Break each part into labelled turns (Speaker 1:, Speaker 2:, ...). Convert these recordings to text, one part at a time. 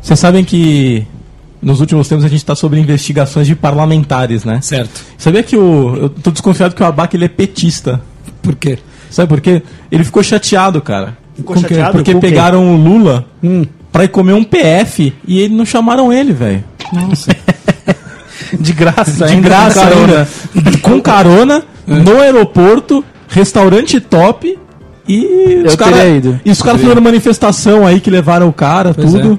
Speaker 1: Vocês sabem que nos últimos tempos a gente está sobre investigações de parlamentares, né?
Speaker 2: Certo.
Speaker 1: Sabia que o. Eu tô desconfiado que o Abac ele é petista.
Speaker 2: Por quê?
Speaker 1: Sabe por quê? Ele ficou chateado, cara.
Speaker 3: Ficou
Speaker 2: Com quem?
Speaker 3: chateado?
Speaker 1: Porque
Speaker 3: com quem?
Speaker 1: pegaram o Lula
Speaker 2: Hum.
Speaker 1: pra ir comer um PF e ele não chamaram ele, velho.
Speaker 2: Nossa.
Speaker 1: De graça, De
Speaker 2: Tá, ainda, né?
Speaker 1: graça
Speaker 2: com carona.
Speaker 1: ainda. Com carona, no aeroporto, restaurante top e os
Speaker 4: Eu teria ido.
Speaker 1: E os caras fizeram manifestação aí que levaram o cara,
Speaker 2: Pois
Speaker 1: tudo.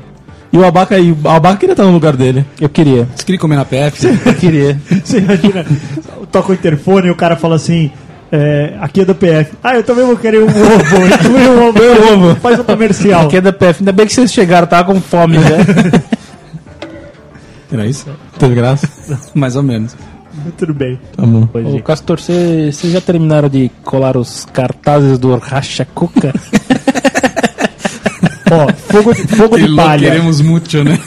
Speaker 1: E o Abaca aí, o Abaca queria estar no lugar dele.
Speaker 4: Eu queria.
Speaker 2: Você queria comer na PF?
Speaker 4: Eu queria.
Speaker 3: Você imagina, toca o interfone e o cara fala assim. é, aqui é do PF. Ah, eu também vou querer um ovo. Inclui um ovo.
Speaker 1: ovo.
Speaker 3: Faz o comercial.
Speaker 4: Aqui é da PF. Ainda bem que vocês chegaram, tava com fome, né?
Speaker 1: Era isso? Teve graça?
Speaker 2: Mais ou menos.
Speaker 3: é Tudo bem.
Speaker 1: Tá bom.
Speaker 3: Pois,
Speaker 4: Ô,
Speaker 3: gente.
Speaker 4: Castor, vocês já terminaram de colar os cartazes do Racha Cuca?
Speaker 3: Ó, fogo, fogo de
Speaker 2: Hello,
Speaker 3: palha.
Speaker 2: queremos muito, né?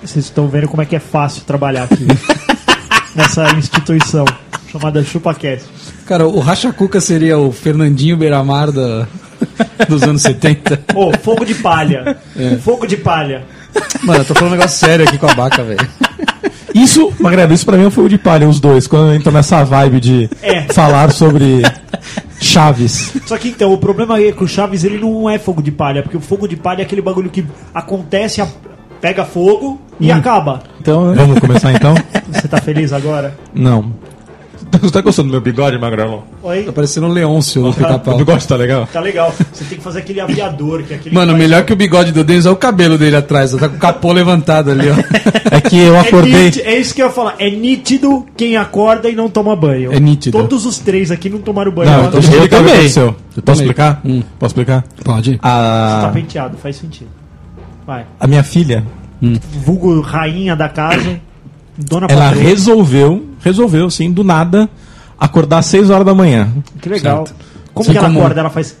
Speaker 3: Vocês estão vendo como é que é fácil trabalhar aqui. nessa instituição chamada ChupaCast.
Speaker 2: Cara, o Racha Cuca seria o Fernandinho Beiramar da... dos anos 70.
Speaker 3: Ô, fogo de palha. Fogo de palha.
Speaker 2: Mano, eu tô falando um negócio sério aqui com a Baca, velho.
Speaker 1: Isso, Magrelo, isso pra mim é um fogo de palha, os dois, quando entram nessa vibe de
Speaker 3: É.
Speaker 1: falar sobre Chaves.
Speaker 3: Só que então, o problema é que o Chaves ele não é fogo de palha, porque o fogo de palha é aquele bagulho que acontece, a- pega fogo e acaba.
Speaker 4: Então,
Speaker 1: Vamos começar então?
Speaker 3: Você tá feliz agora?
Speaker 1: Não. Você tá gostando do meu bigode, Magrelo?
Speaker 3: Oi?
Speaker 2: Tá parecendo o Leôncio do
Speaker 1: O
Speaker 2: pica-pau.
Speaker 1: bigode tá legal?
Speaker 3: Tá legal. Você tem que fazer aquele aviador, que é aquele.
Speaker 2: Mano, melhor que o bigode do Denis é o cabelo dele atrás. Tá com o capô levantado ali, ó.
Speaker 1: É que eu
Speaker 3: É, nítido,
Speaker 1: acordei.
Speaker 3: é isso que eu ia falar. É nítido quem acorda e não toma banho.
Speaker 2: É nítido.
Speaker 3: Todos os três aqui não tomaram banho.
Speaker 1: Não,
Speaker 3: Ela
Speaker 1: então
Speaker 3: não-
Speaker 1: deixa eu
Speaker 4: Eu
Speaker 1: explicar o que
Speaker 4: também.
Speaker 1: aconteceu. Posso Hum.
Speaker 2: também.
Speaker 1: explicar? Posso explicar?
Speaker 2: Pode.
Speaker 3: Tá
Speaker 1: A,
Speaker 3: penteado, faz sentido. Vai.
Speaker 1: a minha filha,
Speaker 3: Vulgo rainha da casa, dona
Speaker 1: ela
Speaker 3: patroa.
Speaker 1: resolveu, resolveu, sim, do nada, acordar às 6 horas da manhã.
Speaker 3: Que legal.
Speaker 2: Certo.
Speaker 3: Como
Speaker 2: Sim,
Speaker 3: que ela
Speaker 2: como-
Speaker 3: acorda? Ela faz.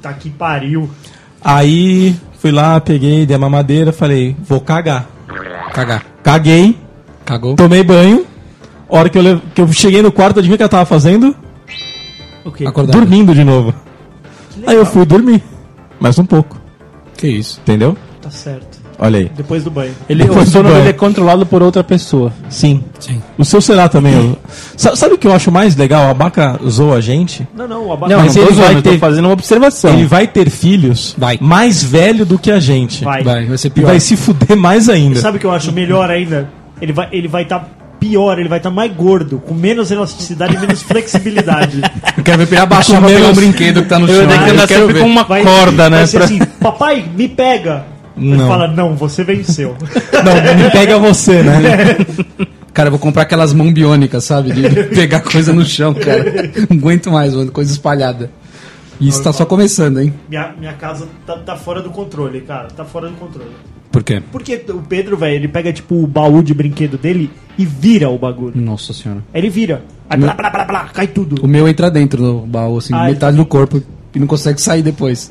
Speaker 3: Tá que pariu.
Speaker 1: Aí fui lá, peguei, dei a mamadeira, falei, vou cagar.
Speaker 2: Cagar.
Speaker 1: Caguei,
Speaker 2: Cagou.
Speaker 1: tomei banho. A hora que eu, le- que eu cheguei no quarto, adivinha o que ela tava fazendo?
Speaker 3: O quê?
Speaker 2: Acordado.
Speaker 1: Dormindo de novo. Aí eu fui dormir. Mais um pouco,
Speaker 2: Que isso.
Speaker 1: entendeu?
Speaker 3: Tá certo.
Speaker 1: Olha aí.
Speaker 3: Depois do banho.
Speaker 4: ele, o
Speaker 1: Depois do
Speaker 4: sono
Speaker 1: banho.
Speaker 4: dele é controlado por outra pessoa.
Speaker 1: Sim.
Speaker 2: Sim.
Speaker 1: O seu será também. eu- Sa- Sabe o que eu acho mais legal? A Baca zoa a gente.
Speaker 3: Não, não, o abacate.
Speaker 4: Não,
Speaker 1: mas
Speaker 4: mas não
Speaker 1: ele
Speaker 4: tô zoando,
Speaker 1: vai
Speaker 4: eu tô
Speaker 1: ter-
Speaker 4: fazendo uma observação.
Speaker 1: Ele vai ter filhos
Speaker 2: Vai.
Speaker 1: mais velho do que a gente.
Speaker 3: Vai.
Speaker 2: Vai, vai ser
Speaker 1: E
Speaker 2: pior.
Speaker 1: vai se fuder mais ainda.
Speaker 3: Sabe o que eu acho melhor ainda? Ele vai estar ele vai tá pior, ele vai estar mais gordo, com menos elasticidade e menos flexibilidade.
Speaker 2: Eu quero ver pra ele abaixar pra pegar um brinquedo que tá no chão.
Speaker 4: Eu tenho que
Speaker 2: Eu
Speaker 4: andar
Speaker 2: quero
Speaker 4: sempre
Speaker 2: ver.
Speaker 4: com uma
Speaker 3: Vai,
Speaker 4: corda, né?
Speaker 3: vai ser
Speaker 4: pra-
Speaker 3: assim, papai, me pega. Ele
Speaker 1: Não.
Speaker 3: fala, não, você venceu.
Speaker 1: Não, me pega você, né?
Speaker 2: Cara, eu vou comprar aquelas mãos biônicas, sabe? De pegar coisa no chão, cara. Não aguento mais, mano. Coisa espalhada. E isso tá só começando, hein?
Speaker 3: minha, minha casa tá, tá fora do controle, cara. Tá fora do controle.
Speaker 2: Por quê?
Speaker 3: Porque o Pedro, velho, ele pega, tipo, o baú de brinquedo dele e vira o bagulho.
Speaker 2: Nossa senhora.
Speaker 3: Aí ele vira. Aí blá, blá, blá, blá, cai tudo.
Speaker 2: O meu entra dentro do baú, assim,
Speaker 3: Ai.
Speaker 2: metade do corpo e não consegue sair depois.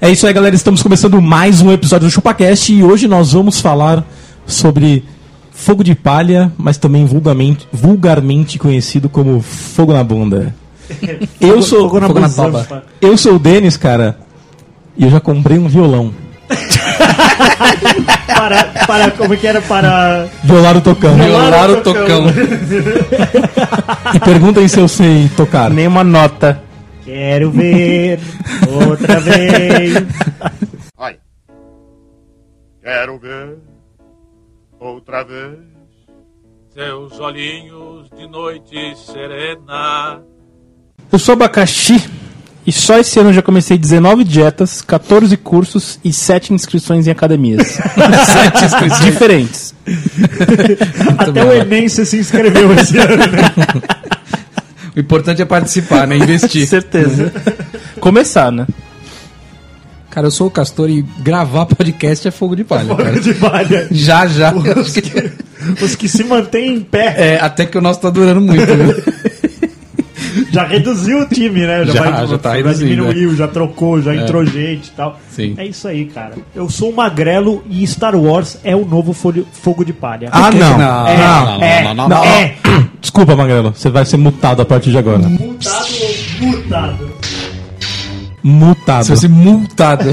Speaker 1: É isso aí, galera. Estamos começando mais um episódio do ChupaCast e hoje nós vamos falar sobre fogo de palha, mas também vulgamente- vulgarmente conhecido como fogo na bunda. Eu sou,
Speaker 3: Fogo na
Speaker 2: fogo na
Speaker 3: busanfa.
Speaker 2: baba.
Speaker 1: eu sou o Denis, cara, e eu já comprei um violão.
Speaker 3: Para, para, como é que era? Para...
Speaker 1: Violaro
Speaker 3: É
Speaker 1: tocando.
Speaker 2: Violar o tocão.
Speaker 1: E perguntem se eu sei tocar.
Speaker 4: Nenhuma nota.
Speaker 3: Quero ver outra vez.
Speaker 5: Olha. Quero ver outra vez Seus olhinhos de noite serena.
Speaker 4: Eu sou abacaxi e só esse ano eu já comecei 19 dietas, 14 cursos e 7 inscrições em academias.
Speaker 2: Sete inscrições.
Speaker 4: Diferentes.
Speaker 3: Até o Enem você se inscreveu esse ano. um
Speaker 2: O importante é participar, né? Investir.
Speaker 4: Certeza. Começar, né?
Speaker 2: Cara, eu sou o Castor e gravar podcast é fogo de palha, cara.
Speaker 3: de palha.
Speaker 2: Já, já. Acho que-
Speaker 3: Os que se mantêm em pé.
Speaker 2: É, até que o nosso tá durando muito, viu?
Speaker 3: Já reduziu o time, né?
Speaker 2: Já, já tá reduzindo, É.
Speaker 3: diminuiu, já trocou, já entrou gente e tal.
Speaker 2: Sim.
Speaker 3: É isso aí, cara. Eu sou o Magrelo e Star Wars é o novo folho- fogo de palha.
Speaker 1: Ah, não.
Speaker 2: Não,
Speaker 1: É,
Speaker 2: não, não,
Speaker 3: é,
Speaker 2: não, não,
Speaker 1: não.
Speaker 3: é.
Speaker 1: Desculpa, Magrelo. Você vai ser mutado a partir de agora.
Speaker 2: Hum.
Speaker 3: Mutado ou mutado?
Speaker 1: Mutado.
Speaker 2: Se fosse multado.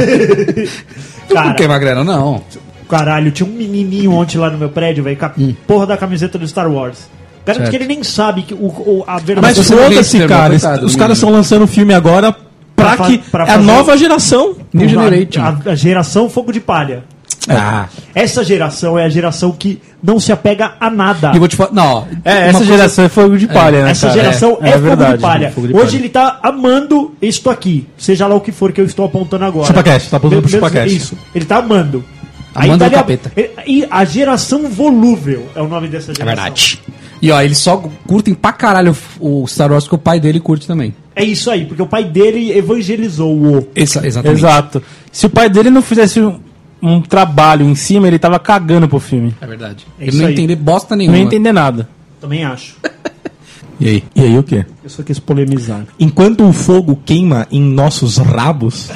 Speaker 3: Cara.
Speaker 2: Não quer magrela, não.
Speaker 3: Caralho, tinha um menininho ontem lá no meu prédio, velho, com a porra da camiseta do Star Wars. Garanto
Speaker 2: Hum. Certo. Ah,
Speaker 3: que ele nem sabe que o, o- a verdade.
Speaker 1: Mas
Speaker 2: Mas você não vê esse
Speaker 1: foda-se,
Speaker 2: tema,
Speaker 1: cara.
Speaker 2: coitado,
Speaker 1: Os
Speaker 2: menino.
Speaker 1: caras estão lançando um filme agora pra,
Speaker 3: Pra fa-
Speaker 1: que
Speaker 3: pra
Speaker 1: é a
Speaker 3: fazer-
Speaker 1: nova geração.
Speaker 2: New
Speaker 3: Porra,
Speaker 2: Generation.
Speaker 3: A, a geração fogo de palha.
Speaker 1: Ah.
Speaker 3: Essa geração é a geração que não se apega a nada.
Speaker 2: E eu vou te falar. Não, ó,
Speaker 4: É,
Speaker 2: uma
Speaker 4: essa
Speaker 2: coisa-
Speaker 4: geração é fogo de palha, né?
Speaker 3: Essa
Speaker 4: cara?
Speaker 3: geração é, fogo, de palha.
Speaker 4: fogo de
Speaker 3: Hoje
Speaker 4: palha.
Speaker 3: ele tá amando isto aqui. Seja lá o que for que eu estou apontando agora.
Speaker 1: Chupacast, tá apontando pro
Speaker 3: Meu Deus,
Speaker 1: Chupacast.
Speaker 3: Isso, ele tá amando.
Speaker 2: Amando
Speaker 3: Aí tá
Speaker 2: o
Speaker 3: ele-
Speaker 2: capeta.
Speaker 3: E a geração volúvel é o nome dessa
Speaker 2: É
Speaker 3: geração.
Speaker 2: verdade. E ó, eles só curtem pra caralho o o Star Wars que o pai dele curte também.
Speaker 3: É isso aí, porque o pai dele evangelizou o.
Speaker 2: Exa- exatamente.
Speaker 4: Exato. Se o pai dele não fizesse um, um trabalho em cima, ele tava cagando pro filme.
Speaker 2: É verdade.
Speaker 3: É
Speaker 2: ele
Speaker 3: isso
Speaker 2: não
Speaker 3: aí.
Speaker 2: entender bosta
Speaker 4: Não
Speaker 2: nenhuma.
Speaker 4: ia entender nada.
Speaker 3: Também acho.
Speaker 2: E aí?
Speaker 1: E aí o quê?
Speaker 3: Eu só quis polemizar.
Speaker 1: Enquanto o fogo queima em nossos rabos,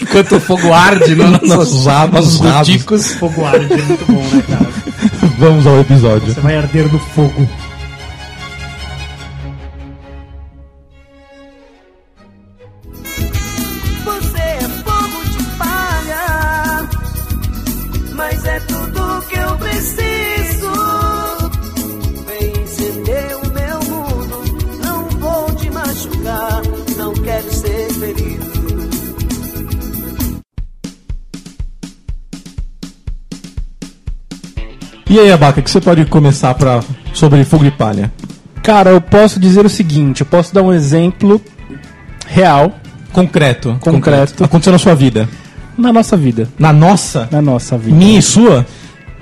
Speaker 2: Enquanto o fogo arde nos
Speaker 1: Nossos rabos,
Speaker 2: nossos
Speaker 1: rabos.
Speaker 2: cuticos.
Speaker 3: Fogo arde é muito bom, né, cara?
Speaker 1: tipo, vamos ao episódio.
Speaker 3: Você vai arder no fogo.
Speaker 6: Você é fogo de palha, mas é tudo que eu preciso. Vem encender o meu mundo, não vou te machucar, não quero ser ferido.
Speaker 1: E aí, Abaca, que você pode começar pra... sobre fogo de palha?
Speaker 4: Cara, eu posso dizer o seguinte, eu posso dar um exemplo real
Speaker 1: Concreto.
Speaker 4: Concreto.
Speaker 1: Aconteceu na sua vida.
Speaker 4: na nossa vida.
Speaker 1: Na nossa?
Speaker 4: Na nossa vida.
Speaker 1: Minha e sua?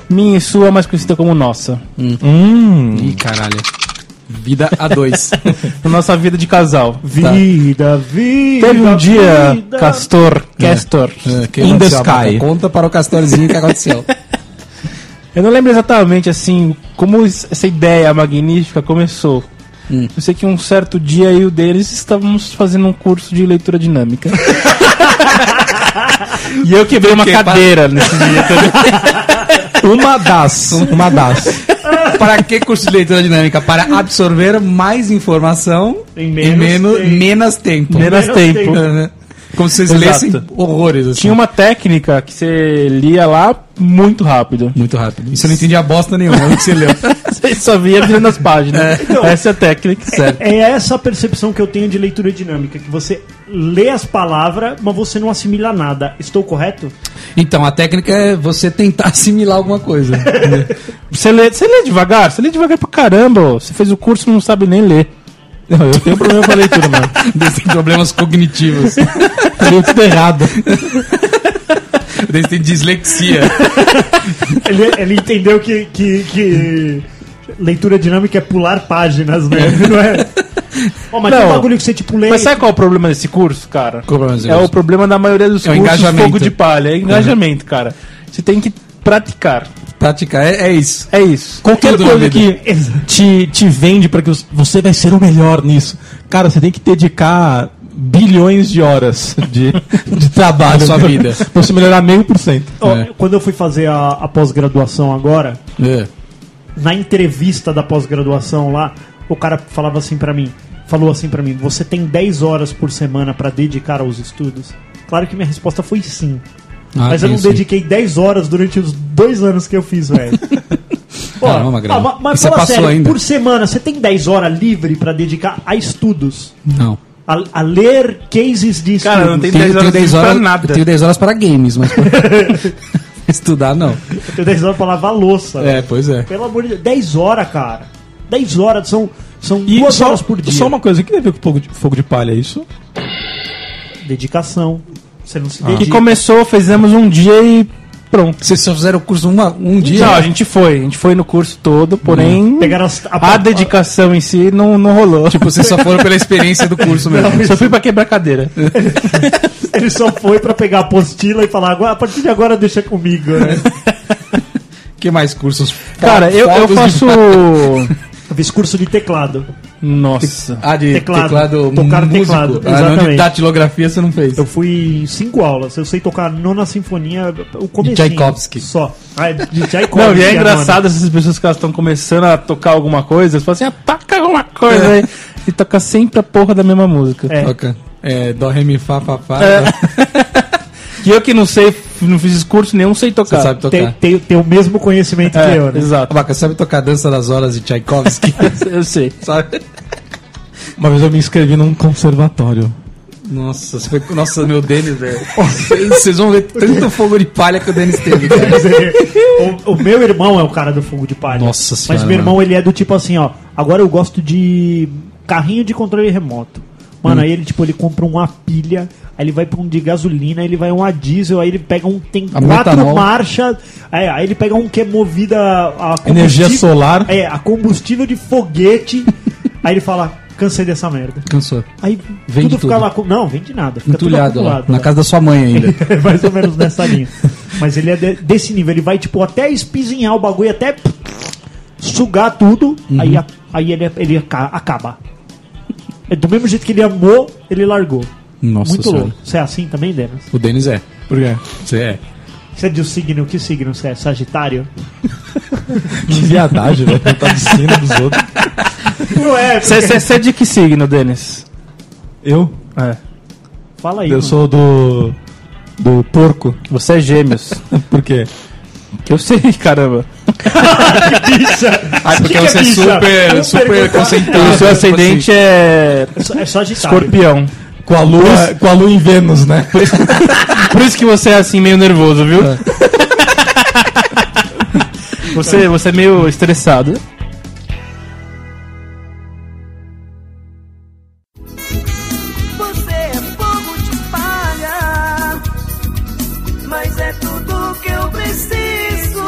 Speaker 4: Minha e sua é mais conhecida como nossa.
Speaker 1: Hum.
Speaker 2: Ih, caralho. Vida a dois. É,
Speaker 4: Na nossa vida de casal.
Speaker 3: Vida, vida.
Speaker 4: Teve um dia,
Speaker 3: vida.
Speaker 4: Castor, Castor.
Speaker 2: É, que
Speaker 1: In the
Speaker 2: aconteceu, Abaca?
Speaker 1: sky.
Speaker 2: Conta para o Castorzinho o que aconteceu.
Speaker 4: Eu não lembro exatamente, assim, como es- essa ideia magnífica começou.
Speaker 2: Hum.
Speaker 4: Eu sei que um certo dia eu e o deles estávamos fazendo um curso de leitura dinâmica. e eu quebrei uma
Speaker 2: Porque pa-
Speaker 4: cadeira nesse dia.
Speaker 1: Uma das. Uma das.
Speaker 2: para que curso de leitura dinâmica? Para absorver mais informação
Speaker 3: Em menos
Speaker 2: meno-
Speaker 3: tempo.
Speaker 2: menos tempo.
Speaker 4: Menos tempo.
Speaker 3: tempo.
Speaker 2: É, né? Como se vocês
Speaker 4: Exato.
Speaker 2: lessem horrores. Assim.
Speaker 4: Tinha uma técnica que você lia lá muito rápido.
Speaker 2: Muito rápido. um- Isso eu não entendi a bosta nenhuma o que você leu.
Speaker 4: Você só via virando as páginas. Essa é a técnica.
Speaker 3: É essa a percepção que eu tenho de leitura dinâmica, que você lê as palavras, mas você não assimila nada. Estou correto?
Speaker 2: Então, a técnica é você tentar assimilar alguma coisa. né?
Speaker 4: Você lê, você lê devagar? Você lê devagar pra caramba. ó. Você fez o curso e não sabe nem ler.
Speaker 1: Não, eu tenho problema com a leitura, mano.
Speaker 2: Eles têm problemas cognitivos.
Speaker 1: Eu li tudo errado.
Speaker 2: Eles têm dislexia.
Speaker 3: Ele, ele entendeu que, que, que leitura dinâmica é pular páginas, né? Não é? Ó, mas tem um
Speaker 4: Não.
Speaker 3: bagulho que você tipo lê.
Speaker 4: Mas sabe qual é o problema desse curso, cara?
Speaker 2: Qual o problema desse
Speaker 4: é
Speaker 2: curso?
Speaker 4: o problema da maioria dos
Speaker 2: É o
Speaker 4: cursos
Speaker 2: engajamento. Uhum.
Speaker 4: fogo de palha. É engajamento, cara. Você tem que praticar.
Speaker 2: Praticar é, é isso.
Speaker 4: É isso.
Speaker 1: Qualquer
Speaker 2: Tudo na
Speaker 1: coisa
Speaker 2: vida.
Speaker 1: que te, te vende pra que os- você vai ser o melhor nisso. Cara, você tem que dedicar bilhões de horas de, de trabalho
Speaker 2: Na sua
Speaker 1: pra-
Speaker 2: vida.
Speaker 1: pra você melhorar meio por cento.
Speaker 3: Ó,
Speaker 2: É.
Speaker 3: Quando eu fui fazer a, a pós-graduação agora,
Speaker 2: É.
Speaker 3: na entrevista da pós-graduação lá, o cara falava assim pra mim, falou assim pra mim, você tem 10 horas por semana pra dedicar aos estudos? Claro que minha resposta foi sim.
Speaker 2: Ah,
Speaker 3: mas
Speaker 2: tem
Speaker 3: eu não
Speaker 2: isso.
Speaker 3: dediquei 10 horas durante os dois anos que eu fiz, velho. Pô,
Speaker 2: Caramba, Magrelo.
Speaker 3: ma-
Speaker 2: E
Speaker 3: mas
Speaker 2: você
Speaker 3: fala
Speaker 2: passou
Speaker 3: sério,
Speaker 2: ainda?
Speaker 3: por semana você tem 10 horas livre pra dedicar a estudos,
Speaker 2: Não.
Speaker 3: a, a ler cases de estudos.
Speaker 4: Cara, não tem-
Speaker 2: Tenho,
Speaker 4: 10
Speaker 2: tenho
Speaker 4: horas
Speaker 2: 10 horas,
Speaker 4: pra nada.
Speaker 2: tenho 10 horas para games, mas Estudar não.
Speaker 3: Eu tenho 10 horas pra lavar a louça. velho.
Speaker 2: É, pois é.
Speaker 3: Pelo amor de Deus. 10 horas, cara. 10 horas são, são
Speaker 1: E
Speaker 3: duas
Speaker 1: só,
Speaker 3: horas por dia.
Speaker 1: só uma coisa, o que tem a ver com fogo de, fogo de palha é isso?
Speaker 3: Dedicação. Você não
Speaker 2: Ah.
Speaker 3: se
Speaker 4: Que
Speaker 3: dedica.
Speaker 4: começou, fizemos um dia e pronto.
Speaker 2: Vocês só fizeram o curso uma, um dia?
Speaker 4: Não, a gente foi, a gente foi no curso todo,
Speaker 1: Hum.
Speaker 4: porém
Speaker 3: Pegaram as- a-
Speaker 4: a, dedicação em si não, não rolou.
Speaker 2: Tipo, vocês só foram pela experiência do curso mesmo.
Speaker 4: Só fui pra quebrar cadeira.
Speaker 3: Ele só foi pra pegar a apostila e falar, "Agora- a partir de agora deixa comigo, né?
Speaker 2: que mais cursos?
Speaker 4: Cara, eu, eu
Speaker 2: Fogos de
Speaker 4: faço.
Speaker 3: Eu fiz curso de teclado.
Speaker 4: Nossa.
Speaker 2: Ah, de
Speaker 3: Teclado.
Speaker 2: teclado,
Speaker 3: Tocar
Speaker 2: músico.
Speaker 3: teclado,
Speaker 2: Ah, não, de
Speaker 3: exatamente.
Speaker 2: datilografia você não fez.
Speaker 3: Eu fui em cinco aulas. Eu sei tocar a nona sinfonia, o começo.
Speaker 2: Tchaikovsky.
Speaker 3: Só. Ah, é de Tchaikovsky.
Speaker 4: Não, e é
Speaker 3: a
Speaker 4: engraçado essas pessoas que elas estão começando a tocar alguma coisa, elas falam assim, ah, toca alguma coisa aí. E toca sempre a porra da mesma música.
Speaker 3: É.
Speaker 2: Toca. É, dó, ré, mi, fá, fá, fá.
Speaker 4: E eu que não sei, não fiz curso nenhum, sei
Speaker 2: Você
Speaker 4: tocar.
Speaker 2: sabe tocar.
Speaker 3: Tem, tem- tem o mesmo conhecimento
Speaker 4: É,
Speaker 3: que eu, né?
Speaker 4: Exato.
Speaker 2: Abaca, sabe tocar a dança das horas de Tchaikovsky?
Speaker 4: Eu sei.
Speaker 2: sabe?
Speaker 1: Uma vez eu me inscrevi num conservatório.
Speaker 2: Nossa, você foi com- nossa, meu Denis, velho. Vocês vão ver tanto fogo de palha que o Denis teve, cara.
Speaker 3: Mas ele- o, o meu irmão é o cara do fogo de palha.
Speaker 2: Nossa
Speaker 3: Mas
Speaker 2: senhora,
Speaker 3: meu irmão, ele é do tipo assim, ó. Agora eu gosto de carrinho de controle remoto. Mano,
Speaker 2: Hum.
Speaker 3: aí ele, tipo, ele compra uma pilha, aí ele vai pra um de gasolina, aí ele vai um a diesel, aí ele pega um. Tem
Speaker 2: A
Speaker 3: quatro
Speaker 2: metanol.
Speaker 3: marchas, aí, aí ele pega um que é movida a combustível-
Speaker 1: Energia solar.
Speaker 3: É, a combustível de foguete. aí ele fala, cansei dessa merda.
Speaker 2: Cansou.
Speaker 3: Aí
Speaker 2: Vende
Speaker 3: tudo fica
Speaker 2: tudo.
Speaker 3: lá. com- Não, vende nada. Fica tudo
Speaker 2: Entulhado lá,
Speaker 3: acumulado né?
Speaker 2: na
Speaker 3: lá.
Speaker 2: casa da sua mãe ainda.
Speaker 3: É mais ou menos nessa linha. Mas ele é de- desse nível, ele vai tipo até espizinhar o bagulho, até sugar tudo, aí, a- aí ele, ele aca- acaba. É do mesmo jeito que ele amou, ele largou.
Speaker 2: Nossa
Speaker 3: Muito
Speaker 2: senhora.
Speaker 3: louco. Você é assim também, Denis?
Speaker 2: O Denis é. Por quê? Você é.
Speaker 3: Você é de um signo, que signo você é? Sagitário?
Speaker 1: Que viadagem, velho. Cantar de cima dos outros.
Speaker 3: Não é, porque...
Speaker 4: Você é de que signo, Denis?
Speaker 1: Eu?
Speaker 4: É.
Speaker 3: Fala aí.
Speaker 1: Eu
Speaker 3: mano.
Speaker 1: sou do. do porco.
Speaker 4: Você é gêmeos.
Speaker 1: Por quê?
Speaker 4: eu sei, caramba.
Speaker 2: Ah,
Speaker 3: Que
Speaker 2: porque
Speaker 3: que é
Speaker 2: você é
Speaker 3: bicha? Eu
Speaker 2: super, super
Speaker 3: pergunto-
Speaker 2: concentrado. né? Tipo
Speaker 4: o seu ascendente é
Speaker 3: É só- É Sagitário.
Speaker 4: escorpião.
Speaker 1: Com a lua, com a lua em Vênus, né?
Speaker 4: Por isso que você é assim meio nervoso, viu? Você, você é meio estressado.
Speaker 6: Você é fogo de palha, mas é tudo que eu preciso.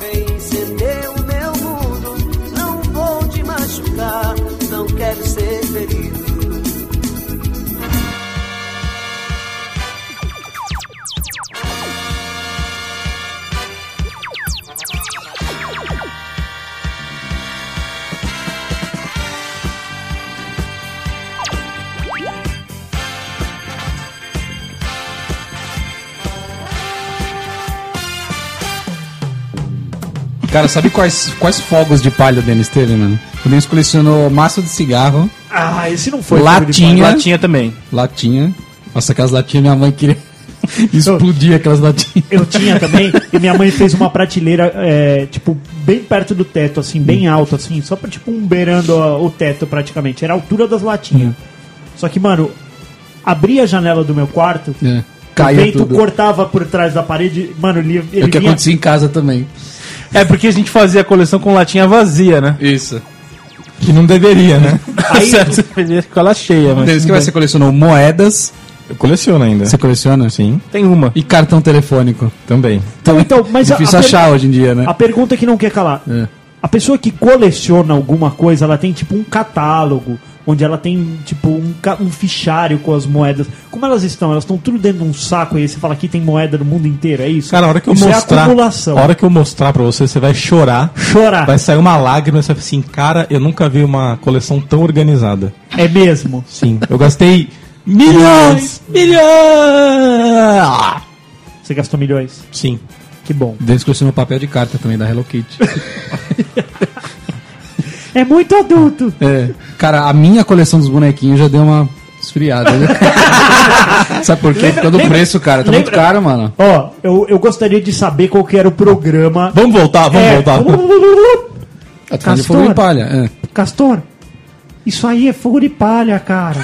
Speaker 6: Vem encender o meu mundo, não vou te machucar, não quero ser ferido.
Speaker 2: assim, Cara, sabe quais, quais fogos de palha o Denis teve, mano? O Denis colecionou maço de cigarro,
Speaker 3: Ah, esse não foi.
Speaker 2: Latinha.
Speaker 3: fogo de palha.
Speaker 4: Latinha também.
Speaker 2: latinha. Nossa, aquelas latinhas minha mãe queria explodir aquelas latinhas.
Speaker 3: Eu tinha também, e minha mãe fez uma prateleira, é, tipo, bem perto do teto, assim, bem
Speaker 2: Hum.
Speaker 3: alto, assim, só pra, tipo, um beirando ó, o teto, praticamente. Era a altura das latinhas.
Speaker 2: Uhum.
Speaker 3: Só que, mano, abria a janela do meu quarto,
Speaker 2: É.
Speaker 3: o
Speaker 2: Caía
Speaker 3: vento
Speaker 2: tudo.
Speaker 3: cortava por trás da parede, mano, ele,
Speaker 2: É
Speaker 3: ele
Speaker 2: o que
Speaker 3: vinha...
Speaker 2: acontecia em casa também.
Speaker 4: É porque a gente fazia a coleção com latinha vazia, né?
Speaker 2: Isso.
Speaker 1: Que não deveria, né?
Speaker 3: Aí-
Speaker 4: Certo, fazia com ela cheia, mas.
Speaker 2: Denis, que
Speaker 4: tudo
Speaker 2: mais você colecionou? Moedas.
Speaker 1: Eu coleciono ainda.
Speaker 2: É. Você coleciona?
Speaker 1: Sim,
Speaker 4: bem. Tem uma.
Speaker 2: E cartão telefônico.
Speaker 1: também.
Speaker 3: Então, então, mas a, a,
Speaker 2: Difícil
Speaker 3: per-
Speaker 2: achar hoje em dia, né?
Speaker 3: a pergunta que não quer calar.
Speaker 2: É.
Speaker 3: A pessoa que coleciona alguma coisa, ela tem, tipo, um catálogo, onde ela tem, tipo, um, ca- um fichário com as moedas. Como elas estão? Elas estão tudo dentro de um saco e aí você fala que tem moeda no mundo inteiro, é isso?
Speaker 1: Cara, a hora que eu
Speaker 3: Isso é
Speaker 1: mostrar.
Speaker 3: acumulação.
Speaker 1: a hora que eu mostrar pra você, você vai chorar.
Speaker 3: Chorar.
Speaker 1: Vai sair uma lágrima e você vai falar assim, cara, eu nunca vi uma coleção tão organizada.
Speaker 3: É mesmo.
Speaker 1: Sim. Eu gastei milhões! Milhões!
Speaker 3: Você gastou milhões.
Speaker 1: Sim.
Speaker 3: Que bom.
Speaker 2: Denis colecionou papel de carta também da Hello Kitty.
Speaker 3: É muito adulto.
Speaker 2: É. Cara, a minha coleção dos bonequinhos já deu uma esfriada, né? Sabe por quê? Por causa do
Speaker 3: lembra-
Speaker 2: preço, cara. Tá muito
Speaker 3: lembra-
Speaker 2: caro, mano.
Speaker 3: Ó, eu, eu gostaria de saber qual que era o programa.
Speaker 1: Vamos voltar, Ah, vamos
Speaker 3: É,
Speaker 1: voltar.
Speaker 2: Tá falando de fogo de
Speaker 3: Castor.
Speaker 2: palha. É.
Speaker 3: Castor, isso aí é fogo de palha, cara.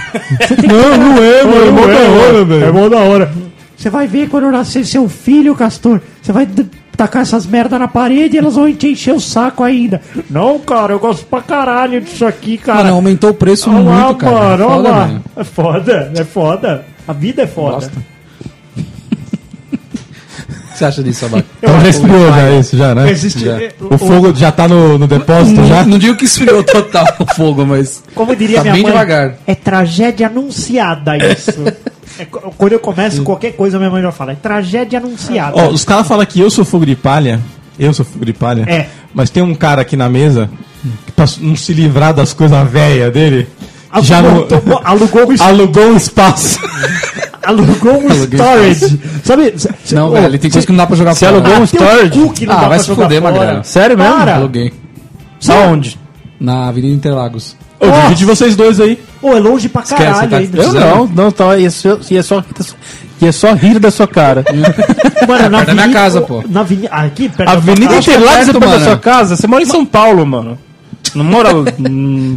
Speaker 1: Não, não é,
Speaker 3: Ô,
Speaker 1: mano.
Speaker 3: irmão
Speaker 1: mó da hora,
Speaker 3: É
Speaker 1: velho.
Speaker 3: mó da hora. Você vai ver quando nascer seu filho, Castor. Você vai d- tacar essas merda na parede e elas vão te encher o saco ainda. Não, cara, eu gosto pra caralho disso aqui, cara.
Speaker 2: Mano, aumentou o preço
Speaker 3: Olha lá,
Speaker 2: muito, cara.
Speaker 3: mano, olha
Speaker 2: Foda,
Speaker 3: lá.
Speaker 2: mano.
Speaker 3: É foda, é foda. A vida é foda.
Speaker 2: Bosta. O que você acha disso, Abaca?
Speaker 1: Então já esfriou já isso, já, né?
Speaker 3: Existe.
Speaker 2: Já.
Speaker 3: eh, o-
Speaker 1: O fogo já tá no, no depósito já?
Speaker 2: Não, não digo que esfriou total o fogo, mas.
Speaker 3: Como diria
Speaker 2: Tá
Speaker 3: minha
Speaker 2: bem
Speaker 3: mãe,
Speaker 2: devagar.
Speaker 3: é tragédia anunciada isso. É co- quando eu começo qualquer coisa, minha mãe já fala, é tragédia anunciada.
Speaker 1: Ó, os caras falam que eu sou fogo de palha. Eu sou fogo de palha.
Speaker 3: É.
Speaker 1: Mas tem um cara aqui na mesa que pra não se livrar das coisas velhas dele.
Speaker 3: Alugou-
Speaker 1: já não...
Speaker 3: tomou- alugou, um, es-
Speaker 1: alugou um espaço.
Speaker 3: alugou um storage. Sabe? se-
Speaker 2: Não,
Speaker 3: ô,
Speaker 2: velho, tem coisa que não dá pra jogar
Speaker 4: Você
Speaker 2: fora.
Speaker 4: alugou um
Speaker 3: tem um
Speaker 4: storage?
Speaker 3: cu que não
Speaker 2: Ah,
Speaker 3: dá
Speaker 2: vai
Speaker 3: pra
Speaker 2: se
Speaker 3: jogar
Speaker 2: fuder, é
Speaker 3: fora.
Speaker 2: Magrelo.
Speaker 4: Sério mesmo?
Speaker 3: Para.
Speaker 2: Aluguei.
Speaker 4: Aonde?
Speaker 2: Na Avenida Interlagos.
Speaker 1: Eu dividi de vocês dois aí.
Speaker 3: Ô, é longe pra caralho
Speaker 2: Esquece, tá-
Speaker 3: ainda.
Speaker 4: Eu não, não, tá, ia só, ia só, ia só rir da sua cara.
Speaker 2: perto da
Speaker 3: Mano, na
Speaker 2: minha
Speaker 3: avenida-
Speaker 2: casa, pô.
Speaker 3: Na avenida... ah, Aqui, perto da
Speaker 4: Avenida
Speaker 3: sua casa.
Speaker 4: Interlagos
Speaker 2: perto,
Speaker 4: é perto da
Speaker 2: mano.
Speaker 4: sua casa? Você mora em São Paulo, mano. Não mora... hum,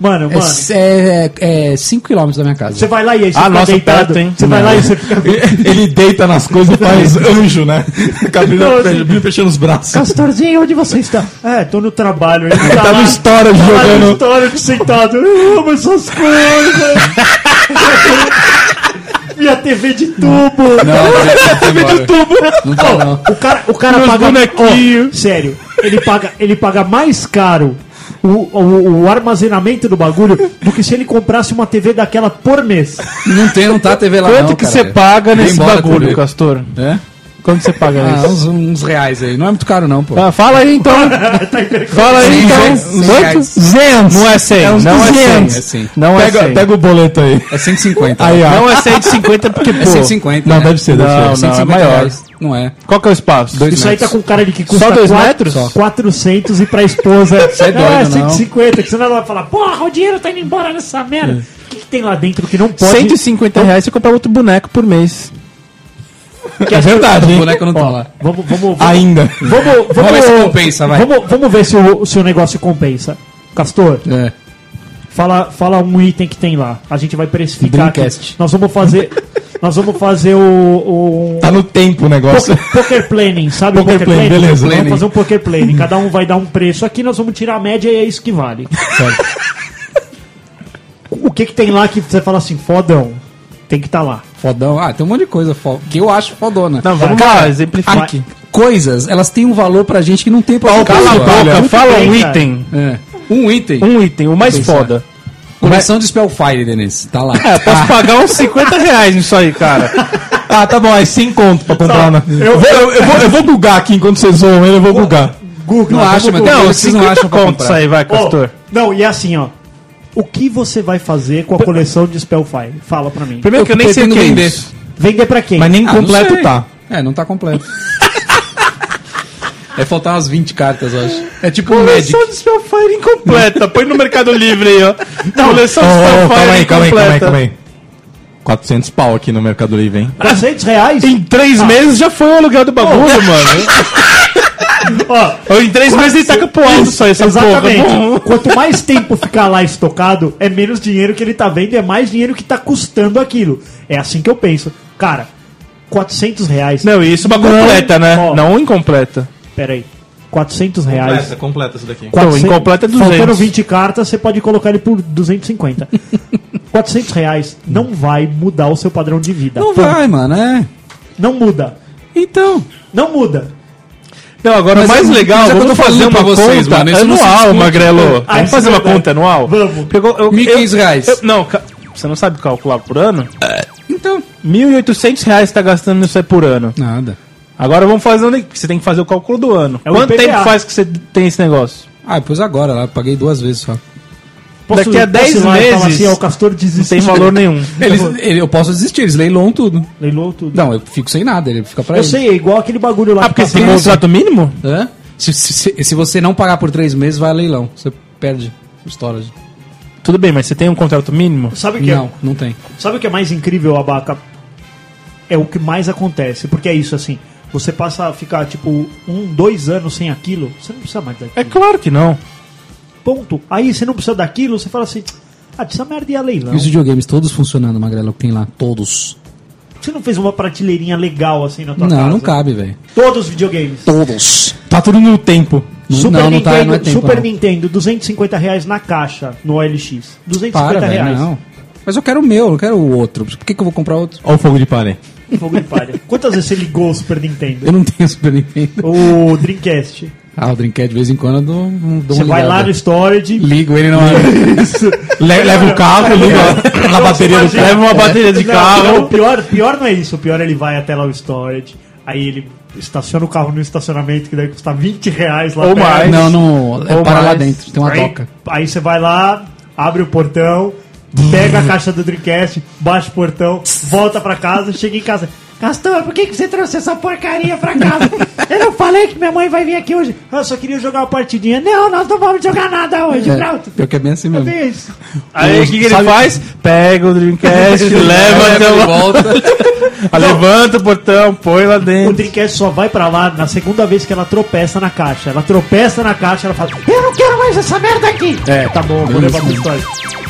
Speaker 3: Mano, mano...
Speaker 2: É 5km da minha casa.
Speaker 3: Você vai lá e aí você
Speaker 4: Ah,
Speaker 3: fica
Speaker 4: nossa,
Speaker 3: deitado.
Speaker 4: perto, hein?
Speaker 3: Você vai lá e você fica...
Speaker 1: Ele deita nas coisas e faz anjo, né? Fica abrindo, abrindo e fechando os braços.
Speaker 3: Castorzinho, onde você está? É, tô no trabalho. Ele tá,
Speaker 1: Tá
Speaker 3: lá,
Speaker 1: no storage
Speaker 3: tá lá no
Speaker 1: jogando.
Speaker 3: histórico sentado. Eu amo essas coisas. Minha TV de tubo.
Speaker 2: Não, não, tubo. Não tá, não.
Speaker 3: O cara, o cara
Speaker 4: Meus
Speaker 3: paga.
Speaker 4: bonequinhos.
Speaker 3: Ó, sério, ele paga, ele paga mais caro o, o, o armazenamento do bagulho do que se ele comprasse uma TV daquela por mês.
Speaker 2: Não tem, não tá a TV lá
Speaker 4: Quanto
Speaker 2: não,
Speaker 4: que
Speaker 2: caralho.
Speaker 4: você paga
Speaker 2: Vem
Speaker 4: nesse
Speaker 2: embora,
Speaker 4: bagulho,
Speaker 2: TV.
Speaker 4: Castor?
Speaker 2: É?
Speaker 4: Quanto você paga
Speaker 2: Ah,
Speaker 4: nisso?
Speaker 2: uns, uns reais aí. Não é muito caro não, pô.
Speaker 4: Ah, fala aí então. fala aí
Speaker 2: Cem
Speaker 4: então.
Speaker 2: reais, cem
Speaker 4: Quanto?
Speaker 2: reais.
Speaker 4: 200. Não é 100.
Speaker 2: uns
Speaker 4: não é 100.
Speaker 2: 200. É cem.
Speaker 4: Não é 100.
Speaker 1: Pega, pega o boleto aí.
Speaker 2: É 150.
Speaker 1: Aí, ó.
Speaker 4: Não é 150 porque, pô...
Speaker 2: É 150.
Speaker 1: Não,
Speaker 2: né?
Speaker 1: deve ser, deve
Speaker 4: Não,
Speaker 1: ser.
Speaker 4: não, é
Speaker 2: 150
Speaker 4: maior.
Speaker 2: reais. Não é.
Speaker 4: Qual que é o espaço?
Speaker 2: Dois
Speaker 3: Isso aí tá
Speaker 2: metros.
Speaker 3: com cara de que custa
Speaker 4: Só dois
Speaker 3: quatro-
Speaker 4: metros? Só.
Speaker 3: 400 e pra esposa.
Speaker 2: Isso é doido,
Speaker 3: é,
Speaker 2: não.
Speaker 3: 150, que senão ela vai falar, porra, o dinheiro tá indo embora nessa
Speaker 2: É.
Speaker 3: merda. O que, que tem lá dentro que não pode?
Speaker 4: 150 reais você compra outro boneco por mês.
Speaker 1: É
Speaker 4: Ah,
Speaker 1: verdade,
Speaker 2: O
Speaker 1: hein?
Speaker 2: boneco não tá lá.
Speaker 3: Vamos, vamos, vamos,
Speaker 1: Ainda.
Speaker 3: vamos, vamos,
Speaker 2: Vamos ver se compensa, vai.
Speaker 3: vamos- vamos ver se o, se o negócio compensa. Castor,
Speaker 2: É.
Speaker 3: fala, fala um item que tem lá. A gente vai precificar. aqui.
Speaker 2: Dreamcast.
Speaker 3: Nós vamos fazer. Nós vamos fazer o. o- um
Speaker 1: Tá no tempo o negócio.
Speaker 3: Poker, poker planning, sabe o
Speaker 1: Poker planning, beleza.
Speaker 3: Vamos
Speaker 1: Planning.
Speaker 3: fazer um poker planning. Cada um vai dar um preço aqui, nós vamos tirar a média e é isso que vale. o que que tem lá que você fala assim, fodão? Tem que estar lá.
Speaker 2: Fodão. Ah, tem um monte de coisa fo- que eu acho fodona.
Speaker 4: Não, vamos
Speaker 3: Cara,
Speaker 4: lá, exemplifique.
Speaker 2: A- coisas, elas têm um valor pra gente que não tem pra outra
Speaker 4: Cala a
Speaker 2: pessoa.
Speaker 4: boca,
Speaker 1: Muito
Speaker 4: fala
Speaker 3: bem,
Speaker 4: um
Speaker 3: cara.
Speaker 4: item.
Speaker 2: É. Um item.
Speaker 4: Um item, o mais
Speaker 2: Pensar.
Speaker 4: foda.
Speaker 2: Coleção de Spellfire, Denis. Tá lá.
Speaker 4: É, eu posso pagar uns 50 reais nisso aí, cara.
Speaker 1: Ah, tá bom, é sem conto pra comprar. né?
Speaker 3: eu-
Speaker 1: Eu, vou, eu, eu vou, eu vou bugar aqui enquanto vocês zoam ele, eu vou bugar.
Speaker 3: Google,
Speaker 2: Não acho, mas
Speaker 4: Não,
Speaker 2: vocês não
Speaker 4: 50
Speaker 2: acham pra
Speaker 4: contos
Speaker 2: comprar.
Speaker 4: aí, vai,
Speaker 3: Ó,
Speaker 4: Castor.
Speaker 3: não, e é assim, ó. O que você vai fazer com a coleção de Spellfire? Fala pra mim.
Speaker 4: Primeiro que eu nem sei o
Speaker 2: pretendo
Speaker 4: que é
Speaker 2: vender.
Speaker 4: isso.
Speaker 3: Vender pra quem?
Speaker 1: Mas nem
Speaker 2: Ah, não
Speaker 1: completo
Speaker 2: sei.
Speaker 1: tá.
Speaker 2: É, não tá completo. é faltar umas 20 cartas, eu acho. É tipo um Magic.
Speaker 4: Coleção de Spellfire é incompleta. Põe no Mercado Livre aí, ó. Coleção
Speaker 1: Ô,
Speaker 4: de
Speaker 1: ô,
Speaker 4: Spellfire
Speaker 1: Oh, calma aí, calma aí, calma aí,
Speaker 4: incompleta.
Speaker 1: calma aí. 400 pau aqui no Mercado Livre, hein?
Speaker 3: 400 reais?
Speaker 4: Em três meses já foi o aluguel do bagulho, mano.
Speaker 3: Ó,
Speaker 4: Ou em três meses ele taca pro alto só essa
Speaker 3: Exatamente.
Speaker 4: porra.
Speaker 3: é Quanto mais tempo ficar lá estocado, é menos dinheiro que ele tá vendo, e é mais dinheiro que tá custando aquilo. É assim que eu penso. Cara, 400 reais.
Speaker 4: Não, isso uma completa, né?
Speaker 3: Ó.
Speaker 4: Não incompleta.
Speaker 3: Pera aí. 400 reais.
Speaker 1: completa isso daqui.
Speaker 4: Então,
Speaker 3: 400
Speaker 4: incompleta é 200.
Speaker 3: Faltando 20 cartas, você pode colocar ele por 250. 400 reais não vai mudar o seu padrão de vida.
Speaker 2: Não
Speaker 3: Ponto.
Speaker 2: vai, mano, é.
Speaker 3: Não muda.
Speaker 2: Então.
Speaker 3: Não muda.
Speaker 4: Não, agora
Speaker 2: Mas
Speaker 4: o mais
Speaker 2: eu-
Speaker 4: legal,
Speaker 2: mas é o que
Speaker 4: vamos
Speaker 2: eu tô
Speaker 4: fazer
Speaker 2: falando
Speaker 4: uma
Speaker 2: pra vocês,
Speaker 4: conta
Speaker 2: mano, isso não se
Speaker 4: anual,
Speaker 2: discute.
Speaker 4: Magrelo.
Speaker 3: Ah,
Speaker 4: vamos
Speaker 3: isso é
Speaker 4: fazer uma
Speaker 3: verdade.
Speaker 4: conta anual?
Speaker 3: Vamos.
Speaker 4: Pegou, eu,
Speaker 2: 1.500
Speaker 4: eu-
Speaker 2: reais.
Speaker 4: eu- não, ca- você não sabe calcular por ano?
Speaker 2: Então.
Speaker 4: 1.800 reais você tá gastando nisso aí por ano.
Speaker 2: Nada.
Speaker 4: Agora vamos fazer onde você tem que fazer o cálculo do ano.
Speaker 3: É o
Speaker 4: Quanto
Speaker 3: IPVA.
Speaker 4: tempo faz que você tem esse negócio?
Speaker 2: Ah, eu pus agora lá, paguei duas vezes só.
Speaker 4: Daqui a
Speaker 3: posso
Speaker 4: 10
Speaker 3: ir lá e falar
Speaker 4: meses,
Speaker 3: Assim, ó, o Castor
Speaker 4: Não
Speaker 3: desistiu.
Speaker 4: tem valor nenhum.
Speaker 2: Eles, ele- eu posso desistir, eles leiloam tudo.
Speaker 3: Leilou tudo.
Speaker 2: Não, eu fico sem nada, ele fica pra
Speaker 3: Eu
Speaker 2: ele.
Speaker 3: sei, é igual aquele bagulho lá
Speaker 4: Ah,
Speaker 3: que
Speaker 4: porque
Speaker 3: tá
Speaker 4: você tem um
Speaker 3: falando.
Speaker 4: contrato mínimo?
Speaker 2: Hã? Se, se, se- se você não pagar por três meses, vai a leilão. Você perde o storage.
Speaker 4: Tudo bem, mas você tem um contrato mínimo?
Speaker 3: Sabe o que é-
Speaker 2: Não, não tem.
Speaker 3: Sabe o que é mais incrível, Abaca? É o que mais acontece, porque é isso assim. Você passa a ficar tipo um, dois anos sem aquilo, você não precisa mais daquilo.
Speaker 4: É claro que não.
Speaker 3: Ponto. Aí você não precisa daquilo, você fala assim, ah, essa merda ia a leilão.
Speaker 2: E os videogames todos funcionando, Magrelo, que tem lá. Todos.
Speaker 3: Você não fez uma prateleirinha legal assim na tua casa?
Speaker 2: Não, tá. não cabe, velho.
Speaker 3: Todos os videogames.
Speaker 2: Todos.
Speaker 1: Tá tudo no tempo.
Speaker 2: não, não
Speaker 3: Nintendo,
Speaker 2: tá, não é tempo.
Speaker 3: Super
Speaker 2: não.
Speaker 3: Nintendo, 250 reais na caixa no OLX. 250
Speaker 2: Para, velho,
Speaker 3: reais.
Speaker 2: não. Mas eu quero o meu, eu quero o outro. Por que, que eu vou comprar outro?
Speaker 1: Olha o fogo de palha.
Speaker 3: Fogo de palha. Quantas vezes você ligou o Super Nintendo?
Speaker 2: Eu não tenho Super Nintendo.
Speaker 3: O Dreamcast.
Speaker 2: Ah, o Dreamcast de vez em quando eu dou, um, dou
Speaker 3: Você
Speaker 2: uma
Speaker 3: vai lá
Speaker 2: ligada.
Speaker 3: no storage.
Speaker 2: Ligo ele não
Speaker 3: Isso.
Speaker 1: Le- leva o carro, liga na bateria do
Speaker 3: Imagina.
Speaker 1: Leva uma bateria de
Speaker 3: Não, não, o
Speaker 1: carro.
Speaker 3: pior, pior não é isso. O pior é ele vai até lá o storage. Aí ele estaciona o carro no estacionamento, que deve custar 20 reais lá
Speaker 4: Ou
Speaker 3: perto.
Speaker 4: mais.
Speaker 2: Não, não. É
Speaker 4: Ou
Speaker 2: para lá
Speaker 4: mais.
Speaker 2: dentro. Tem uma
Speaker 3: aí,
Speaker 2: toca.
Speaker 3: Aí você vai lá, abre o portão, pega a caixa do Dreamcast, baixa o portão, volta pra casa, chega em casa. Castor, por que, que você trouxe essa porcaria pra casa? Eu não falei que minha mãe vai vir aqui hoje. Eu só queria jogar uma partidinha. Não, nós não vamos jogar nada hoje. Pronto.
Speaker 2: É, pior que é bem assim
Speaker 3: Eu
Speaker 2: mesmo.
Speaker 3: tenho isso.
Speaker 4: Aí o que, que ele faz? Pega o Dreamcast, leva até
Speaker 2: de
Speaker 4: lá.
Speaker 2: volta.
Speaker 4: Ah, Levanta o portão, põe lá
Speaker 3: O
Speaker 4: dentro.
Speaker 3: Dreamcast só vai pra lá na segunda vez que ela tropeça na caixa. Ela tropeça na caixa, ela fala: Eu não quero mais essa merda aqui. É, tá bom, eu vou
Speaker 2: bem
Speaker 3: levar
Speaker 2: isso
Speaker 3: pro
Speaker 2: mesmo.
Speaker 3: histórico.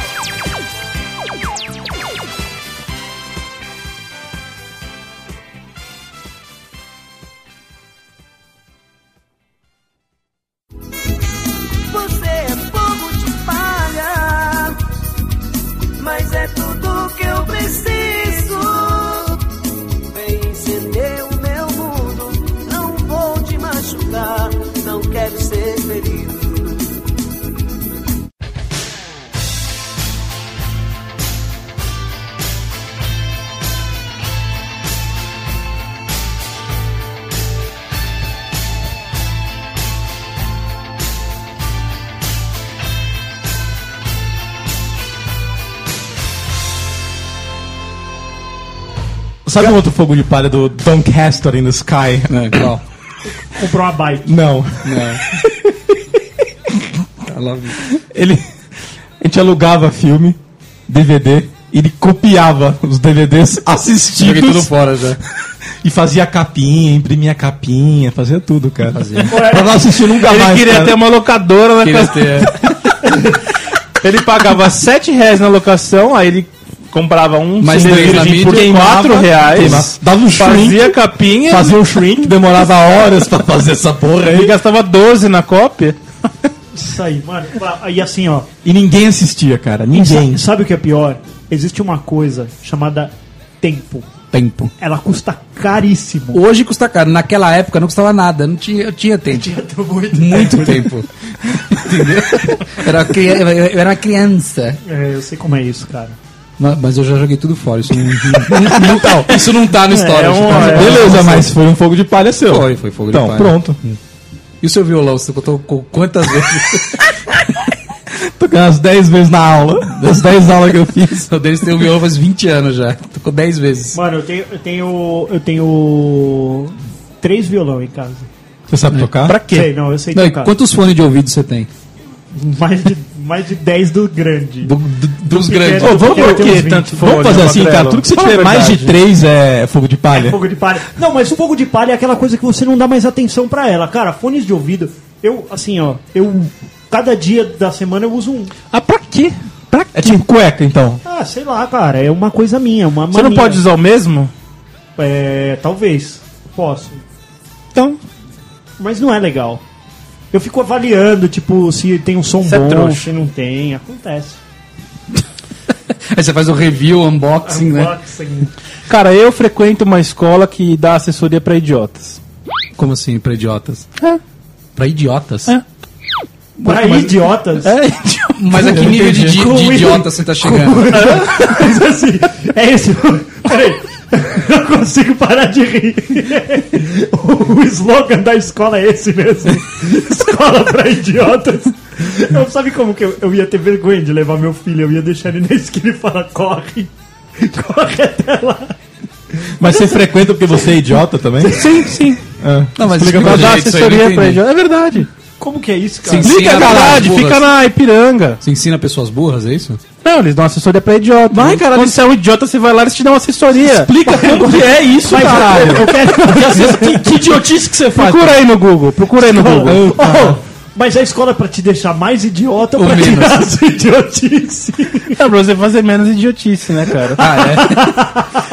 Speaker 6: Você é fogo de palha, mas é tudo que eu preciso. Vem encender o meu mundo, não vou te machucar, não quero ser ferido.
Speaker 1: Sabe um outro fogo de palha do Doncaster in the Sky?
Speaker 2: É, igual.
Speaker 3: Comprou uma bike.
Speaker 1: Não.
Speaker 2: I love you.
Speaker 1: Ele. A gente alugava filme, DVD, e ele copiava os DVDs
Speaker 2: Joguei tudo
Speaker 1: assistidos
Speaker 2: fora já.
Speaker 1: e fazia capinha, imprimia capinha, fazia tudo, cara.
Speaker 3: Ué,
Speaker 1: Pra não é? assistir nunca
Speaker 4: Ele
Speaker 1: mais.
Speaker 4: queria
Speaker 1: cara.
Speaker 4: ter uma locadora na
Speaker 2: Queria
Speaker 4: casa.
Speaker 2: ter.
Speaker 4: Ele pagava 7 reais na locação, aí ele comprava um
Speaker 2: Mais
Speaker 4: CD
Speaker 2: três na
Speaker 4: virgem
Speaker 2: mídia.
Speaker 4: por
Speaker 1: Queimava,
Speaker 4: 4
Speaker 1: queimava.
Speaker 4: reais.
Speaker 1: Dava um shrink,
Speaker 4: Fazia capinha
Speaker 1: fazia um shrink, demorava horas pra fazer essa porra
Speaker 4: e
Speaker 1: aí.
Speaker 4: gastava 12 na cópia.
Speaker 3: Isso aí, mano. E assim, ó.
Speaker 1: E ninguém assistia, cara. Ninguém.
Speaker 3: Sa- Sabe o que é pior? Existe uma coisa chamada tempo.
Speaker 2: Tempo.
Speaker 3: Ela custa caríssimo.
Speaker 2: Hoje custa caro. Naquela época não custava nada. Não tinha, eu tinha tempo.
Speaker 3: Muito.
Speaker 2: Muito tempo. Entendeu? Era cri- Eu era uma criança.
Speaker 3: É, eu sei como é isso, cara.
Speaker 2: Ma- Mas eu já joguei tudo fora. Isso não, não- não- não- isso não tá no história.
Speaker 1: é Beleza, mas foi um fogo de palha seu.
Speaker 2: Foi, foi fogo de
Speaker 1: então,
Speaker 2: palha.
Speaker 1: pronto.
Speaker 2: E o seu violão? Você tocou co- quantas vezes?
Speaker 1: Toquei umas 10 vezes na aula. As 10 aulas que eu fiz.
Speaker 2: o Denis tem um violão faz 20 anos já. Tocou 10 vezes.
Speaker 3: Mano, eu tenho. Eu tenho. Eu tenho. Três violão em casa.
Speaker 1: Você sabe tocar?
Speaker 4: Pra quê?
Speaker 3: Sei, não, eu sei
Speaker 2: Não, e
Speaker 3: tocar.
Speaker 2: quantos fones de ouvido você tem?
Speaker 3: Mais, de, mais de 10 do grande.
Speaker 2: Do- do- dos
Speaker 3: pequeno.
Speaker 2: grandes.
Speaker 4: Pô,
Speaker 3: Ô, vamos-
Speaker 4: vamos por
Speaker 3: Porque tem uns
Speaker 4: que
Speaker 3: 20.
Speaker 4: tanto
Speaker 1: Vamos fazer assim, cara. Tudo que você tiver mais de 3 é fogo de
Speaker 4: Né?
Speaker 1: palha.
Speaker 3: Fogo de palha. Não, mas fogo de palha é aquela coisa que você não dá mais atenção pra ela. Cara, fones de ouvido, eu, assim, ó, eu. Cada dia da semana eu uso um.
Speaker 4: Ah, pra quê? Pra
Speaker 1: É
Speaker 4: quê?
Speaker 1: tipo cueca, então.
Speaker 3: Ah, sei lá, cara, é uma coisa minha, uma
Speaker 4: Você não
Speaker 3: mania.
Speaker 4: pode usar o mesmo?
Speaker 3: É, talvez. Posso.
Speaker 4: Então,
Speaker 3: Mas não é legal. Eu fico avaliando, tipo, se tem um som
Speaker 4: Você é
Speaker 3: bom,
Speaker 4: trouxa.
Speaker 3: se não tem. Acontece.
Speaker 2: Aí você faz o review, o unboxing, né?
Speaker 3: Unboxing.
Speaker 4: cara, eu frequento uma escola que dá assessoria pra idiotas.
Speaker 2: Como assim, pra idiotas?
Speaker 4: É.
Speaker 2: Pra idiotas?
Speaker 4: É.
Speaker 3: Pra
Speaker 2: mas-
Speaker 3: idiotas.
Speaker 4: É,
Speaker 2: Mas a que nível de, de,
Speaker 3: Como
Speaker 2: de
Speaker 3: ele-
Speaker 2: idiota você tá chegando?
Speaker 3: Mas assim, é esse. Peraí. Não consigo parar de rir. O slogan da escola é esse mesmo. Escola pra idiotas. Eu, sabe como que eu, eu ia ter vergonha de levar meu filho? Eu ia deixar ele na esquina e falar: corre, corre até lá.
Speaker 1: Mas você frequenta porque você é idiota também?
Speaker 4: sim, sim.
Speaker 2: Não, mas
Speaker 4: Explica
Speaker 2: explica
Speaker 4: pra dar
Speaker 2: direito isso aí, não
Speaker 4: assessoria
Speaker 2: entendi.
Speaker 4: pra idiota. É verdade.
Speaker 3: Como que é isso,
Speaker 2: Sim,
Speaker 3: cara?
Speaker 2: sim.
Speaker 4: Explica, é
Speaker 2: Ensina
Speaker 4: verdade.
Speaker 2: pessoas
Speaker 4: Fica
Speaker 2: burras.
Speaker 4: na Ipiranga.
Speaker 2: Você ensina pessoas burras, é isso?
Speaker 4: Não, eles dão assessoria pra idiota. Vai, cara. Quando você é um idiota, você vai lá e eles te dão assessoria.
Speaker 1: Explica como que é isso,
Speaker 4: Mas,
Speaker 1: caralho.
Speaker 4: eu quero-
Speaker 1: Que, que idiotice que você faz?
Speaker 4: Procura aí no Google. Procura aí no Google.
Speaker 1: Ah,
Speaker 4: Oh,
Speaker 3: Mas a escola é pra te deixar mais idiota ou
Speaker 2: Ou
Speaker 3: pra
Speaker 2: menos.
Speaker 3: tirar a sua idiotice?
Speaker 4: É pra você fazer menos idiotice, né, cara?
Speaker 2: Ah, é?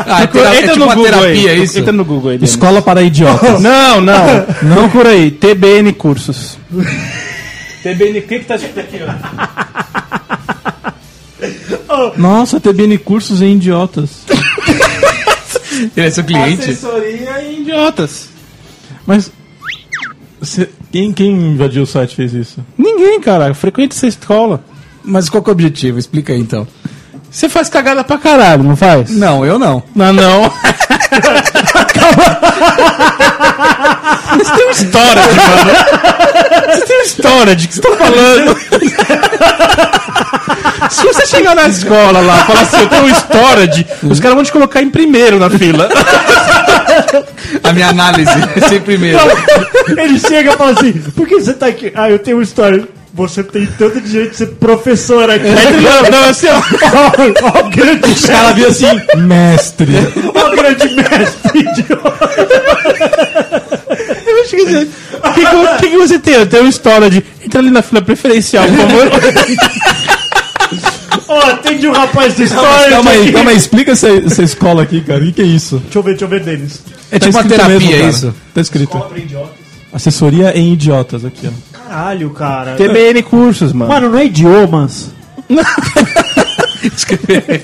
Speaker 2: Ah, é, tera- é tipo a terapia,
Speaker 4: aí.
Speaker 2: é isso?
Speaker 4: Entra no Google aí. Dani.
Speaker 1: Escola para idiotas.
Speaker 4: Não, não. não Procura aí. TBN Cursos. TBN, o que que tá escrito aqui, ó?
Speaker 1: Nossa, TBN Cursos em Idiotas.
Speaker 2: Ele é seu cliente?
Speaker 4: Assessoria em idiotas.
Speaker 1: Mas. cê- quem, quem invadiu o site e fez isso?
Speaker 4: Ninguém, cara. Frequenta essa escola.
Speaker 2: Mas qual que é o objetivo? Explica aí, então.
Speaker 4: Você faz cagada pra caralho, não faz?
Speaker 2: Não, eu não.
Speaker 4: Não, não. Acaba. Você tem um storage, mano. Você tem um storage, que você tá falando? Se você chegar na escola lá e falar assim, eu tenho um storage, os caras vão te colocar em primeiro na fila.
Speaker 2: A minha análise é sempre primeiro.
Speaker 3: Ele chega e fala assim: por que você tá aqui? Ah, eu tenho uma história. Você tem tanto direito de ser professor aqui.
Speaker 2: É.
Speaker 4: Aí tu- não, não, assim, ó.
Speaker 3: Ó, o grande,
Speaker 1: Os caras viram assim, mestre.
Speaker 3: ó, o grande mestre idiota.
Speaker 4: Eu acho que você- O que, que, eu- o que que você tem? Eu tenho um storage. Entra ali na fila preferencial, por favor.
Speaker 3: Ó, atende um rapaz do história.
Speaker 1: Calma aí,
Speaker 3: aqui.
Speaker 1: calma aí, explica essa, essa escola aqui, cara. O que, que é isso?
Speaker 3: Deixa eu ver, deixa eu ver deles.
Speaker 1: É
Speaker 2: tipo uma
Speaker 1: escrito
Speaker 2: terapia,
Speaker 1: mesmo,
Speaker 2: é
Speaker 1: cara.
Speaker 2: isso?
Speaker 1: Tá escrito. Assessoria em idiotas aqui, ó.
Speaker 3: Caralho, cara.
Speaker 4: TBN Cursos, mano.
Speaker 3: Mano, não é idiomas.
Speaker 2: Tá
Speaker 1: Escrever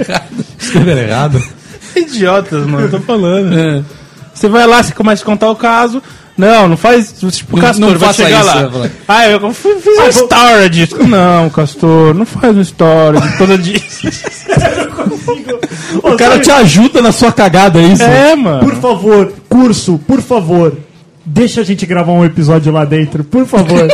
Speaker 1: errado.
Speaker 4: Idiotas, mano. Tô falando. Você vai lá, você começa a contar o caso. Não, não faz. Tipo,
Speaker 2: Não-
Speaker 4: Castor,
Speaker 2: não
Speaker 4: vai
Speaker 2: faça
Speaker 4: chegar
Speaker 2: isso,
Speaker 4: lá.
Speaker 2: vai falar.
Speaker 4: Ah, eu fui- fiz um storage. Não, Castor, não faz um storage por causa disso.
Speaker 1: O cara te ajuda na sua cagada, é isso?
Speaker 4: É, mano.
Speaker 3: Por favor, curso, por favor. Deixa a gente gravar um episódio lá dentro, por favor.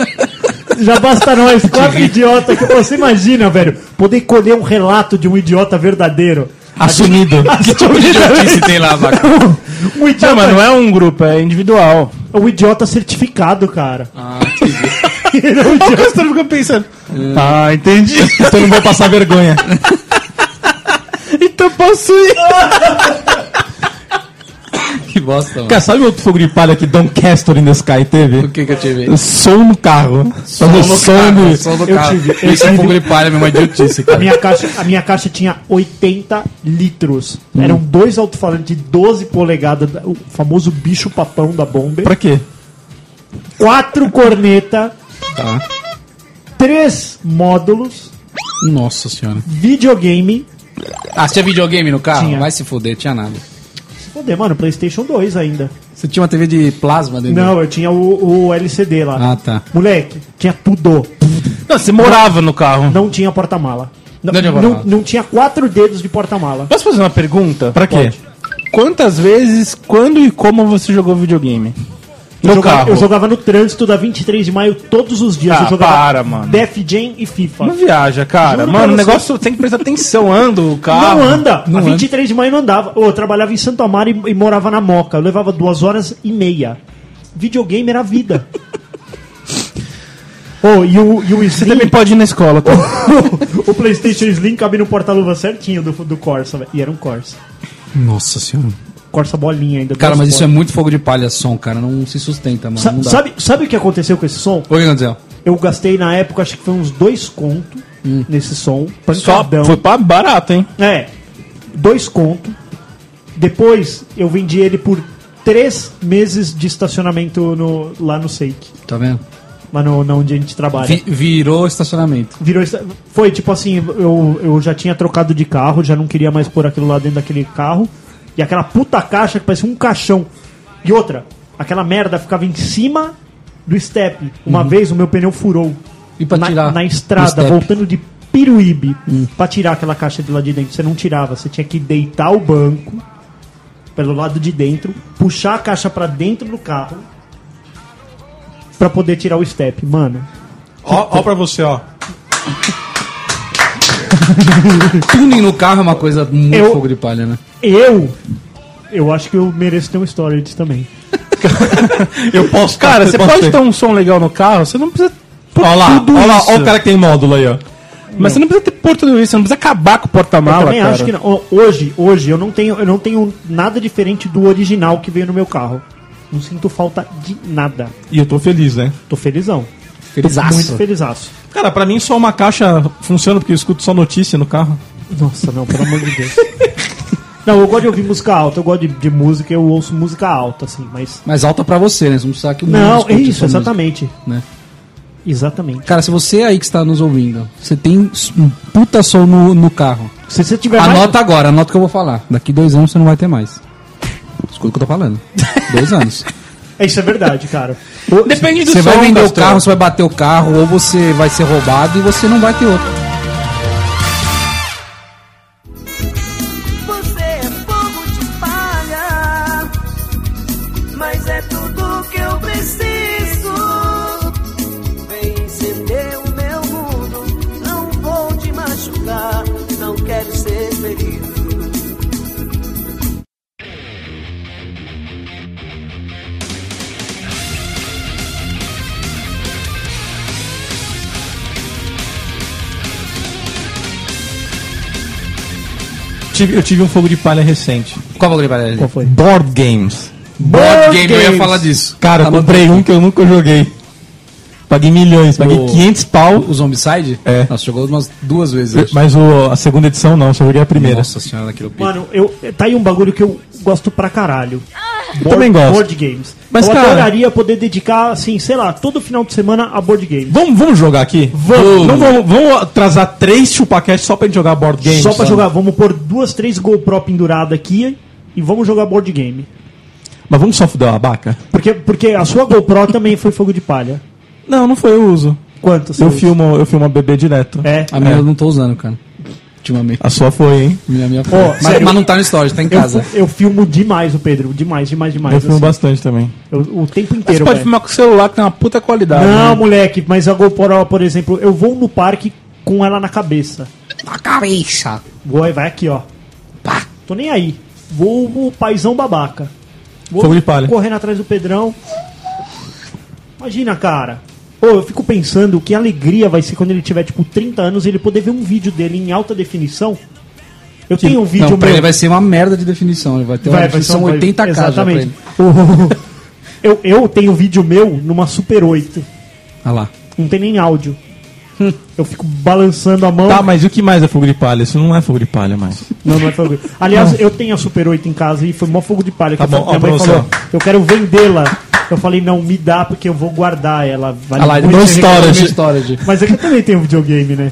Speaker 3: Já basta nós, quatro idiotas que você imagina, velho. Poder colher um relato de um idiota verdadeiro.
Speaker 1: Assumido.
Speaker 2: Que tipo de idiotice tem lá, Vaca?
Speaker 3: Um
Speaker 4: Não,
Speaker 3: idiota,
Speaker 4: mas não é um grupo, é individual.
Speaker 3: um idiota certificado, cara.
Speaker 2: Ah,
Speaker 3: é um
Speaker 4: O Castor fica pensando. Ah, entendi.
Speaker 1: Então eu não vou passar vergonha.
Speaker 4: Então posso ir.
Speaker 2: Que bosta, mano.
Speaker 1: Cara, sabe outro fogo de palha que Don Castor in the Sky
Speaker 2: O
Speaker 1: teve?
Speaker 2: que que eu tive?
Speaker 1: Som no carro. Fazer
Speaker 2: no
Speaker 1: som
Speaker 2: um carro,
Speaker 1: de...
Speaker 2: som no
Speaker 3: Eu
Speaker 2: carro.
Speaker 3: tive- eu
Speaker 2: Isso é
Speaker 3: tive-
Speaker 2: fogo de palha, mesmo, é uma idiotice,
Speaker 3: A
Speaker 2: cara.
Speaker 3: minha caixa, a minha caixa tinha 80 litros.
Speaker 2: Hum.
Speaker 3: Eram dois alto-falantes de 12 polegadas, o famoso bicho papão da bomba.
Speaker 1: Pra quê?
Speaker 3: Quatro corneta.
Speaker 2: Tá.
Speaker 3: Três módulos.
Speaker 2: Nossa senhora.
Speaker 3: Videogame.
Speaker 2: Ah, você tinha videogame no carro?
Speaker 3: Tinha.
Speaker 2: Vai se foder, tinha nada.
Speaker 3: Foder, mano, PlayStation 2 ainda.
Speaker 2: Você tinha uma TV de plasma dentro?
Speaker 3: Não, eu tinha o, o LCD lá.
Speaker 2: Ah, tá.
Speaker 3: Moleque, tinha tudo.
Speaker 4: Não, você morava no carro.
Speaker 3: Não tinha porta-mala. Não,
Speaker 2: tinha
Speaker 3: não,
Speaker 2: porta-mala.
Speaker 3: não tinha quatro dedos de porta-mala.
Speaker 4: Posso fazer uma pergunta?
Speaker 1: Pra quê?
Speaker 4: Quantas vezes, quando e como você jogou videogame?
Speaker 3: Eu
Speaker 4: No
Speaker 3: jogava-
Speaker 4: carro.
Speaker 3: eu jogava no trânsito da 23 de maio todos os dias.
Speaker 4: Ah,
Speaker 3: eu jogava
Speaker 4: para, mano.
Speaker 3: Def Jam e FIFA.
Speaker 4: Não viaja, cara.
Speaker 3: Juro pra
Speaker 4: Mano, o
Speaker 3: você.
Speaker 4: negócio tem que prestar atenção. Anda o carro.
Speaker 3: Não anda.
Speaker 2: não
Speaker 3: a
Speaker 2: anda.
Speaker 3: 23 de maio não andava. Ô, Eu trabalhava em Santo Amaro e, e morava na Moca. Eu levava duas horas e meia. Videogame era vida. Ô, e o, e o
Speaker 4: Você
Speaker 3: Slim,
Speaker 4: também pode ir na escola, tá?
Speaker 3: o Playstation Slim cabia no porta-luva certinho do, do Corsa. velho. E era um Corsa.
Speaker 2: Nossa senhora.
Speaker 3: Corsa bolinha ainda.
Speaker 2: Cara, mas isso é muito fogo de palha som, cara. Não se sustenta, mano. não dá.
Speaker 3: sabe, sabe o que aconteceu com esse som?
Speaker 2: Oi, Ganzel.
Speaker 3: Eu gastei na época, acho que foi uns dois conto nesse som.
Speaker 4: Hum. Só
Speaker 3: Pancadão.
Speaker 4: foi pra barato, hein?
Speaker 3: É, dois conto. Depois eu vendi ele por três meses de estacionamento no- lá no Seik,
Speaker 2: Tá vendo?
Speaker 3: lá no, na onde a gente trabalha.
Speaker 2: Vi- virou estacionamento.
Speaker 3: Virou esta- Foi tipo assim, eu, eu já tinha trocado de carro, já não queria mais pôr aquilo lá dentro daquele carro. E aquela puta caixa que parecia um caixão. E outra, aquela merda ficava em cima do step. Uma vez o meu pneu furou.
Speaker 2: E pra
Speaker 3: na,
Speaker 2: tirar
Speaker 3: na
Speaker 2: do
Speaker 3: estrada,
Speaker 2: step?
Speaker 3: voltando de Piruíbe, pra tirar aquela caixa de lá de dentro. Você não tirava, você tinha que deitar o banco pelo lado de dentro, puxar a caixa pra dentro do carro pra poder tirar o step. Mano,
Speaker 1: Ó, ó pra você, ó.
Speaker 2: Tuning no carro é uma coisa muito
Speaker 3: Eu-
Speaker 2: fogo de palha, né?
Speaker 3: Eu? Eu acho que eu mereço ter um storage também.
Speaker 1: Eu posso...
Speaker 4: Cara, você pode ter
Speaker 1: ter um...
Speaker 4: um som legal no carro, você não precisa. pôr
Speaker 1: Ó lá,
Speaker 4: tudo
Speaker 1: ó lá,
Speaker 4: isso.
Speaker 1: ó o cara que tem módulo aí, ó.
Speaker 4: Mas você não precisa ter por tudo isso, você não precisa acabar com o
Speaker 3: Eu
Speaker 4: porta-mala,
Speaker 3: também
Speaker 4: cara.
Speaker 3: acho que não. Ho- Hoje, hoje, eu não, tenho, eu não tenho nada diferente do original que veio no meu carro. Não sinto falta de nada.
Speaker 1: E eu tô feliz, né?
Speaker 3: Tô felizão.
Speaker 2: Felizaço.
Speaker 3: Muito felizaço.
Speaker 1: Cara, pra mim só uma caixa funciona porque eu escuto só notícia no carro.
Speaker 3: Nossa, não, pelo amor de Deus. Não, eu gosto de ouvir música alta, eu gosto de, de música, eu ouço música alta, assim, mas.
Speaker 2: Mas alta pra você, né? Você não precisa que o mundo
Speaker 3: Não, é
Speaker 2: escute
Speaker 3: isso,
Speaker 2: sua música,
Speaker 3: exatamente.
Speaker 2: né?
Speaker 3: Exatamente.
Speaker 2: Cara, se você aí que está nos ouvindo, você tem s- um puta som no, no carro.
Speaker 3: Se você tiver É mais-
Speaker 2: Anota agora, anota o que eu vou falar. Daqui dois anos você não vai ter mais. Escuta o que eu tô falando. dois anos.
Speaker 3: É, Isso é verdade, cara.
Speaker 4: Depende do
Speaker 2: Você vai
Speaker 4: som,
Speaker 2: vender o
Speaker 4: Castor.
Speaker 2: carro, você vai bater o carro, ou você vai ser roubado e você não vai ter outro.
Speaker 6: Você é fogo de palha, mas é tudo que eu preciso. Vem encender o meu mundo, não vou te machucar, não quero ser ferido.
Speaker 1: Tive- eu tive um fogo de palha recente.
Speaker 2: Qual valor vai
Speaker 3: Qual foi?
Speaker 1: Board games.
Speaker 2: Board game, eu ia falar disso.
Speaker 1: Cara, eu
Speaker 2: Tá no-
Speaker 1: comprei um que eu nunca joguei. Paguei milhões, paguei
Speaker 2: O-
Speaker 1: 500 pau.
Speaker 2: O Zombicide?
Speaker 1: É.
Speaker 2: Nossa, jogou umas duas vezes. acho.
Speaker 1: Mas o- a segunda edição não, só joguei a primeira.
Speaker 2: Nossa senhora, daquele pico.
Speaker 3: Mano, eu, tá aí um bagulho que eu gosto pra caralho. Board,
Speaker 1: também gosto.
Speaker 3: Board games.
Speaker 1: Mas,
Speaker 3: eu
Speaker 1: cara-
Speaker 3: adoraria poder dedicar, assim, sei lá, todo final de semana a board games.
Speaker 1: Vamos, vamos jogar aqui?
Speaker 3: Vamos.
Speaker 1: Não vamos, vamos atrasar três chupacasts só pra gente jogar board games.
Speaker 3: Só pra jogar, vamos pôr duas, três GoPro pendurada aqui e vamos jogar board game.
Speaker 1: Mas vamos só fuder uma abaca?
Speaker 3: Porque, porque a sua GoPro também foi fogo de palha.
Speaker 1: Não, não foi, eu uso.
Speaker 3: Quanto? você
Speaker 1: Eu
Speaker 3: usa?
Speaker 1: filmo, eu filmo a bebê direto.
Speaker 3: É.
Speaker 2: A minha
Speaker 1: É.
Speaker 2: eu não tô usando, cara. Ultimamente.
Speaker 1: A sua foi, hein?
Speaker 2: Minha, minha foi. mas,
Speaker 3: sério?
Speaker 2: mas não tá no stories, tá em
Speaker 3: Eu,
Speaker 2: casa.
Speaker 3: fi- eu filmo demais o Pedro, demais, demais, demais.
Speaker 1: eu filmo
Speaker 3: assim.
Speaker 1: bastante também.
Speaker 3: Eu- o
Speaker 4: Mas
Speaker 3: tempo
Speaker 4: Você
Speaker 3: inteiro.
Speaker 4: pode
Speaker 3: velho.
Speaker 4: filmar com o celular que tem uma puta qualidade.
Speaker 3: Não,
Speaker 4: né?
Speaker 3: moleque, mas a GoPro, por exemplo, eu vou no parque com ela na cabeça.
Speaker 2: A cabeça.
Speaker 3: Vou, vai aqui, ó.
Speaker 2: Pá.
Speaker 3: Tô nem aí. Vou o paizão babaca. Vou
Speaker 1: Fogo de palha.
Speaker 3: Correndo atrás do Pedrão. Imagina, cara. Ô, eu fico pensando que alegria vai ser quando ele tiver, tipo, 30 anos e ele poder ver um vídeo dele em alta definição. Eu tenho um vídeo
Speaker 2: Não, pra
Speaker 3: meu-
Speaker 2: ele vai ser uma merda de definição. Ele vai ter uma
Speaker 3: Vai, vai ser
Speaker 2: definição
Speaker 3: um-
Speaker 2: 80k já pra
Speaker 3: Exatamente.
Speaker 2: ele.
Speaker 3: eu, eu tenho um vídeo meu numa Super 8.
Speaker 2: Olha lá.
Speaker 3: Não tem nem áudio.
Speaker 2: Hum.
Speaker 3: Eu fico balançando a mão.
Speaker 1: Tá, mas e o que mais é fogo de palha? Isso não é fogo de palha mais.
Speaker 3: Não, não é fogo. Aliás, eu tenho a Super 8 em casa e foi mó fogo de palha.
Speaker 1: Tá
Speaker 3: que eu-
Speaker 1: bom,
Speaker 3: minha
Speaker 1: ó,
Speaker 3: mãe
Speaker 1: pra
Speaker 3: falou,
Speaker 1: você,
Speaker 3: eu quero vendê-la. Eu falei, não, me dá porque eu vou guardar ela. Vale
Speaker 2: Olha lá, ele
Speaker 3: muito
Speaker 2: não
Speaker 3: dinheiro.
Speaker 2: reclamou
Speaker 1: storage.
Speaker 2: no storage.
Speaker 3: Mas é que eu também tenho videogame, né?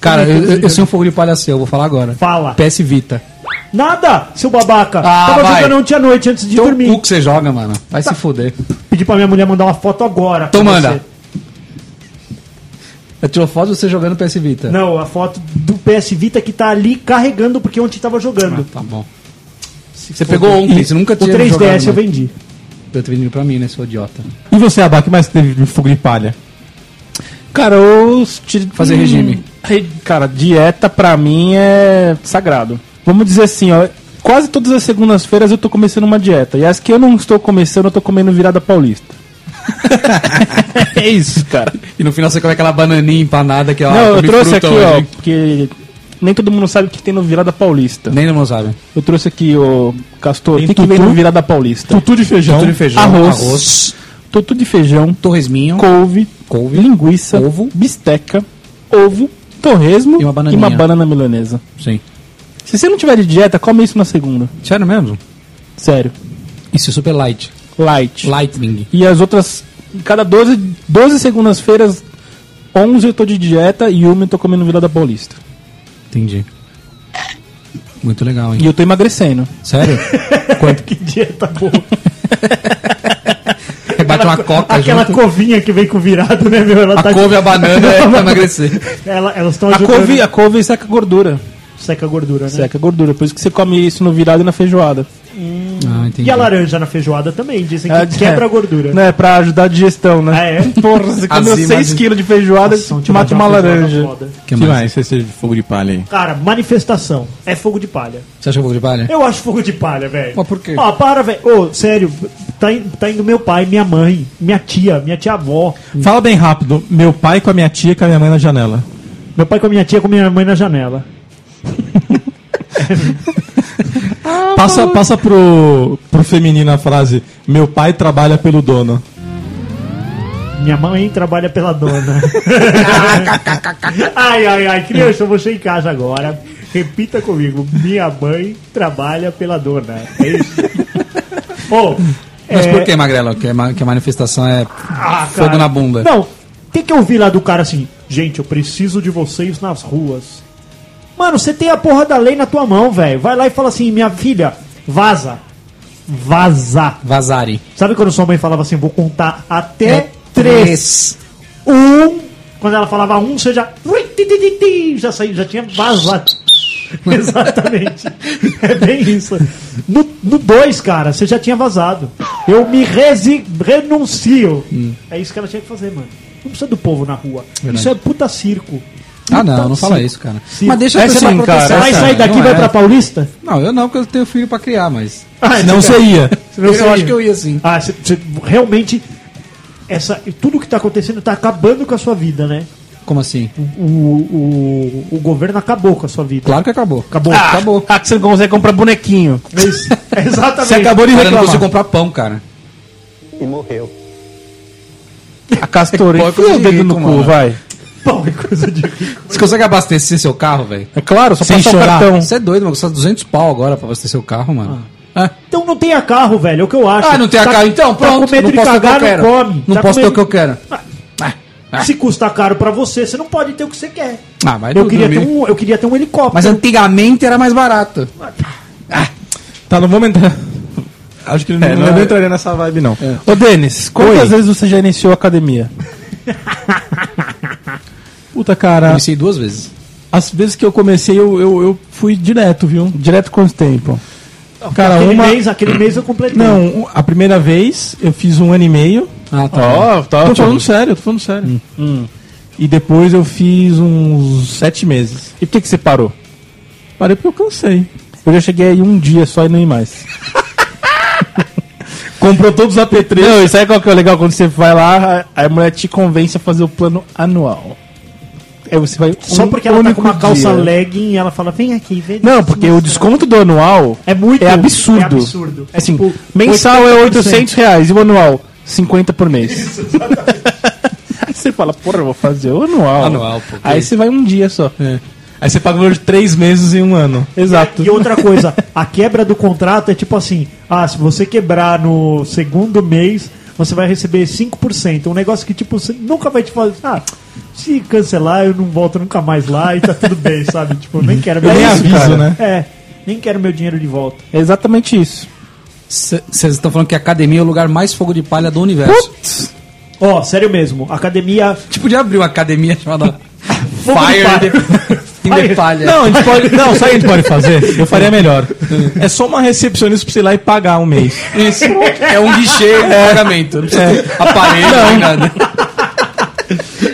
Speaker 2: Cara,
Speaker 3: Como é que
Speaker 2: eu,
Speaker 3: você
Speaker 2: eu- eu
Speaker 3: joga?
Speaker 2: sei um fogo de palha seu, eu vou falar agora.
Speaker 3: Fala.
Speaker 2: PS Vita.
Speaker 3: Nada, seu babaca.
Speaker 2: Ah,
Speaker 3: Tava
Speaker 2: vai.
Speaker 3: jogando ontem à noite antes de
Speaker 2: Então,
Speaker 3: dormir.
Speaker 2: o que você joga, mano? Vai se foder.
Speaker 3: Pedi pra minha mulher mandar uma foto agora. pra
Speaker 2: Então manda.
Speaker 3: você.
Speaker 2: Eu tirou foto de você jogando PS Vita.
Speaker 3: Não, a foto do PS Vita que tá ali carregando porque ontem tava jogando.
Speaker 2: Tá bom. Você pegou ontem, você nunca
Speaker 3: o
Speaker 2: tinha né?
Speaker 3: 3DS eu
Speaker 2: mano.
Speaker 3: vendi.
Speaker 2: Eu tô vendendo pra mim, né, seu idiota.
Speaker 1: E você, Abaca, o que mais teve de fogo de palha?
Speaker 4: Cara, eu. te-
Speaker 2: Fazer regime.
Speaker 4: re- Cara, dieta pra mim é sagrado. Vamos dizer assim, ó. Quase todas as segundas-feiras eu tô começando uma dieta. E as que eu não estou começando, eu tô comendo virada paulista. é isso, cara.
Speaker 2: E no final você come aquela bananinha empanada que ela
Speaker 4: não, eu trouxe aqui, ó, porque nem todo mundo sabe o que tem no virada paulista.
Speaker 2: Nem não sabe.
Speaker 4: Eu trouxe aqui, ô Castor, o
Speaker 1: Tem
Speaker 4: que, que vem
Speaker 1: tutu?
Speaker 4: no virada paulista?
Speaker 1: Tutu de feijão.
Speaker 2: Tutu de feijão,
Speaker 4: arroz,
Speaker 2: arroz.
Speaker 4: tutu de feijão,
Speaker 2: Torresminho,
Speaker 4: couve,
Speaker 2: couve,
Speaker 4: linguiça,
Speaker 2: ovo.
Speaker 4: bisteca, ovo, torresmo
Speaker 2: E uma bananinha.
Speaker 4: banana milanesa.
Speaker 2: Sim.
Speaker 4: Se você não tiver de dieta, come isso na segunda.
Speaker 2: Sério mesmo?
Speaker 4: Sério.
Speaker 2: Isso é super light.
Speaker 4: Light.
Speaker 2: Lightning.
Speaker 4: E as outras, cada 12, 12 segundas-feiras, 11 eu tô de dieta e uma eu tô comendo virada paulista.
Speaker 2: Entendi. Muito legal,
Speaker 4: E
Speaker 2: hein?
Speaker 4: eu tô emagrecendo.
Speaker 2: Sério?
Speaker 3: Que dieta boa.
Speaker 2: Bate tá uma coca
Speaker 3: Aquela
Speaker 2: junto.
Speaker 3: covinha que vem com virado, né, meu? Ela
Speaker 2: A
Speaker 3: tá
Speaker 2: couve, a banana é pra emagrecer.
Speaker 3: Ela- elas estão
Speaker 4: A
Speaker 3: ajudando.
Speaker 4: couve, a couve seca a gordura.
Speaker 3: Seca a gordura, né?
Speaker 4: Seca a gordura. Por isso que você come isso no virado e na feijoada.
Speaker 2: Ah, entendi. Ah,
Speaker 3: E a laranja na feijoada também, dizem que
Speaker 4: É,
Speaker 3: quebra
Speaker 4: é.
Speaker 3: a gordura.
Speaker 4: Né, pra ajudar a digestão, né?
Speaker 3: Ah, é?
Speaker 4: Porra, você comeu
Speaker 2: Azima,
Speaker 4: 6
Speaker 2: azima.
Speaker 4: kg de feijoada,
Speaker 3: Nossa, ontem eu
Speaker 4: mata
Speaker 3: bati
Speaker 4: uma
Speaker 3: feijoada
Speaker 4: laranja.
Speaker 3: foda.
Speaker 1: O que mais? Você teve de fogo de palha aí?
Speaker 3: Cara, manifestação. É fogo de palha.
Speaker 2: Você acha fogo de palha?
Speaker 3: Eu acho fogo de palha, velho.
Speaker 2: Mas por quê?
Speaker 3: Ó, para, velho. Ô, sério. Tá, in- tá indo meu pai, minha mãe, minha tia, minha tia-avó.
Speaker 1: Fala bem rápido. Meu pai com a minha tia e com a minha mãe na janela.
Speaker 3: Meu pai com a minha tia, com minha mãe na janela.
Speaker 4: Ah,
Speaker 1: Passa, passa pro, pro feminino a frase: Meu pai trabalha pelo dono.
Speaker 3: Minha mãe trabalha pela dona. ai, ai, ai, criança, você em casa agora. Repita comigo. Minha mãe trabalha pela dona. É isso? Ô,
Speaker 2: Mas
Speaker 3: é,
Speaker 2: por que, Magrela? Que, a ma- que a manifestação é
Speaker 3: ah,
Speaker 2: fogo
Speaker 3: cara.
Speaker 2: na bunda.
Speaker 3: Não, tem que ouvir lá do cara assim, gente, eu preciso de vocês nas ruas. Mano, você tem a porra da lei na tua mão, velho. Vai lá e fala assim, minha filha, vaza. Vaza.
Speaker 2: Vazare.
Speaker 3: Sabe quando sua mãe falava assim, vou contar até
Speaker 2: É
Speaker 3: três.
Speaker 2: três.
Speaker 3: Um. Quando ela falava um, você já. Ui, ti, ti, ti, ti, Já saiu, já tinha vazado. Exatamente. É bem isso. No, no dois, cara, você já tinha vazado. Eu me resi renuncio.
Speaker 2: Hum.
Speaker 3: É isso que ela tinha que fazer, mano. Não precisa do povo na rua. Isso é puta circo.
Speaker 2: Ah,
Speaker 3: Puta
Speaker 2: não, não fala
Speaker 3: circo.
Speaker 2: isso, cara.
Speaker 3: Sim.
Speaker 2: Mas deixa a
Speaker 4: Essa
Speaker 2: pessoa
Speaker 4: não, cara,
Speaker 2: protestar.
Speaker 4: essa
Speaker 3: Vai sair daqui e
Speaker 2: Não
Speaker 3: vai
Speaker 2: é.
Speaker 3: pra Paulista?
Speaker 2: Não, eu não, porque eu tenho filho pra criar, mas.
Speaker 3: Ah,
Speaker 1: Não
Speaker 3: você-
Speaker 1: seria.
Speaker 3: Senão você
Speaker 2: Eu acho
Speaker 3: ia.
Speaker 2: que eu ia sim.
Speaker 3: Ah, você- você realmente. Essa, tudo que tá acontecendo tá acabando com a sua vida, né?
Speaker 2: Como assim?
Speaker 3: o, o, o governo acabou com a sua vida.
Speaker 2: Claro que acabou.
Speaker 3: Acabou.
Speaker 2: acabou.
Speaker 4: Ah, que você não consegue comprar bonequinho.
Speaker 3: É isso. Exatamente.
Speaker 4: Você acabou de
Speaker 2: Cara, eu não consigo comprar
Speaker 4: reclamar.
Speaker 2: pão, cara.
Speaker 4: A Castor,
Speaker 2: Pô,
Speaker 4: enfia
Speaker 2: eu
Speaker 4: o dedo
Speaker 2: consigo,
Speaker 4: no cu,
Speaker 2: mano.
Speaker 4: vai.
Speaker 3: Pão é coisa de rico.
Speaker 2: Você consegue abastecer seu carro, velho?
Speaker 4: É claro, só
Speaker 1: Sem
Speaker 4: passar o
Speaker 1: chorar.
Speaker 4: cartão.
Speaker 2: Você é doido, mano. Custa 200 pau agora pra abastecer seu carro, mano. Ah.
Speaker 3: Então não tenha carro, velho, é o que eu acho.
Speaker 2: Ah, não tem a
Speaker 3: Tá-
Speaker 2: cara. Então,
Speaker 3: Tá
Speaker 2: pronto.
Speaker 3: com medo
Speaker 2: não
Speaker 3: de
Speaker 2: posso ter o
Speaker 3: cagar,
Speaker 2: que eu
Speaker 3: não
Speaker 2: quero.
Speaker 3: come.
Speaker 2: Não
Speaker 3: Tá
Speaker 2: posso ter
Speaker 3: com
Speaker 2: o
Speaker 3: medo-
Speaker 2: que eu quero.
Speaker 3: Se custa caro pra você, você não pode ter o que você quer.
Speaker 2: Ah, vai
Speaker 3: eu,
Speaker 2: dormir.
Speaker 3: queria ter um, Ah. eu queria ter um helicóptero.
Speaker 2: Mas antigamente era mais barato.
Speaker 1: Tá, não vamos entrar. Acho que ele não, É.
Speaker 4: não
Speaker 1: eu
Speaker 4: é-
Speaker 1: não entraria nessa vibe, não.
Speaker 4: Ô, Denis, quantas vezes você já iniciou a academia?
Speaker 1: Puta, cara,
Speaker 2: Comecei duas vezes.
Speaker 1: as vezes que eu comecei, eu, eu, eu fui direto, viu?
Speaker 4: Direto quanto tempo?
Speaker 1: Cara,
Speaker 3: aquele,
Speaker 1: uma.
Speaker 3: mês, aquele mês eu completei.
Speaker 1: Não, a primeira vez eu fiz um ano e meio.
Speaker 2: Ah,
Speaker 4: Ó, tá Hum.
Speaker 1: tô falando sério, tô falando sério.
Speaker 3: Hum.
Speaker 1: E depois eu fiz uns sete meses.
Speaker 4: E por que, que você parou?
Speaker 1: Parei porque eu cansei.
Speaker 4: Eu já cheguei aí um dia só e não ia mais.
Speaker 1: Comprou todos os apetrechos.
Speaker 4: Não, e sabe qual que é o legal? Quando você vai lá, a a mulher te convence a fazer o plano anual. Aí você vai
Speaker 3: Só
Speaker 4: um
Speaker 3: porque ela tá
Speaker 4: único
Speaker 3: com uma calça
Speaker 4: dia.
Speaker 3: legging e ela fala, vem aqui, vem.
Speaker 4: Não, porque o desconto do anual
Speaker 3: É muito.
Speaker 4: é absurdo.
Speaker 3: É absurdo.
Speaker 4: Assim,
Speaker 3: tipo,
Speaker 4: mensal é 800 reais e o anual 50 por mês. Aí você fala, porra, eu vou fazer o anual.
Speaker 2: Anual, pô, que
Speaker 4: Aí
Speaker 2: isso.
Speaker 4: você vai um dia só.
Speaker 1: É. Aí você pagou de três meses e um ano.
Speaker 4: Exato.
Speaker 3: E outra coisa, a quebra do contrato é tipo assim: ah, se você quebrar no segundo mês, você vai receber 5%. Um negócio que, tipo, você nunca vai te fazer. Ah, se cancelar, eu não volto nunca mais lá e tá tudo bem, sabe? Tipo, eu nem quero
Speaker 1: Eu nem
Speaker 3: É
Speaker 1: aviso, né?
Speaker 3: É, nem quero meu dinheiro de volta.
Speaker 4: É exatamente isso.
Speaker 2: Vocês estão falando que a academia é o lugar mais fogo de palha do universo.
Speaker 3: Ó, sério mesmo, academia.
Speaker 2: Tipo, podia abrir uma academia chamada
Speaker 3: Fogo de palha.
Speaker 2: Fire in the- in the
Speaker 3: Fire.
Speaker 2: Palha.
Speaker 1: Não, a gente pode. Não, sabe o que a gente pode fazer? Eu faria melhor. É só uma recepcionista pra você ir lá e pagar um mês.
Speaker 2: Isso. É um guichê de pagamento. Não precisa ter aparelho, nem nada.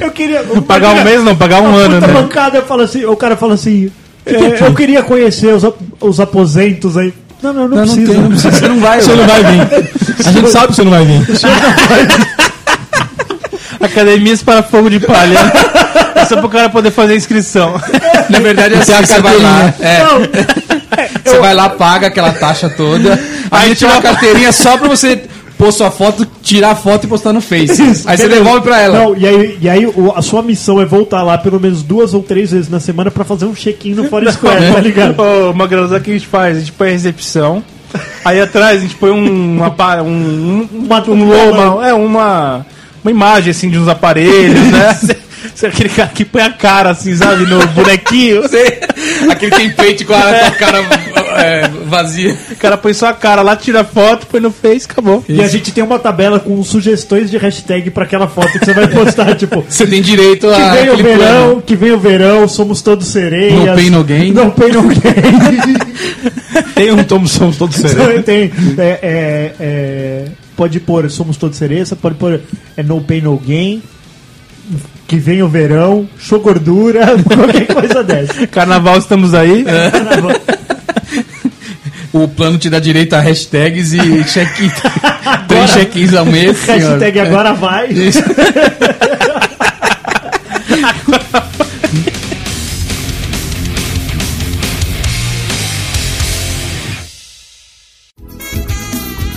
Speaker 3: Eu queria.
Speaker 4: Pagar um mês não, pagar um ano,
Speaker 3: Puta
Speaker 4: né?
Speaker 3: bancada fala assim, o cara fala assim. é, eu queria conhecer os, ap- os aposentos aí. Não, não, não,
Speaker 2: Não, não
Speaker 3: precisa.
Speaker 2: tem, não precisa. Você não vai.
Speaker 1: Você
Speaker 2: mano.
Speaker 4: né?
Speaker 1: não vai vir. A gente sabe que você não vai vir.
Speaker 4: Academias para fogo de palha. É só pro cara poder fazer a inscrição.
Speaker 2: Na verdade, é assim,
Speaker 1: a
Speaker 2: você vai lá.
Speaker 1: carteirinha.
Speaker 2: é,
Speaker 3: Não,
Speaker 2: Você vai lá, paga aquela taxa toda. Aí tira uma carteirinha só pra você pôr sua foto, tirar a foto e postar no Face. Aí você devolve pra ela.
Speaker 3: Não, e aí, e aí o- a sua missão é voltar lá pelo menos duas ou três vezes na semana pra fazer um check-in no Foursquare,
Speaker 1: É.
Speaker 3: tá ligado?
Speaker 4: Ô, Magrão, sabe o que a gente faz? A gente põe a recepção. Aí atrás a gente põe um, uma, pa- um, um,
Speaker 3: Uma-
Speaker 4: um logo, uma- é uma, uma imagem assim de uns aparelhos, né? Você- Você é aquele cara que põe a cara assim, sabe, no bonequinho.
Speaker 2: Você- Aquele template com a, com a cara é, vazia.
Speaker 4: O cara põe só a cara lá, tira a foto, põe no Face, acabou.
Speaker 3: E a gente tem uma tabela com sugestões de hashtag pra aquela foto que você vai postar, tipo.
Speaker 2: Você tem direito a.
Speaker 3: Que vem o
Speaker 2: Ah, aquele
Speaker 3: verão,
Speaker 2: plano.
Speaker 3: que vem o verão, somos todos sereias.
Speaker 2: No pain, no gain.
Speaker 3: No pain, no gain.
Speaker 1: Tem um tomo, somos todos
Speaker 2: né?
Speaker 1: serenos.
Speaker 3: tem, é, é, é, pode pôr somos todos sereias, pode pôr é, no pain, no gain. Que vem o verão, show gordura, qualquer coisa dessa.
Speaker 4: Carnaval, estamos aí.
Speaker 1: É.
Speaker 2: O plano te dá direito a hashtags e check-in. Três check-ins ao mês. senhora.
Speaker 3: Hashtag agora vai.
Speaker 2: É Isso.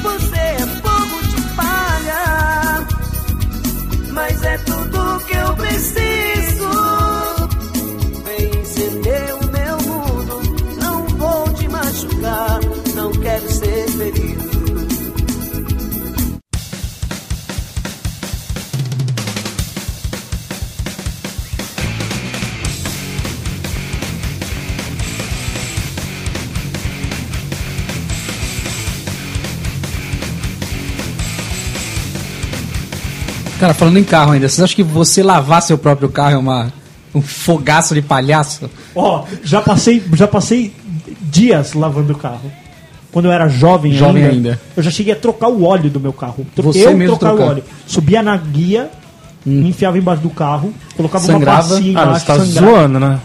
Speaker 6: Você é fogo de palha, mas
Speaker 2: Cara, falando em carro ainda, vocês acham que você lavar seu próprio carro é uma, um fogaço de palhaço?
Speaker 3: Ó, já passei, já passei dias lavando o carro. Quando eu era jovem,
Speaker 2: Jovem ainda.
Speaker 3: eu já cheguei a trocar o óleo do meu carro. Tro-
Speaker 2: Você
Speaker 3: eu
Speaker 2: mesmo
Speaker 3: trocar
Speaker 2: trocar.
Speaker 3: o óleo. Subia na guia, enfiava embaixo do carro, colocava
Speaker 2: Sangrava.
Speaker 3: uma bacia
Speaker 4: Ah,
Speaker 3: embaixo,
Speaker 4: você tá
Speaker 3: sangrava.
Speaker 4: zoando, né?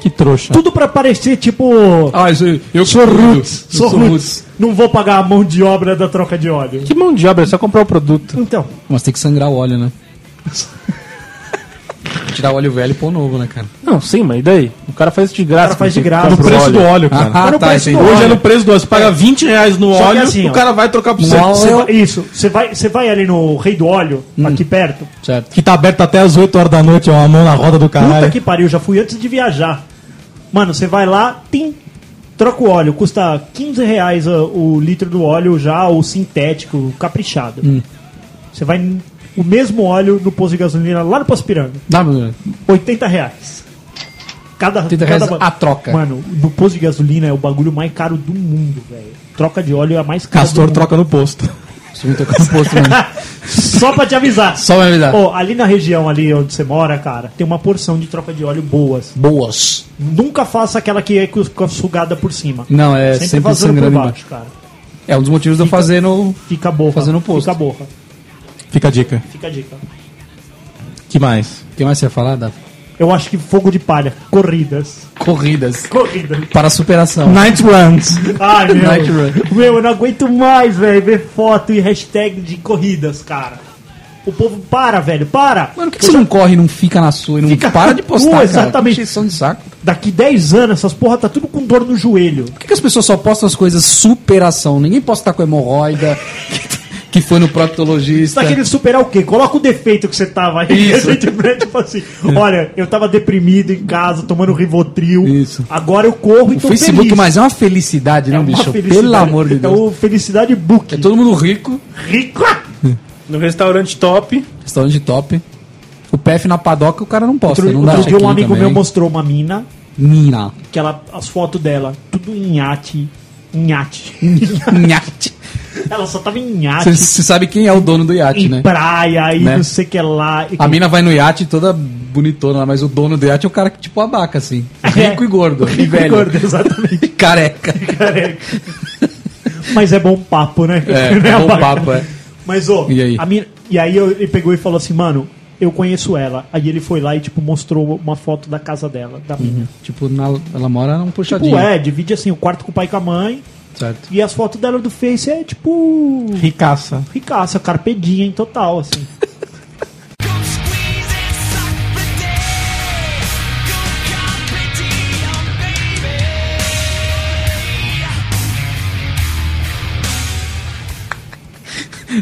Speaker 1: Que trouxa.
Speaker 3: Tudo pra parecer tipo.
Speaker 2: Ah, eu, eu
Speaker 3: sou roots, sou roots. Não vou pagar a mão de obra da troca de óleo.
Speaker 4: Que mão de obra, é só comprar o produto.
Speaker 3: Então,
Speaker 2: Mas tem que sangrar o óleo, né? Tirar o óleo velho e pôr novo, né, cara?
Speaker 4: Não, sim, mas e daí? O cara faz isso de graça.
Speaker 3: O cara faz de
Speaker 4: porque
Speaker 3: graça.
Speaker 4: compra o
Speaker 1: preço do óleo, cara.
Speaker 2: Ah,
Speaker 3: Mas não
Speaker 2: tá,
Speaker 3: parece
Speaker 2: entendi.
Speaker 3: que o
Speaker 1: Hoje
Speaker 3: óleo-
Speaker 1: é no preço do óleo. Você paga 20 reais no
Speaker 3: que
Speaker 1: óleo,
Speaker 3: assim, ó.
Speaker 1: o cara vai trocar por você.
Speaker 3: você
Speaker 2: óleo-
Speaker 3: vai- isso. Você vai, você vai ali no Rei do Óleo, aqui perto.
Speaker 2: Certo.
Speaker 1: Que tá aberto até as 8 horas da noite, ó, a mão na roda do
Speaker 3: Puta
Speaker 1: caralho.
Speaker 3: que pariu, já fui antes de viajar. Mano, você vai lá, tem. Troca o óleo, custa 15 reais ó, o litro do óleo já, o sintético, o caprichado. Você vai n- o mesmo óleo no posto de gasolina lá no Poço Piranga,
Speaker 2: Dá, meu Deus.
Speaker 3: 80 reais. Cada,
Speaker 2: 80
Speaker 3: cada
Speaker 2: reais a troca.
Speaker 3: Mano, no posto de gasolina é o bagulho mais caro do mundo, velho. Troca de óleo é a mais cara.
Speaker 1: Castor
Speaker 3: do mundo.
Speaker 1: troca no posto.
Speaker 2: Isso não tem composto, mano.
Speaker 3: Só pra te avisar.
Speaker 2: Só pra me avisar.
Speaker 3: Ó, ali na região ali onde você mora, cara, tem uma porção de troca de óleo boas.
Speaker 2: Boas.
Speaker 3: Nunca faça aquela que é com com a sugada por cima.
Speaker 2: Não, é sempre
Speaker 3: vazando
Speaker 2: sangrando
Speaker 3: por baixo, cara.
Speaker 2: É um dos motivos de eu fazer no...
Speaker 3: Fica borra.
Speaker 2: Fazendo posto.
Speaker 3: Fica borra.
Speaker 1: Fica a dica.
Speaker 3: Fica a dica.
Speaker 1: Que mais?
Speaker 2: O que mais você ia falar, Davi?
Speaker 3: Eu acho que fogo de palha. Corridas.
Speaker 2: Corridas.
Speaker 3: Corridas.
Speaker 2: Para a superação.
Speaker 1: Night Runs.
Speaker 3: Ai,
Speaker 2: Night
Speaker 3: meu.
Speaker 2: run.
Speaker 3: meu, eu não aguento mais, velho, ver foto e hashtag de corridas, cara. O povo para, velho, para.
Speaker 2: Mano, por que, que você não corre, não fica na sua e não
Speaker 3: Fica
Speaker 2: para
Speaker 3: na
Speaker 2: de postar,
Speaker 3: rua,
Speaker 2: cara?
Speaker 3: exatamente.
Speaker 2: Que encheção de um saco. Por
Speaker 3: Daqui 10 anos, essas porra tá tudo com dor no joelho.
Speaker 2: que, que as pessoas só postam as coisas superação? Ninguém posta tá com hemorroida, que foi no
Speaker 3: Você
Speaker 2: proctologista.
Speaker 3: tá querendo superar o quê? Coloca o defeito que você tava aí.
Speaker 2: Isso. É.
Speaker 3: A gente vê, tipo assim, olha, eu tava deprimido em casa, tomando Rivotril.
Speaker 2: Isso.
Speaker 3: Agora eu corro e
Speaker 2: O
Speaker 3: tô
Speaker 2: Facebook,
Speaker 3: feliz.
Speaker 2: mas é uma felicidade, não,
Speaker 3: uma
Speaker 2: bicho?
Speaker 3: felicidade.
Speaker 2: Pelo amor de
Speaker 3: É
Speaker 2: Deus.
Speaker 3: o Felicidade Book.
Speaker 2: É todo mundo rico,
Speaker 3: Rico.
Speaker 4: No restaurante top.
Speaker 2: restaurante top. O PF na padoca o cara não posta,
Speaker 3: Outro,
Speaker 2: não dá
Speaker 3: outro dia um
Speaker 2: check-in
Speaker 3: amigo
Speaker 2: também.
Speaker 3: meu mostrou uma mina,
Speaker 2: Mina.
Speaker 3: que ela, as fotos dela, tudo em iate. Em iate.
Speaker 2: Iate.
Speaker 3: Ela só tava em iate.
Speaker 2: Você você sabe quem é o dono do iate,
Speaker 3: Em
Speaker 2: né?
Speaker 3: praia, e
Speaker 2: Né?
Speaker 3: não sei o que lá. E
Speaker 2: A
Speaker 3: que-
Speaker 2: mina vai no iate toda bonitona, mas o dono do iate é o cara que tipo abaca, assim. Rico e gordo.
Speaker 3: É. Rico e
Speaker 2: velho.
Speaker 3: gordo, exatamente.
Speaker 2: E careca.
Speaker 3: Careca. Mas é bom papo, né?
Speaker 2: É,
Speaker 3: Né,
Speaker 2: bom
Speaker 3: Abaca?
Speaker 2: papo, é.
Speaker 3: Mas, ô,
Speaker 2: E aí?
Speaker 3: a mina- e aí eu- ele pegou e falou assim, mano, eu conheço ela. Aí ele foi lá e, tipo, mostrou uma foto da casa dela, da minha.
Speaker 2: Tipo, na- ela mora num puxadinho.
Speaker 3: Tipo, é, divide assim, o quarto com o pai e com a mãe.
Speaker 2: Certo.
Speaker 3: E as fotos dela do Face é, tipo,
Speaker 1: Ricaça.
Speaker 3: ricaça, carpedinha em total, assim.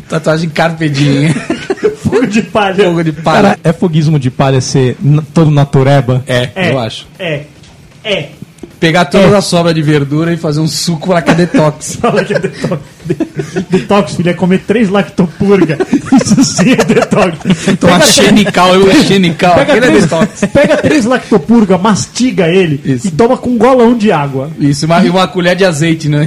Speaker 2: Tatuagem carpedinha.
Speaker 3: Fogo de palha.
Speaker 2: Fogo de palha.
Speaker 1: Cara, é foguismo de palha ser na- todo natureba?
Speaker 2: É,
Speaker 3: É,
Speaker 2: eu acho.
Speaker 3: É. É.
Speaker 2: Pegar toda a sobra de verdura e fazer um suco pra que é detox.
Speaker 3: Fala que é detox. De- Detox, filho, é comer três lactopurga. Isso sim é detox.
Speaker 2: Tomar xenical, eu xenical.
Speaker 3: Pega
Speaker 2: Aquele é
Speaker 3: três,
Speaker 2: detox.
Speaker 3: pega três lactopurga, mastiga ele
Speaker 2: Isso.
Speaker 3: e toma com um golão de água.
Speaker 2: Isso, uma, e uma colher de azeite, né?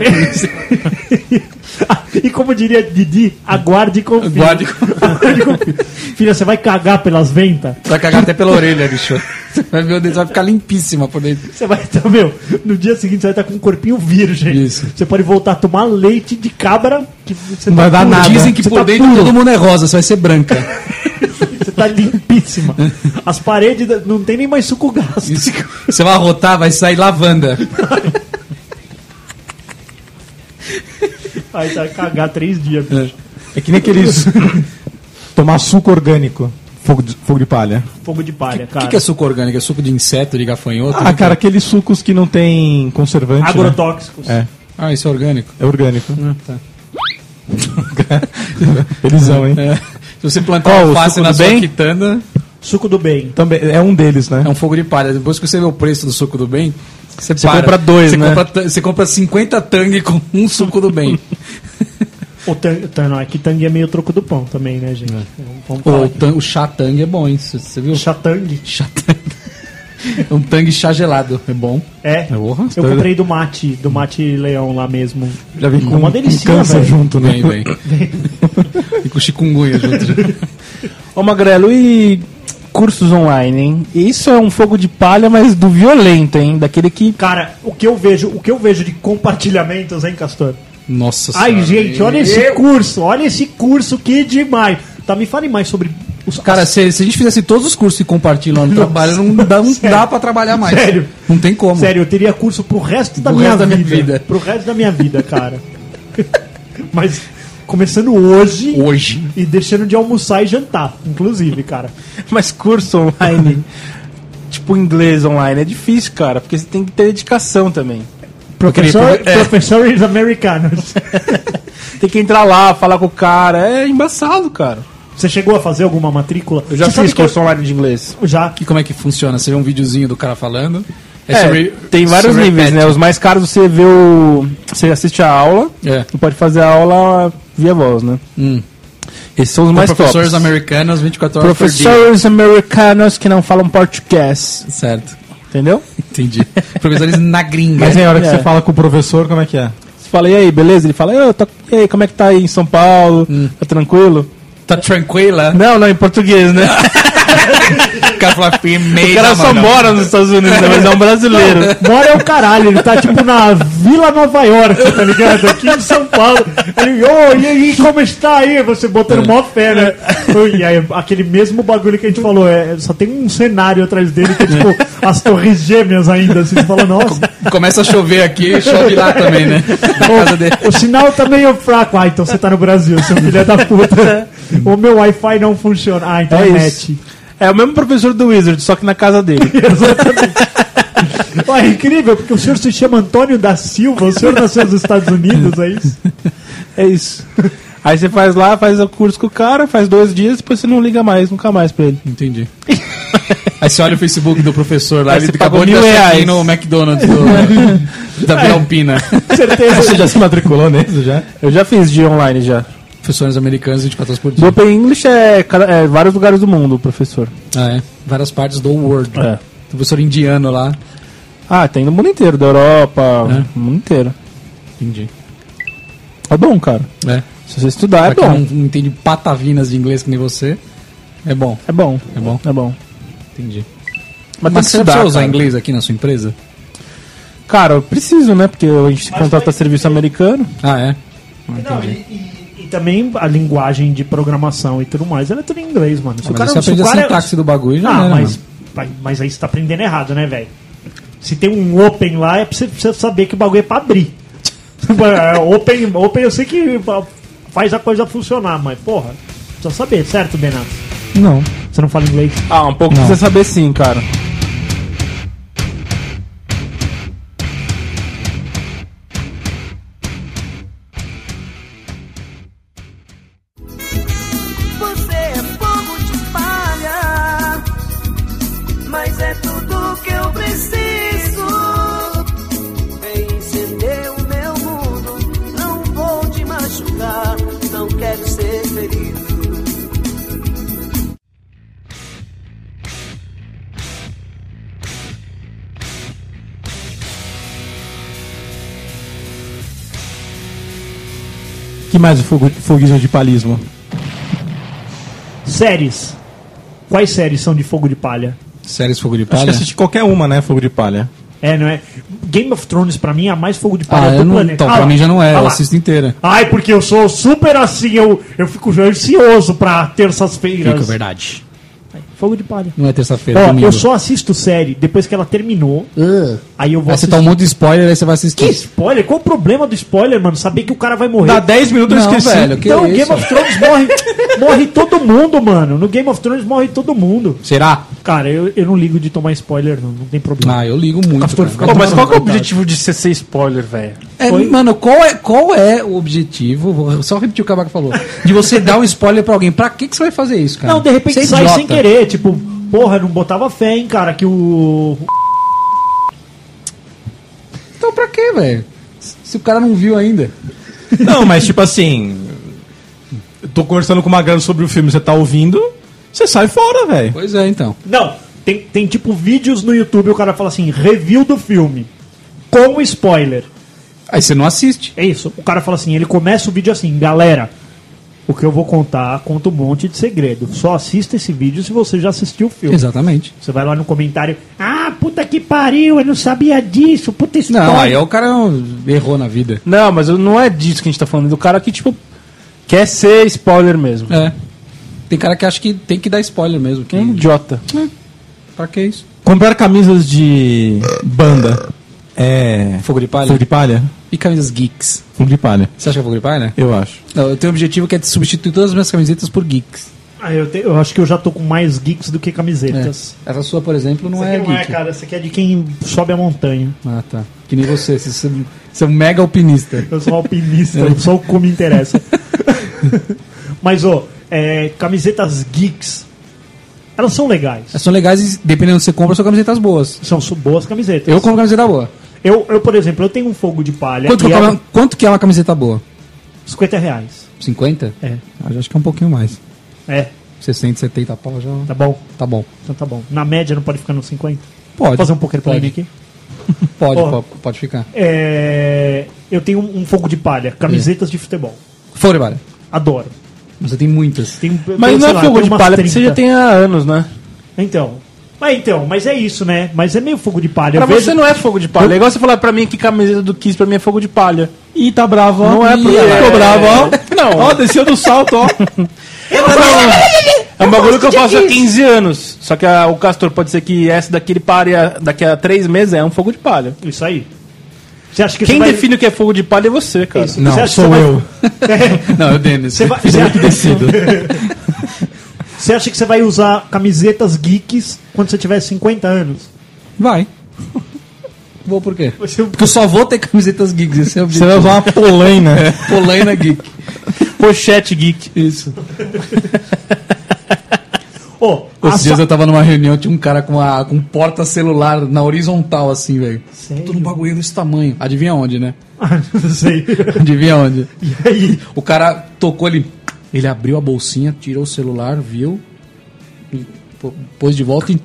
Speaker 3: e como diria Didi, aguarde e confie.
Speaker 2: Guarde
Speaker 3: Aguarde e confie. Filha, você vai cagar pelas ventas?
Speaker 2: Vai cagar até pela orelha, bicho. Você Vai ver o dedo, vai ficar limpíssima por dentro.
Speaker 3: Você vai estar, meu, no dia seguinte você vai estar com um corpinho virgem.
Speaker 2: Isso.
Speaker 3: Você pode voltar a tomar leite de cabra. Que você
Speaker 1: Não vai dar
Speaker 3: puro.
Speaker 1: nada.
Speaker 2: Dizem que
Speaker 3: Você
Speaker 2: por
Speaker 3: tá
Speaker 2: dentro
Speaker 3: puro.
Speaker 2: todo mundo é rosa, você vai ser branca.
Speaker 3: Você tá limpíssima. As paredes da- não tem nem mais suco gasto.
Speaker 2: Isso. Você vai arrotar, vai sair lavanda.
Speaker 3: Aí vai cagar três dias, bicho.
Speaker 1: É que nem aqueles. Tomar suco orgânico. Fogo de, fogo de palha.
Speaker 3: Fogo de palha,
Speaker 2: O
Speaker 3: cara.
Speaker 2: que, que é suco orgânico? É suco de inseto, de gafanhoto?
Speaker 1: Ah, cara, aqueles sucos que não tem conservante. né?
Speaker 3: Agrotóxicos.
Speaker 1: É,
Speaker 2: Ah, isso é orgânico.
Speaker 1: é orgânico.
Speaker 2: Ah, tá.
Speaker 1: Eles são, hein?
Speaker 2: É. Se você
Speaker 1: Ó,
Speaker 2: plantar
Speaker 1: o
Speaker 2: alface
Speaker 1: suco
Speaker 2: na
Speaker 1: do
Speaker 2: sua
Speaker 1: bem?
Speaker 2: quitanda,
Speaker 3: Suco do bem.
Speaker 1: Também, é um deles, né?
Speaker 2: é um fogo de palha. Depois que você vê o preço do suco do bem, você, para.
Speaker 4: compra dois,
Speaker 2: você
Speaker 4: né?
Speaker 2: Compra, ta- você compra 50 tangue com um suco do bem.
Speaker 3: O tang, tá, não, é que tangue é meio troco do pão também, né, gente? Vamos- Vamos
Speaker 2: Pô,
Speaker 3: falar.
Speaker 2: o, tan- o chá tangue é bom, hein? Você- Você viu?
Speaker 3: Chatangue.
Speaker 2: Chá tangue. É um tangue chá gelado. É bom.
Speaker 3: É.
Speaker 2: Porra.
Speaker 3: Eu comprei do mate, do mate leão lá mesmo. É
Speaker 1: Já vem com,
Speaker 3: uma
Speaker 1: uma
Speaker 3: delícia,
Speaker 1: câncer
Speaker 3: velho.
Speaker 1: junto, né?
Speaker 2: Vem, vem. E com chikungunya junto.
Speaker 4: Ô Magrelo, e cursos online, hein? Isso é um fogo de palha, mas do violento, hein? Daquele que.
Speaker 3: Cara, o que eu vejo, o que eu vejo de compartilhamentos, hein, Castor?
Speaker 2: Nossa
Speaker 3: Ai, gente, olha esse curso, olha esse curso que demais. Tá, me fale mais sobre os
Speaker 2: Cara, se, se a gente fizesse todos os cursos que compartilham lá no trabalho, não dá, não
Speaker 3: Sério.
Speaker 2: dá pra trabalhar mais.
Speaker 3: Sério.
Speaker 2: Não tem como.
Speaker 3: Sério, eu teria curso pro resto da,
Speaker 2: Pro
Speaker 3: minha,
Speaker 2: resto da
Speaker 3: vida,
Speaker 2: minha vida.
Speaker 3: Pro resto da minha vida, cara. Mas começando hoje
Speaker 2: Hoje.
Speaker 3: e deixando de almoçar e jantar, inclusive, cara.
Speaker 4: Mas curso online. tipo, inglês online é difícil, cara, porque você tem que ter dedicação também.
Speaker 3: Professor,
Speaker 2: é.
Speaker 3: Professores americanos.
Speaker 4: Tem que entrar lá, falar com o cara. É embaçado, cara.
Speaker 3: Você chegou a fazer alguma matrícula?
Speaker 4: Eu já
Speaker 3: Você sabe
Speaker 4: fiz
Speaker 3: que eu-
Speaker 4: curso online de inglês.
Speaker 3: Já.
Speaker 2: E como é que funciona? Você vê um videozinho do cara falando.
Speaker 4: É,
Speaker 2: sobre-
Speaker 4: tem vários
Speaker 2: sobre-
Speaker 4: níveis, né? Os mais caros você vê o. Você assiste a aula
Speaker 2: É.
Speaker 4: e pode fazer a aula via voz, né?
Speaker 2: Hum.
Speaker 4: Esses são os mais
Speaker 2: Mas professores
Speaker 4: tops.
Speaker 2: americanos, 24 horas por
Speaker 4: Professores americanos que não falam português,
Speaker 2: dia. Certo.
Speaker 4: entendeu?
Speaker 2: Entendi. professores na gringa.
Speaker 1: Mas tem hora que
Speaker 4: É.
Speaker 1: você fala com o professor, como é que é?
Speaker 4: Você fala, e aí, beleza? Ele fala, eu tô... e aí, como é que tá aí em São Paulo? Tá tranquilo?
Speaker 2: Tá tranquila?
Speaker 4: Não, não, em português, né?
Speaker 2: O cara fala
Speaker 4: O
Speaker 2: primeiro.
Speaker 4: cara só
Speaker 2: mano.
Speaker 4: mora nos Estados Unidos, né? mas é um brasileiro.
Speaker 3: Bora é o caralho, ele tá tipo na Vila Nova York, tá ligado? Aqui em São Paulo. Ele, ô, e aí, como está aí? Você
Speaker 2: É.
Speaker 3: botando mó fé, né? E aí, aquele mesmo bagulho que a gente falou, é, só tem um cenário atrás dele que é tipo as torres gêmeas ainda. Assim, você fala, nossa,
Speaker 2: Começa a chover aqui, chove lá também, né? Na casa dele.
Speaker 3: o sinal tá meio fraco. Ah, então você tá no Brasil, seu filho é da puta. O meu Wi-Fi não funciona. Ah,
Speaker 4: É
Speaker 3: internet.
Speaker 4: isso. É o mesmo professor do Wizard, só que na casa dele.
Speaker 3: Ué, é incrível, porque o senhor se chama Antônio da Silva, o senhor nasceu nos Estados Unidos, é isso?
Speaker 4: É isso. Aí você faz lá, faz o curso com o cara, faz dois dias, depois você não liga mais, nunca mais pra ele.
Speaker 2: Entendi. Aí você olha o Facebook do professor lá,
Speaker 4: Aí
Speaker 2: ele
Speaker 4: você
Speaker 2: acabou
Speaker 4: pagou
Speaker 2: de
Speaker 4: mil
Speaker 2: dar check-in
Speaker 4: reais. É.
Speaker 2: no McDonald's do- da Vila Alpina.
Speaker 3: Certeza.
Speaker 1: Você já se matriculou nisso já?
Speaker 4: Eu já fiz de online já.
Speaker 2: Professores americanos 24 horas por
Speaker 4: Do
Speaker 2: dia.
Speaker 4: Open English é, cada- é vários lugares do mundo, professor.
Speaker 2: Ah, é. Várias partes do world.
Speaker 4: É.
Speaker 2: Professor indiano lá.
Speaker 4: Ah, tem no mundo inteiro, da Europa,
Speaker 2: É.
Speaker 4: no mundo inteiro.
Speaker 2: Entendi.
Speaker 4: É bom, cara.
Speaker 2: É.
Speaker 4: Se você estudar,
Speaker 2: pra
Speaker 4: é
Speaker 2: quem não
Speaker 4: bom.
Speaker 2: não entende patavinas de inglês que nem você, é bom.
Speaker 4: É bom.
Speaker 2: É bom.
Speaker 4: É bom.
Speaker 2: Entendi.
Speaker 4: Mas, tem
Speaker 2: Mas
Speaker 4: que
Speaker 2: você não precisa
Speaker 4: estudar,
Speaker 2: usar
Speaker 4: cara.
Speaker 2: inglês aqui na sua empresa?
Speaker 4: Cara, eu preciso, né? Porque a gente contrata serviço americano.
Speaker 2: Ah, é?
Speaker 3: Não, e, e- e também a linguagem de programação e tudo mais, ela é tudo em inglês, mano. Se é-
Speaker 2: Ah, mas você aprende a sintaxe do bagulho e já é
Speaker 3: Ah,
Speaker 2: era,
Speaker 3: mas,
Speaker 2: mano.
Speaker 3: pai, mas aí você tá aprendendo errado, né, velho? Se tem um open lá, é pra você, pra você saber que o bagulho é pra abrir. É, open, open eu sei que fa- faz a coisa funcionar, mas, porra, precisa saber, certo, Benato?
Speaker 4: Não.
Speaker 3: Você não fala inglês?
Speaker 4: Ah, um pouco precisa saber sim, cara.
Speaker 6: Você é fogo de palha, mas é tudo que eu preciso. Vem encender o meu mundo, não vou te machucar, não quero ser ferido.
Speaker 1: que mais o fogo- foguismo de palismo?
Speaker 3: Séries. Quais séries são de fogo de palha?
Speaker 2: Séries Fogo de
Speaker 1: Acho que
Speaker 2: Palha?
Speaker 1: assiste qualquer uma, né? Fogo de palha.
Speaker 3: É, não é? Game of Thrones, pra mim, é a mais fogo de
Speaker 2: Ah,
Speaker 3: palha do
Speaker 2: eu não,
Speaker 3: planeta.
Speaker 2: então,
Speaker 3: Ah
Speaker 2: pra
Speaker 3: lá,
Speaker 2: mim já não é,
Speaker 3: ah
Speaker 2: eu
Speaker 3: lá.
Speaker 2: assisto inteira.
Speaker 3: Ai, porque eu sou super assim, eu, eu fico ansioso pra terças-feiras.
Speaker 2: é verdade.
Speaker 3: Fogo de palha.
Speaker 2: Não é terça-feira, é
Speaker 3: Ó,
Speaker 2: domingo.
Speaker 3: eu só assisto série depois que ela terminou. Aí eu vou
Speaker 2: Aí você tá um monte de spoiler, aí você vai assistir.
Speaker 3: Que spoiler? Qual o problema do spoiler, mano? Saber que o cara vai morrer.
Speaker 1: Dá 10 minutos eu
Speaker 2: Não,
Speaker 1: esqueci.
Speaker 2: velho, que
Speaker 3: então,
Speaker 2: isso?
Speaker 3: Game of Thrones morre, morre todo mundo, mano. No Game of Thrones morre todo mundo.
Speaker 2: Será?
Speaker 3: Cara, eu, eu não ligo de tomar spoiler, não. Não tem problema.
Speaker 2: Ah, eu ligo muito.
Speaker 3: Castor,
Speaker 2: cara.
Speaker 3: fica
Speaker 4: Pô, mas
Speaker 3: tomando
Speaker 4: qual que é o
Speaker 3: cuidado.
Speaker 4: objetivo de você ser spoiler, velho?
Speaker 2: É, mano, qual é, qual é o objetivo? Vou só repetir o que o Abaca falou. De você dar um spoiler pra alguém. Pra que, que você vai fazer isso, cara?
Speaker 3: Não, de repente
Speaker 2: Você é
Speaker 3: sai
Speaker 2: idiota.
Speaker 3: sem querer. Tipo, porra, eu não botava fé, hein, cara, que o.
Speaker 2: Então pra quê, velho? Se o cara não viu ainda.
Speaker 1: Não, mas tipo assim. Eu tô conversando com uma grana sobre o filme, você tá ouvindo, você sai fora, velho.
Speaker 2: Pois é, então.
Speaker 3: Não, tem, tem tipo vídeos no YouTube, o cara fala assim, review do filme. Com spoiler.
Speaker 2: Aí você não assiste.
Speaker 3: É isso. O cara fala assim, ele começa o vídeo assim, galera, O que eu vou contar conta um monte de segredo. Só assista esse vídeo se você já assistiu o filme.
Speaker 2: Exatamente.
Speaker 3: Você vai lá no comentário. Ah, puta que pariu, eu não sabia disso, puta história.
Speaker 2: Não, aí é o cara errou na vida.
Speaker 4: Não, mas não é disso que a gente tá falando. Do cara que, tipo, quer ser spoiler mesmo.
Speaker 2: É. Tem cara que acha que tem que dar spoiler mesmo. Que...
Speaker 4: É
Speaker 3: Hum.
Speaker 4: um idiota.
Speaker 3: Então,
Speaker 2: Pra que isso?
Speaker 1: Comprar camisas de banda é.
Speaker 2: Fogo de palha?
Speaker 1: Fogo de palha?
Speaker 2: E camisas geeks?
Speaker 1: Fogo de palha,
Speaker 2: Você acha que é fogo de palha?
Speaker 1: eu acho.
Speaker 2: Não, eu tenho um objetivo que é de substituir todas as minhas camisetas por geeks.
Speaker 3: Ah, eu, te- eu acho que eu já tô com mais geeks do que camisetas.
Speaker 2: Essa sua, por exemplo, É. não
Speaker 3: Essa
Speaker 2: é
Speaker 3: aqui não é,
Speaker 2: geek.
Speaker 3: cara. Essa aqui é de quem sobe a montanha.
Speaker 2: ah, tá. Que nem você. Você, você é um mega alpinista.
Speaker 3: Eu sou um alpinista, eu sou o que me interessa. Mas, ô, é, camisetas geeks, elas são legais.
Speaker 2: Elas são legais e, dependendo do que você compra, são camisetas boas.
Speaker 3: São su- boas camisetas.
Speaker 2: Eu compro camiseta boa.
Speaker 3: eu, eu, por exemplo, eu tenho um fogo de palha
Speaker 2: Quanto que,
Speaker 3: e um
Speaker 2: é
Speaker 3: ela,
Speaker 2: uma, quanto que é uma camiseta boa?
Speaker 3: 50 reais.
Speaker 2: 50?
Speaker 3: É.
Speaker 2: Eu acho que é um pouquinho mais.
Speaker 3: É,
Speaker 2: 60, 70 pau já
Speaker 3: tá bom.
Speaker 2: tá bom.
Speaker 3: Então tá bom. Na média não pode ficar nos 50.
Speaker 2: Pode.
Speaker 3: Vou fazer um poker plane
Speaker 2: Pode.
Speaker 3: aqui.
Speaker 2: Pode,
Speaker 3: Porra.
Speaker 2: pode, pode ficar.
Speaker 3: É, eu tenho um, um fogo de palha, camisetas de futebol.
Speaker 2: Fogo de palha.
Speaker 3: Adoro.
Speaker 2: Você tem muitas.
Speaker 3: Tem,
Speaker 4: Mas
Speaker 3: tem,
Speaker 4: não
Speaker 3: sei
Speaker 4: é
Speaker 3: lá,
Speaker 4: fogo
Speaker 3: tem
Speaker 4: de
Speaker 3: umas
Speaker 4: palha, porque você
Speaker 3: 30.
Speaker 4: já tem há anos, né?
Speaker 3: Então. Mas então, mas é isso, né? Mas é meio fogo de palha.
Speaker 4: Pra
Speaker 3: Eu vejo-
Speaker 4: você não é fogo de palha. É igual você falar pra mim que camiseta do Kiss pra mim é fogo de palha.
Speaker 1: Ih, tá bravo, ó.
Speaker 4: Não é
Speaker 1: Ih,
Speaker 4: porque-
Speaker 1: Ficou bravo, ó.
Speaker 4: Não.
Speaker 1: Ó, desceu do salto, ó.
Speaker 4: É um bagulho que eu faço há 15 anos. Só que a- o Castor pode ser que essa daqui ele pare a- daqui a 3 meses, é um fogo de palha.
Speaker 3: Isso aí. Você acha que
Speaker 4: Quem
Speaker 3: você vai-
Speaker 4: define o que é fogo de palha é você, cara.
Speaker 3: Isso.
Speaker 1: Não,
Speaker 3: Você acha que
Speaker 1: sou
Speaker 3: você vai-
Speaker 1: eu.
Speaker 2: Não, eu Denis.
Speaker 3: Você vai- você acha-
Speaker 1: Decido.
Speaker 3: você acha que você vai usar camisetas geeks quando você tiver 50 anos?
Speaker 2: Vai. Vou por quê?
Speaker 3: Você-
Speaker 2: Porque eu só vou ter camisetas geeks. Esse é o
Speaker 1: Você vai
Speaker 2: objetivo.
Speaker 1: usar uma polaina.
Speaker 2: É, Polaina geek.
Speaker 4: Pochete geek.
Speaker 2: Isso.
Speaker 3: Ô,
Speaker 2: Esses
Speaker 3: a
Speaker 2: dias
Speaker 3: sa-
Speaker 2: eu tava numa reunião, tinha um cara com, uma, com um porta celular na horizontal, assim, velho.
Speaker 3: Sério?
Speaker 2: Todo um bagulho desse tamanho. Adivinha onde, né?
Speaker 3: Ah, não sei.
Speaker 2: Adivinha onde?
Speaker 3: E aí?
Speaker 2: O cara tocou ele. Ele abriu a bolsinha, tirou o celular, viu, e pô- pôs de volta e.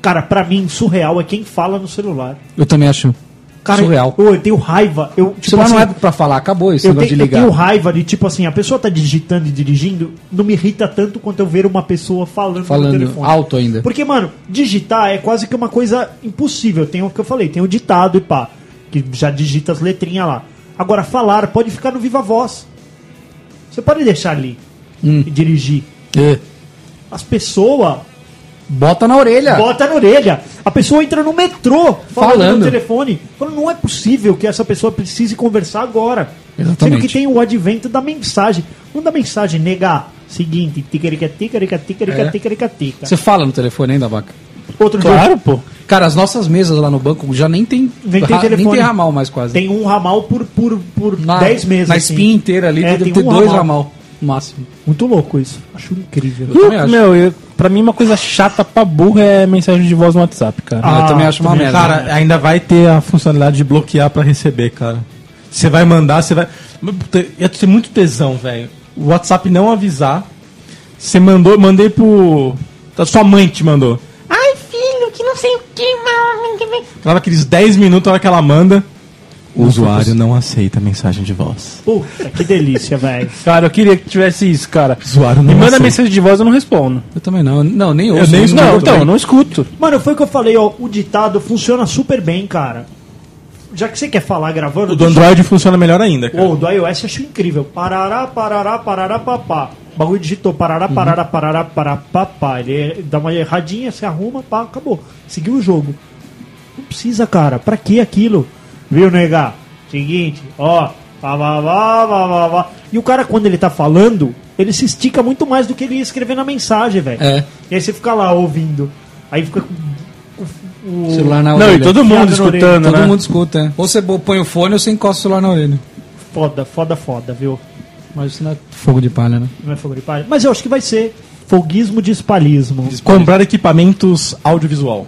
Speaker 3: Cara, pra mim, surreal é quem fala no celular.
Speaker 2: Eu também acho.
Speaker 3: Cara,
Speaker 2: surreal.
Speaker 3: Eu, ô, eu tenho raiva. Eu,
Speaker 2: O
Speaker 3: tipo,
Speaker 2: celular
Speaker 3: assim,
Speaker 2: não é pra falar, acabou esse
Speaker 3: eu,
Speaker 2: negócio
Speaker 3: tenho,
Speaker 2: é de
Speaker 3: eu
Speaker 2: ligar.
Speaker 3: tenho raiva de, tipo assim, a pessoa tá digitando e dirigindo, não me irrita tanto quanto eu ver uma pessoa falando, no
Speaker 2: Falando
Speaker 3: telefone.
Speaker 2: alto ainda.
Speaker 3: Porque, mano, digitar é quase que uma coisa impossível. Tem o que eu falei, tem o ditado e pá, que já digita as letrinhas lá. Agora, falar pode ficar no viva voz. Você pode deixar ali
Speaker 2: Hum.
Speaker 3: e dirigir.
Speaker 2: É.
Speaker 3: As pessoas
Speaker 2: Bota na orelha.
Speaker 3: bota na orelha. A pessoa entra no metrô falando,
Speaker 2: Falando.
Speaker 3: no telefone. Falando, não é possível que essa pessoa precise conversar agora.
Speaker 2: Exatamente.
Speaker 3: Sendo que tem o advento da mensagem. Manda mensagem, negar. Seguinte, ticarica, ticarica, ticarica,
Speaker 2: É.
Speaker 3: ticarica, tica.
Speaker 2: Você fala no telefone ainda, vaca.
Speaker 3: Outro
Speaker 4: Claro, pô.
Speaker 2: Cara, as nossas mesas lá no banco já nem tem,
Speaker 3: Nem tem
Speaker 2: ra-
Speaker 3: telefone.
Speaker 2: nem tem ramal mais quase.
Speaker 3: Tem um ramal por 10 por, por
Speaker 2: na,
Speaker 3: 10 meses.
Speaker 2: Na
Speaker 3: assim.
Speaker 2: espinha inteira ali,
Speaker 3: É,
Speaker 2: deve
Speaker 3: tem
Speaker 2: ter
Speaker 3: um
Speaker 2: dois
Speaker 3: ramal.
Speaker 2: ramal. no máximo.
Speaker 3: Muito louco isso. Acho incrível.
Speaker 2: Eu também
Speaker 4: Uh,
Speaker 2: acho.
Speaker 4: Meu, eu, pra mim uma coisa chata pra burro é mensagem de voz no WhatsApp, cara.
Speaker 2: Ah, eu
Speaker 3: Ah,
Speaker 2: também acho uma merda. né?
Speaker 1: Cara, ainda vai ter a funcionalidade de bloquear pra receber, cara. Você vai mandar, você vai. Puta, Ia ter muito tesão, velho. O WhatsApp não avisar. Você mandou, mandei pro. tá, Sua mãe te mandou.
Speaker 7: Ai, filho, que não sei o que, mano.
Speaker 1: Tava aqueles 10 minutos, a hora que ela manda. O usuário não aceita mensagem de voz.
Speaker 3: Puta, que delícia, velho.
Speaker 4: Cara, eu queria que tivesse isso, cara.
Speaker 1: Usuário
Speaker 4: Me
Speaker 1: não
Speaker 4: manda
Speaker 1: aceita.
Speaker 4: mensagem de voz, eu não respondo.
Speaker 2: Eu também não. Não, nem ouço.
Speaker 4: não,
Speaker 2: escuto né?
Speaker 4: então, eu
Speaker 2: também.
Speaker 4: não escuto.
Speaker 3: Mano, foi o que eu falei, ó. O ditado funciona super bem, cara. Já que você quer falar gravando,
Speaker 1: O do Android funciona melhor ainda, cara.
Speaker 3: Ou do iOS eu acho incrível. Parará, parará, parará, papá. O bagulho digitou parará,
Speaker 4: Uhum.
Speaker 3: parará, parará, pará, papá. Ele dá uma erradinha, se arruma, pá, acabou. Seguiu o jogo. Não precisa, cara. Pra que aquilo? Viu, nega? Seguinte, ó. Vá, vá, vá, vá, vá, vá. E o cara, quando ele tá falando, ele se estica muito mais do que ele ia escrever na mensagem, velho.
Speaker 2: É.
Speaker 3: E aí você fica lá ouvindo. Aí fica com o. o-
Speaker 2: Celular na
Speaker 4: não,
Speaker 2: orelha.
Speaker 4: e todo
Speaker 3: Fiado
Speaker 4: mundo
Speaker 3: na orelha.
Speaker 4: escutando,
Speaker 2: Todo
Speaker 4: né?
Speaker 2: mundo escuta, é. Ou você bo- põe o fone ou você encosta o celular na orelha.
Speaker 3: Foda, foda, foda, viu?
Speaker 2: Mas isso não é fogo de palha, né?
Speaker 3: Não é fogo de palha. Mas eu acho que vai ser foguismo de espalismo.
Speaker 1: Comprar equipamentos audiovisual.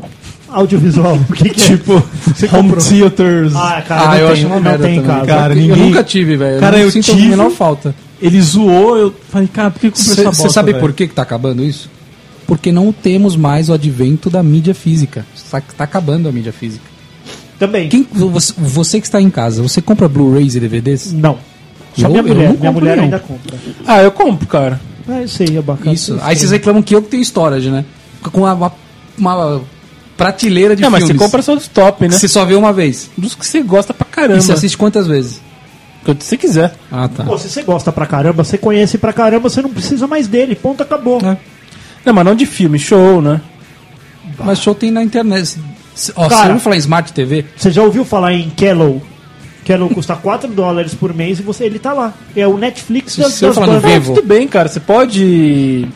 Speaker 3: Audiovisual. O que, que é?
Speaker 1: Tipo, home theaters.
Speaker 3: Ah, cara, não tem, não tem, cara.
Speaker 1: cara.
Speaker 2: eu
Speaker 1: ninguém-
Speaker 2: nunca tive, velho.
Speaker 1: Cara,
Speaker 2: não
Speaker 1: eu
Speaker 2: sinto
Speaker 1: tive.
Speaker 2: a menor falta.
Speaker 1: Ele zoou, eu falei, cara, por que comprou essa bosta?
Speaker 2: Você sabe
Speaker 1: velho?
Speaker 2: por que, que tá acabando isso? Porque não temos mais o advento da mídia física. Tá, tá acabando a mídia física.
Speaker 3: Também.
Speaker 2: Quem, você, você que está em casa, você compra Blu-rays e DVDs?
Speaker 3: Não. Só
Speaker 2: Eu-
Speaker 3: minha
Speaker 2: eu
Speaker 3: mulher.
Speaker 2: não
Speaker 3: Minha
Speaker 2: compro
Speaker 3: mulher
Speaker 2: nenhum.
Speaker 3: ainda compra.
Speaker 4: Ah, eu compro, cara.
Speaker 3: Ah, eu sei, é bacana.
Speaker 2: Isso.
Speaker 3: Eu
Speaker 2: Aí
Speaker 3: sei.
Speaker 2: vocês reclamam que eu que tenho storage, né? Fica Com uma, uma- uma prateleira de
Speaker 4: não, mas
Speaker 2: filmes.
Speaker 4: você compra
Speaker 1: assim,
Speaker 4: só dos top,
Speaker 2: que
Speaker 4: né?
Speaker 2: Você só vê uma vez.
Speaker 4: Dos que você gosta pra
Speaker 2: E
Speaker 4: caramba.
Speaker 2: você assiste quantas vezes?
Speaker 4: Quanto é assim, você quiser.
Speaker 2: Ah, tá.
Speaker 3: Pô, se você gosta pra caramba, você conhece pra caramba, você não precisa mais dele. Ponto, acabou.
Speaker 2: É.
Speaker 4: Não, mas não de filme, show, né?
Speaker 2: Mas show tem na internet. Se- Ó,
Speaker 3: Cara.
Speaker 2: você ouviu falar em Smart TV?
Speaker 3: Você já ouviu falar em Kellow? Kellow custa 4 dólares por mês e você, ele tá lá. É o Netflix das,
Speaker 2: Se eu
Speaker 3: das
Speaker 2: falar no
Speaker 3: bandas.
Speaker 4: Ah,
Speaker 2: Vivo.
Speaker 4: tudo bem, cara. Você pode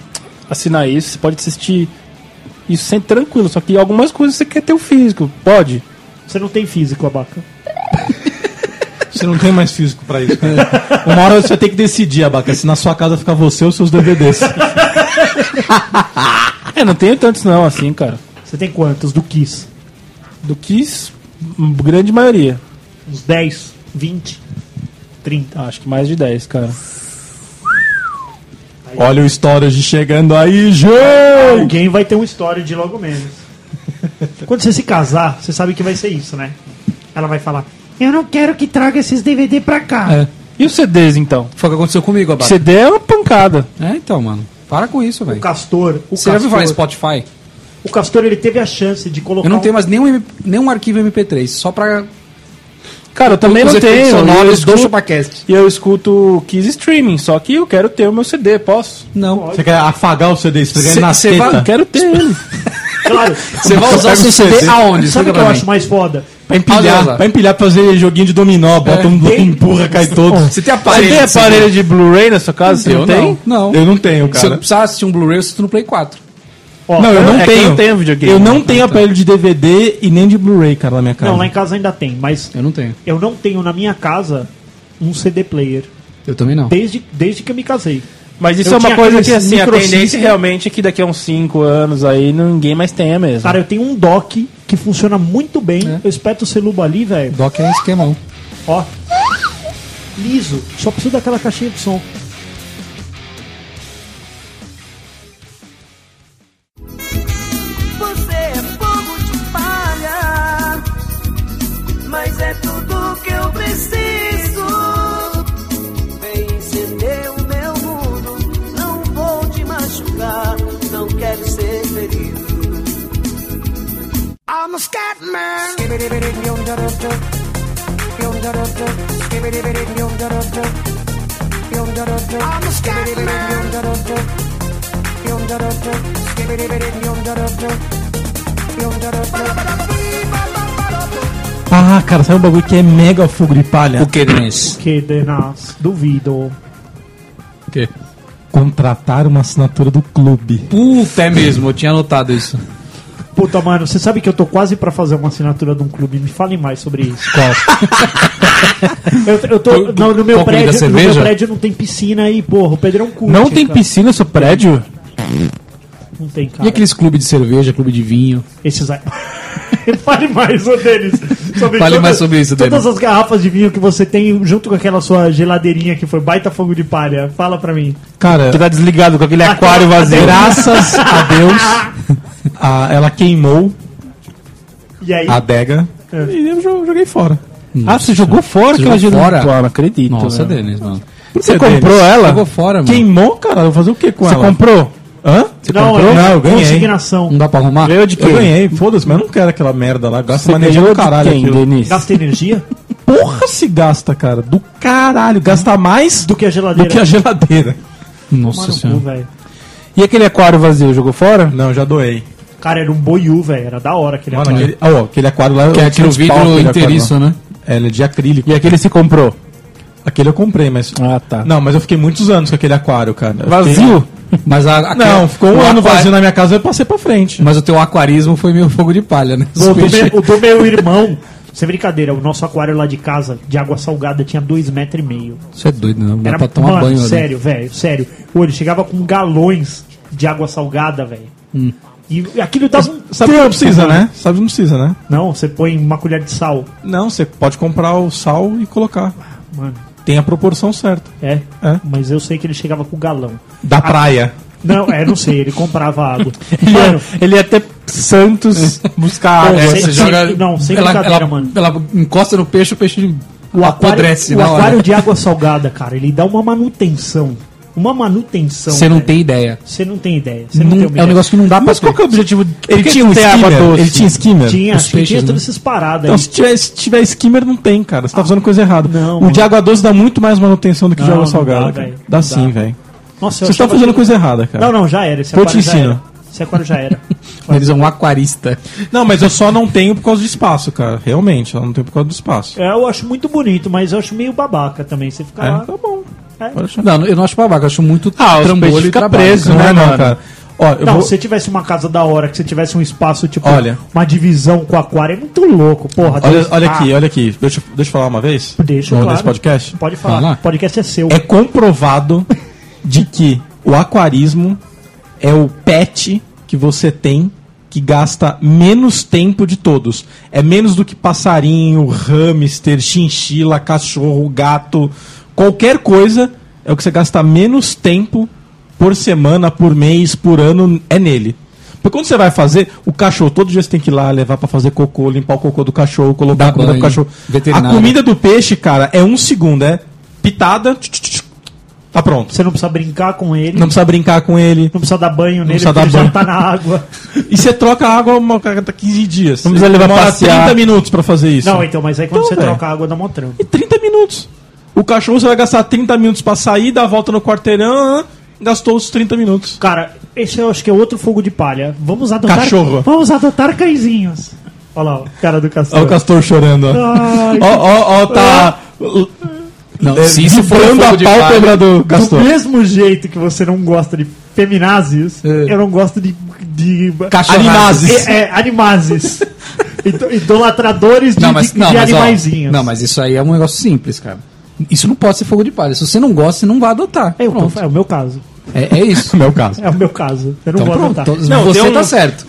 Speaker 4: assinar isso, você pode assistir isso sem tranquilo. Só que algumas coisas você quer ter o físico. Pode.
Speaker 3: Você não tem físico, abaca.
Speaker 1: Você não tem mais físico pra isso, cara. Uma hora você tem que decidir, Abaca, se na sua casa fica você ou seus DVDs.
Speaker 4: É, não tenho tantos não, assim, cara.
Speaker 3: Você tem quantos do Kiss?
Speaker 4: Do que s- grande maioria.
Speaker 3: Uns 10, 20, 30.
Speaker 4: Ah, Acho que mais de 10, cara.
Speaker 1: Olha o storage chegando aí, gente!
Speaker 3: Alguém vai ter um story de logo menos. Quando você se casar, você sabe que vai ser isso, né? Ela vai falar: Eu não quero que traga esses DVD pra cá.
Speaker 2: É.
Speaker 4: E os CDs, então?
Speaker 2: Foi o que aconteceu comigo, Abaca.
Speaker 4: CD é uma pancada.
Speaker 2: É, então, mano. Para com isso, velho.
Speaker 3: O Castor, o
Speaker 2: Você já ouviu
Speaker 3: Castor,
Speaker 2: falar em Spotify?
Speaker 3: o Castor, ele teve a chance de colocar.
Speaker 2: Eu não
Speaker 3: um-
Speaker 2: tenho mais nenhum, M- nenhum arquivo MP3, só pra
Speaker 4: Cara, eu também não
Speaker 2: os
Speaker 4: tenho.
Speaker 2: efeitos
Speaker 4: eu
Speaker 2: sonoros do
Speaker 4: escuto,
Speaker 2: Chupacast.
Speaker 4: e eu escuto Kiss Streaming, só que eu quero ter o meu CD, posso?
Speaker 2: Não.
Speaker 1: Você quer afagar o CD, você quer
Speaker 2: Cê-
Speaker 1: ir na
Speaker 2: cê vai-
Speaker 1: teta.
Speaker 4: Eu quero ter ele.
Speaker 3: Claro.
Speaker 2: Você vai usar o seu
Speaker 1: Pega o
Speaker 2: CD
Speaker 1: CD.
Speaker 2: aonde?
Speaker 3: sabe
Speaker 2: Explica
Speaker 3: o que eu
Speaker 2: pra
Speaker 3: acho
Speaker 2: mim.
Speaker 3: mais foda?
Speaker 1: Pra empilhar,
Speaker 2: Aliás,
Speaker 1: pra empilhar, pra fazer joguinho de dominó, bota um bloco, empurra, cai todos.
Speaker 2: Você tem
Speaker 4: Você
Speaker 2: aparelho?
Speaker 4: tem aparelho de Blu-ray na sua casa? Você
Speaker 2: Eu
Speaker 4: não tem?
Speaker 2: Não.
Speaker 1: Eu não tenho,
Speaker 2: Se eu
Speaker 1: cara.
Speaker 2: precisar assistir um Blu-ray, eu assisto no Play 4.
Speaker 3: Ó,
Speaker 1: Não, eu não
Speaker 4: É que eu
Speaker 1: tenho.
Speaker 4: não tenho videogame.
Speaker 1: Eu não tenho aparelho de DVD e nem de Blu-ray, cara, na minha casa.
Speaker 3: Não, lá em casa ainda tem, mas
Speaker 2: Eu não tenho.
Speaker 3: eu não tenho na minha casa um CD player.
Speaker 2: Eu também não.
Speaker 3: Desde, desde que eu me casei.
Speaker 4: Mas isso
Speaker 3: Eu
Speaker 4: é uma
Speaker 3: tinha
Speaker 4: coisa
Speaker 3: aqueles
Speaker 4: que, assim, a
Speaker 3: microsystem.
Speaker 4: tendência realmente é que daqui a uns 5 anos aí ninguém mais tenha mesmo.
Speaker 3: Cara, eu tenho um dock que funciona muito bem.
Speaker 2: É.
Speaker 3: Eu espeto o celular ali, velho.
Speaker 2: Doc é esquemão.
Speaker 3: Ó. Liso. Só preciso daquela caixinha de som.
Speaker 6: Você é fogo de palha, mas é tudo que eu preciso. Vem encender o meu mundo, não vou te machucar, não quero ser ferido. I'm a scatman. I'm a scatman.
Speaker 1: Ah, cara, sabe um bagulho que é mega fogo de palha?
Speaker 2: O que, Denis?
Speaker 3: Que denas. Duvido.
Speaker 2: O quê?
Speaker 1: Contratar uma assinatura do clube.
Speaker 2: Puta, é mesmo. Eu tinha anotado isso.
Speaker 3: Puta, mano, você sabe que eu tô quase pra fazer uma assinatura de um clube. Me fale mais sobre isso. Eu, eu tô.
Speaker 2: Do- do-
Speaker 3: não, no, meu
Speaker 2: qual clube da
Speaker 3: prédio, no meu
Speaker 2: cerveja?
Speaker 3: prédio não tem piscina e porra, o Pedrão curte.
Speaker 4: não tem
Speaker 3: cara.
Speaker 4: piscina no seu prédio?
Speaker 3: Não tem, cara.
Speaker 2: E aqueles clubes de cerveja, clube de vinho?
Speaker 3: Esses aí. Fale mais, ô Denis. Sobre
Speaker 2: Fale mais sobre isso,
Speaker 3: Todas
Speaker 2: Denis.
Speaker 3: as garrafas de vinho que você tem junto com aquela sua geladeirinha que foi baita fogo de palha. Fala pra mim.
Speaker 1: Cara,
Speaker 4: Que tá desligado com aquele aquário vazio.
Speaker 1: graças a Deus, a- ela queimou
Speaker 3: E aí?
Speaker 1: a adega
Speaker 3: É.
Speaker 1: e eu jo- joguei fora.
Speaker 4: Ah, você jogou fora
Speaker 2: Você
Speaker 4: aquela
Speaker 2: jogou
Speaker 4: geladeira?
Speaker 2: fora?
Speaker 4: Ah, não acredito.
Speaker 2: Nossa,
Speaker 4: velho.
Speaker 2: Denis, mano.
Speaker 4: Você
Speaker 1: Denis?
Speaker 4: comprou ela?
Speaker 2: Jogou é. fora, mano.
Speaker 1: Queimou, cara? Eu vou fazer o que com
Speaker 4: Você
Speaker 1: ela?
Speaker 4: comprou?
Speaker 1: Hã? Você
Speaker 3: não,
Speaker 1: comprou?
Speaker 3: é
Speaker 1: Não, eu ganhei.
Speaker 3: consignação.
Speaker 2: Não dá pra arrumar?
Speaker 4: Ganhou de
Speaker 1: Eu
Speaker 4: quem?
Speaker 1: ganhei, foda-se, mas eu não quero aquela merda lá. Gasta
Speaker 4: Você
Speaker 1: uma energia
Speaker 4: ganhou
Speaker 1: do
Speaker 4: de
Speaker 1: caralho.
Speaker 4: quem,
Speaker 1: aquilo.
Speaker 4: Denis?
Speaker 3: Gasta energia
Speaker 1: Porra, se gasta, cara. Do caralho. Gasta mais
Speaker 3: do que a
Speaker 1: do
Speaker 3: geladeira.
Speaker 1: que a geladeira.
Speaker 2: Nossa
Speaker 3: Tomar no cu,
Speaker 2: senhora.
Speaker 3: velho.
Speaker 4: E aquele aquário vazio, jogou fora?
Speaker 1: Não, já doei.
Speaker 3: Cara, era um boiú, velho. Era da hora aquele
Speaker 1: Mano,
Speaker 3: aquário.
Speaker 1: aquele, ó, aquele aquário lá.
Speaker 2: Que é
Speaker 1: eu tinha
Speaker 2: aquele
Speaker 1: uns pau
Speaker 2: vidro
Speaker 1: naquele aquário
Speaker 2: inteiriço,
Speaker 1: lá.
Speaker 2: né?
Speaker 1: É, ele é de acrílico.
Speaker 4: E aquele se comprou?
Speaker 1: Aquele eu comprei, mas. um-
Speaker 4: Ah, tá.
Speaker 1: Não, mas eu fiquei muitos anos com aquele aquário, cara. Eu fiquei-
Speaker 4: Vazio?
Speaker 2: Mas a, a-
Speaker 1: Não, ficou um
Speaker 2: o
Speaker 1: ano
Speaker 2: aqua-
Speaker 1: vazio na minha casa eu passei pra frente.
Speaker 2: Mas o teu aquarismo foi meio fogo de palha, né?
Speaker 3: O do, meu, o do meu irmão, sem brincadeira, o nosso aquário lá de casa, de água salgada, tinha dois metros e meio.
Speaker 2: Isso é doido, né? Não dá
Speaker 3: Era
Speaker 2: pra tomar
Speaker 3: mano,
Speaker 2: banho, né?
Speaker 3: sério, velho, sério. Pô, ele chegava com galões de água salgada, velho.
Speaker 2: Hum.
Speaker 3: E aquilo dava um
Speaker 1: Sabe que não
Speaker 3: trampo,
Speaker 1: precisa,
Speaker 3: mano.
Speaker 1: né? Sabe que não precisa, né?
Speaker 3: Não, você põe uma colher de sal.
Speaker 1: Não, você pode comprar o sal e colocar.
Speaker 3: Mano,
Speaker 1: Tem a proporção certa.
Speaker 3: é.
Speaker 1: É.
Speaker 3: Mas eu sei que ele chegava com galão.
Speaker 1: Da praia.
Speaker 3: Não, é, não sei, ele comprava água.
Speaker 4: Ele
Speaker 3: Mano,
Speaker 4: ia, ele ia até Santos buscar
Speaker 3: Pô,
Speaker 4: água.
Speaker 2: É,
Speaker 3: Sem-
Speaker 2: você
Speaker 3: sem-
Speaker 2: joga.
Speaker 3: não, sem
Speaker 2: ela,
Speaker 3: brincadeira,
Speaker 2: ela,
Speaker 3: mano.
Speaker 2: Ela encosta no peixe, o peixe
Speaker 3: O aquário,
Speaker 4: é
Speaker 2: Apodrece
Speaker 3: o
Speaker 2: na hora.
Speaker 3: aquário de água salgada, cara, ele dá uma manutenção. Uma manutenção.
Speaker 2: Você não
Speaker 4: um
Speaker 3: velho.
Speaker 2: tem ideia.
Speaker 3: Você não tem ideia. Você não,
Speaker 2: Não-
Speaker 3: tem
Speaker 2: é
Speaker 3: ideia.
Speaker 2: um negócio que não dá pra
Speaker 4: Mas qual que é o objetivo? de- Por que que tem
Speaker 1: Ele tinha um skimmer.
Speaker 3: Tinha,
Speaker 2: os
Speaker 3: acho que
Speaker 2: peixes,
Speaker 3: tinha
Speaker 2: né?
Speaker 3: todas essas paradas
Speaker 1: Então,
Speaker 3: aí.
Speaker 1: se tiver, se tiver skimmer, não tem, cara. Você tá usando coisa errada.
Speaker 3: Não,
Speaker 1: o
Speaker 3: mano.
Speaker 1: de água doce dá muito mais manutenção do que o de
Speaker 3: Não,
Speaker 1: água
Speaker 3: não
Speaker 1: salgada.
Speaker 3: dá,
Speaker 1: cara.
Speaker 3: velho.
Speaker 1: Dá Então,
Speaker 3: Não
Speaker 1: sim,
Speaker 3: dá.
Speaker 1: velho.
Speaker 3: Nossa, eu
Speaker 1: Vocês estão
Speaker 3: achava
Speaker 1: fazendo
Speaker 3: que-
Speaker 1: coisa errada, cara.
Speaker 3: Não, não, já era. Esse
Speaker 1: Vou
Speaker 3: aquário
Speaker 1: te
Speaker 3: já
Speaker 1: ensinar.
Speaker 3: era. Esse aquário já era.
Speaker 2: Eles são um aquarista.
Speaker 1: Não, mas eu só não tenho por causa do espaço, cara. Realmente, eu não tenho por causa do espaço.
Speaker 3: É, eu acho muito bonito, mas eu acho meio babaca também. Você ficar
Speaker 1: É,
Speaker 3: lá.
Speaker 1: tá bom.
Speaker 3: É.
Speaker 1: Pode achar.
Speaker 2: Não, eu não acho babaca, eu acho muito
Speaker 4: Ah, os peixes
Speaker 2: e
Speaker 4: fica
Speaker 2: trabalho,
Speaker 4: preso,
Speaker 2: cara.
Speaker 1: Não é não,
Speaker 4: mano?
Speaker 1: cara. Ó, eu
Speaker 3: né, Não,
Speaker 1: vou...
Speaker 3: se você tivesse uma casa da hora, que você tivesse um espaço, tipo,
Speaker 1: Olha.
Speaker 3: uma divisão com aquário, é muito louco, porra. tem
Speaker 1: olha,
Speaker 3: um
Speaker 1: olha
Speaker 3: espaço.
Speaker 1: aqui, olha aqui. Deixa, deixa eu falar uma vez.
Speaker 3: Deixa,
Speaker 1: no,
Speaker 3: claro.
Speaker 1: Nesse podcast.
Speaker 3: Pode falar.
Speaker 2: Fala.
Speaker 3: O podcast é seu.
Speaker 1: É comprovado de que o aquarismo é o pet que você tem que gasta menos tempo de todos. É menos do que passarinho, hamster, chinchila, cachorro, gato, qualquer coisa é o que você gasta menos tempo por semana, por mês, por ano é nele. Porque quando você vai fazer, o cachorro todo dia você tem que ir lá levar pra fazer cocô, limpar o cocô do cachorro, colocar
Speaker 2: Dar
Speaker 1: a comida
Speaker 2: banho,
Speaker 1: do cachorro.
Speaker 2: veterinário.
Speaker 1: A comida do peixe, cara, é um segundo, é pitada, tá pronto.
Speaker 3: Você não precisa brincar com ele,
Speaker 1: Não
Speaker 3: não,
Speaker 1: precisa brincar com ele.
Speaker 3: precisa dar banho nele,
Speaker 1: precisa dar
Speaker 3: ele
Speaker 1: banho.
Speaker 3: já tá na água.
Speaker 1: E você troca a água uma cada 15 dias.
Speaker 4: Não precisa levar
Speaker 1: Demora
Speaker 4: passear. é
Speaker 1: 30 minutos pra fazer isso.
Speaker 3: Não, então, mas aí quando
Speaker 1: Então,
Speaker 3: você
Speaker 1: velho.
Speaker 3: troca a água da Motran.
Speaker 1: E 30 minutos. O cachorro você vai gastar 30 minutos pra sair, dar a volta no quarteirão, ah, gastou os 30 minutos.
Speaker 3: Cara, esse eu acho que é outro fogo de palha. Vamos adotar.
Speaker 1: Cachorro.
Speaker 3: Vamos adotar cãezinhos. Olha lá, o cara do
Speaker 1: Olha
Speaker 3: castor.
Speaker 1: o castor chorando, ó.
Speaker 3: Ai,
Speaker 1: Ó, ó, ó, tá.
Speaker 2: Não,
Speaker 1: É,
Speaker 2: se isso for um
Speaker 1: vibrando
Speaker 2: fogo
Speaker 1: a
Speaker 2: de palha,
Speaker 1: pálpebra do
Speaker 3: Do
Speaker 1: castor.
Speaker 3: mesmo jeito que você não gosta de feminazes,
Speaker 2: É.
Speaker 3: eu não gosto de. de
Speaker 2: Cachorrazes.
Speaker 3: é, é, animazes. Ido- Idolatradores de,
Speaker 2: Não, mas,
Speaker 3: de-
Speaker 2: não,
Speaker 3: de
Speaker 2: mas, ó,
Speaker 3: animaizinhos.
Speaker 2: não, mas isso aí é um negócio simples, cara. Isso não pode ser fogo de palha. Se você não gosta, você não vai adotar.
Speaker 3: É, o-
Speaker 2: Pronto.
Speaker 3: é o meu caso.
Speaker 2: É, é isso.
Speaker 1: Meu caso.
Speaker 3: É o meu caso. Eu não
Speaker 2: Então
Speaker 3: vou
Speaker 2: pronto.
Speaker 3: adotar.
Speaker 2: Então,
Speaker 1: Não,
Speaker 2: você
Speaker 1: tem um-
Speaker 2: tá certo.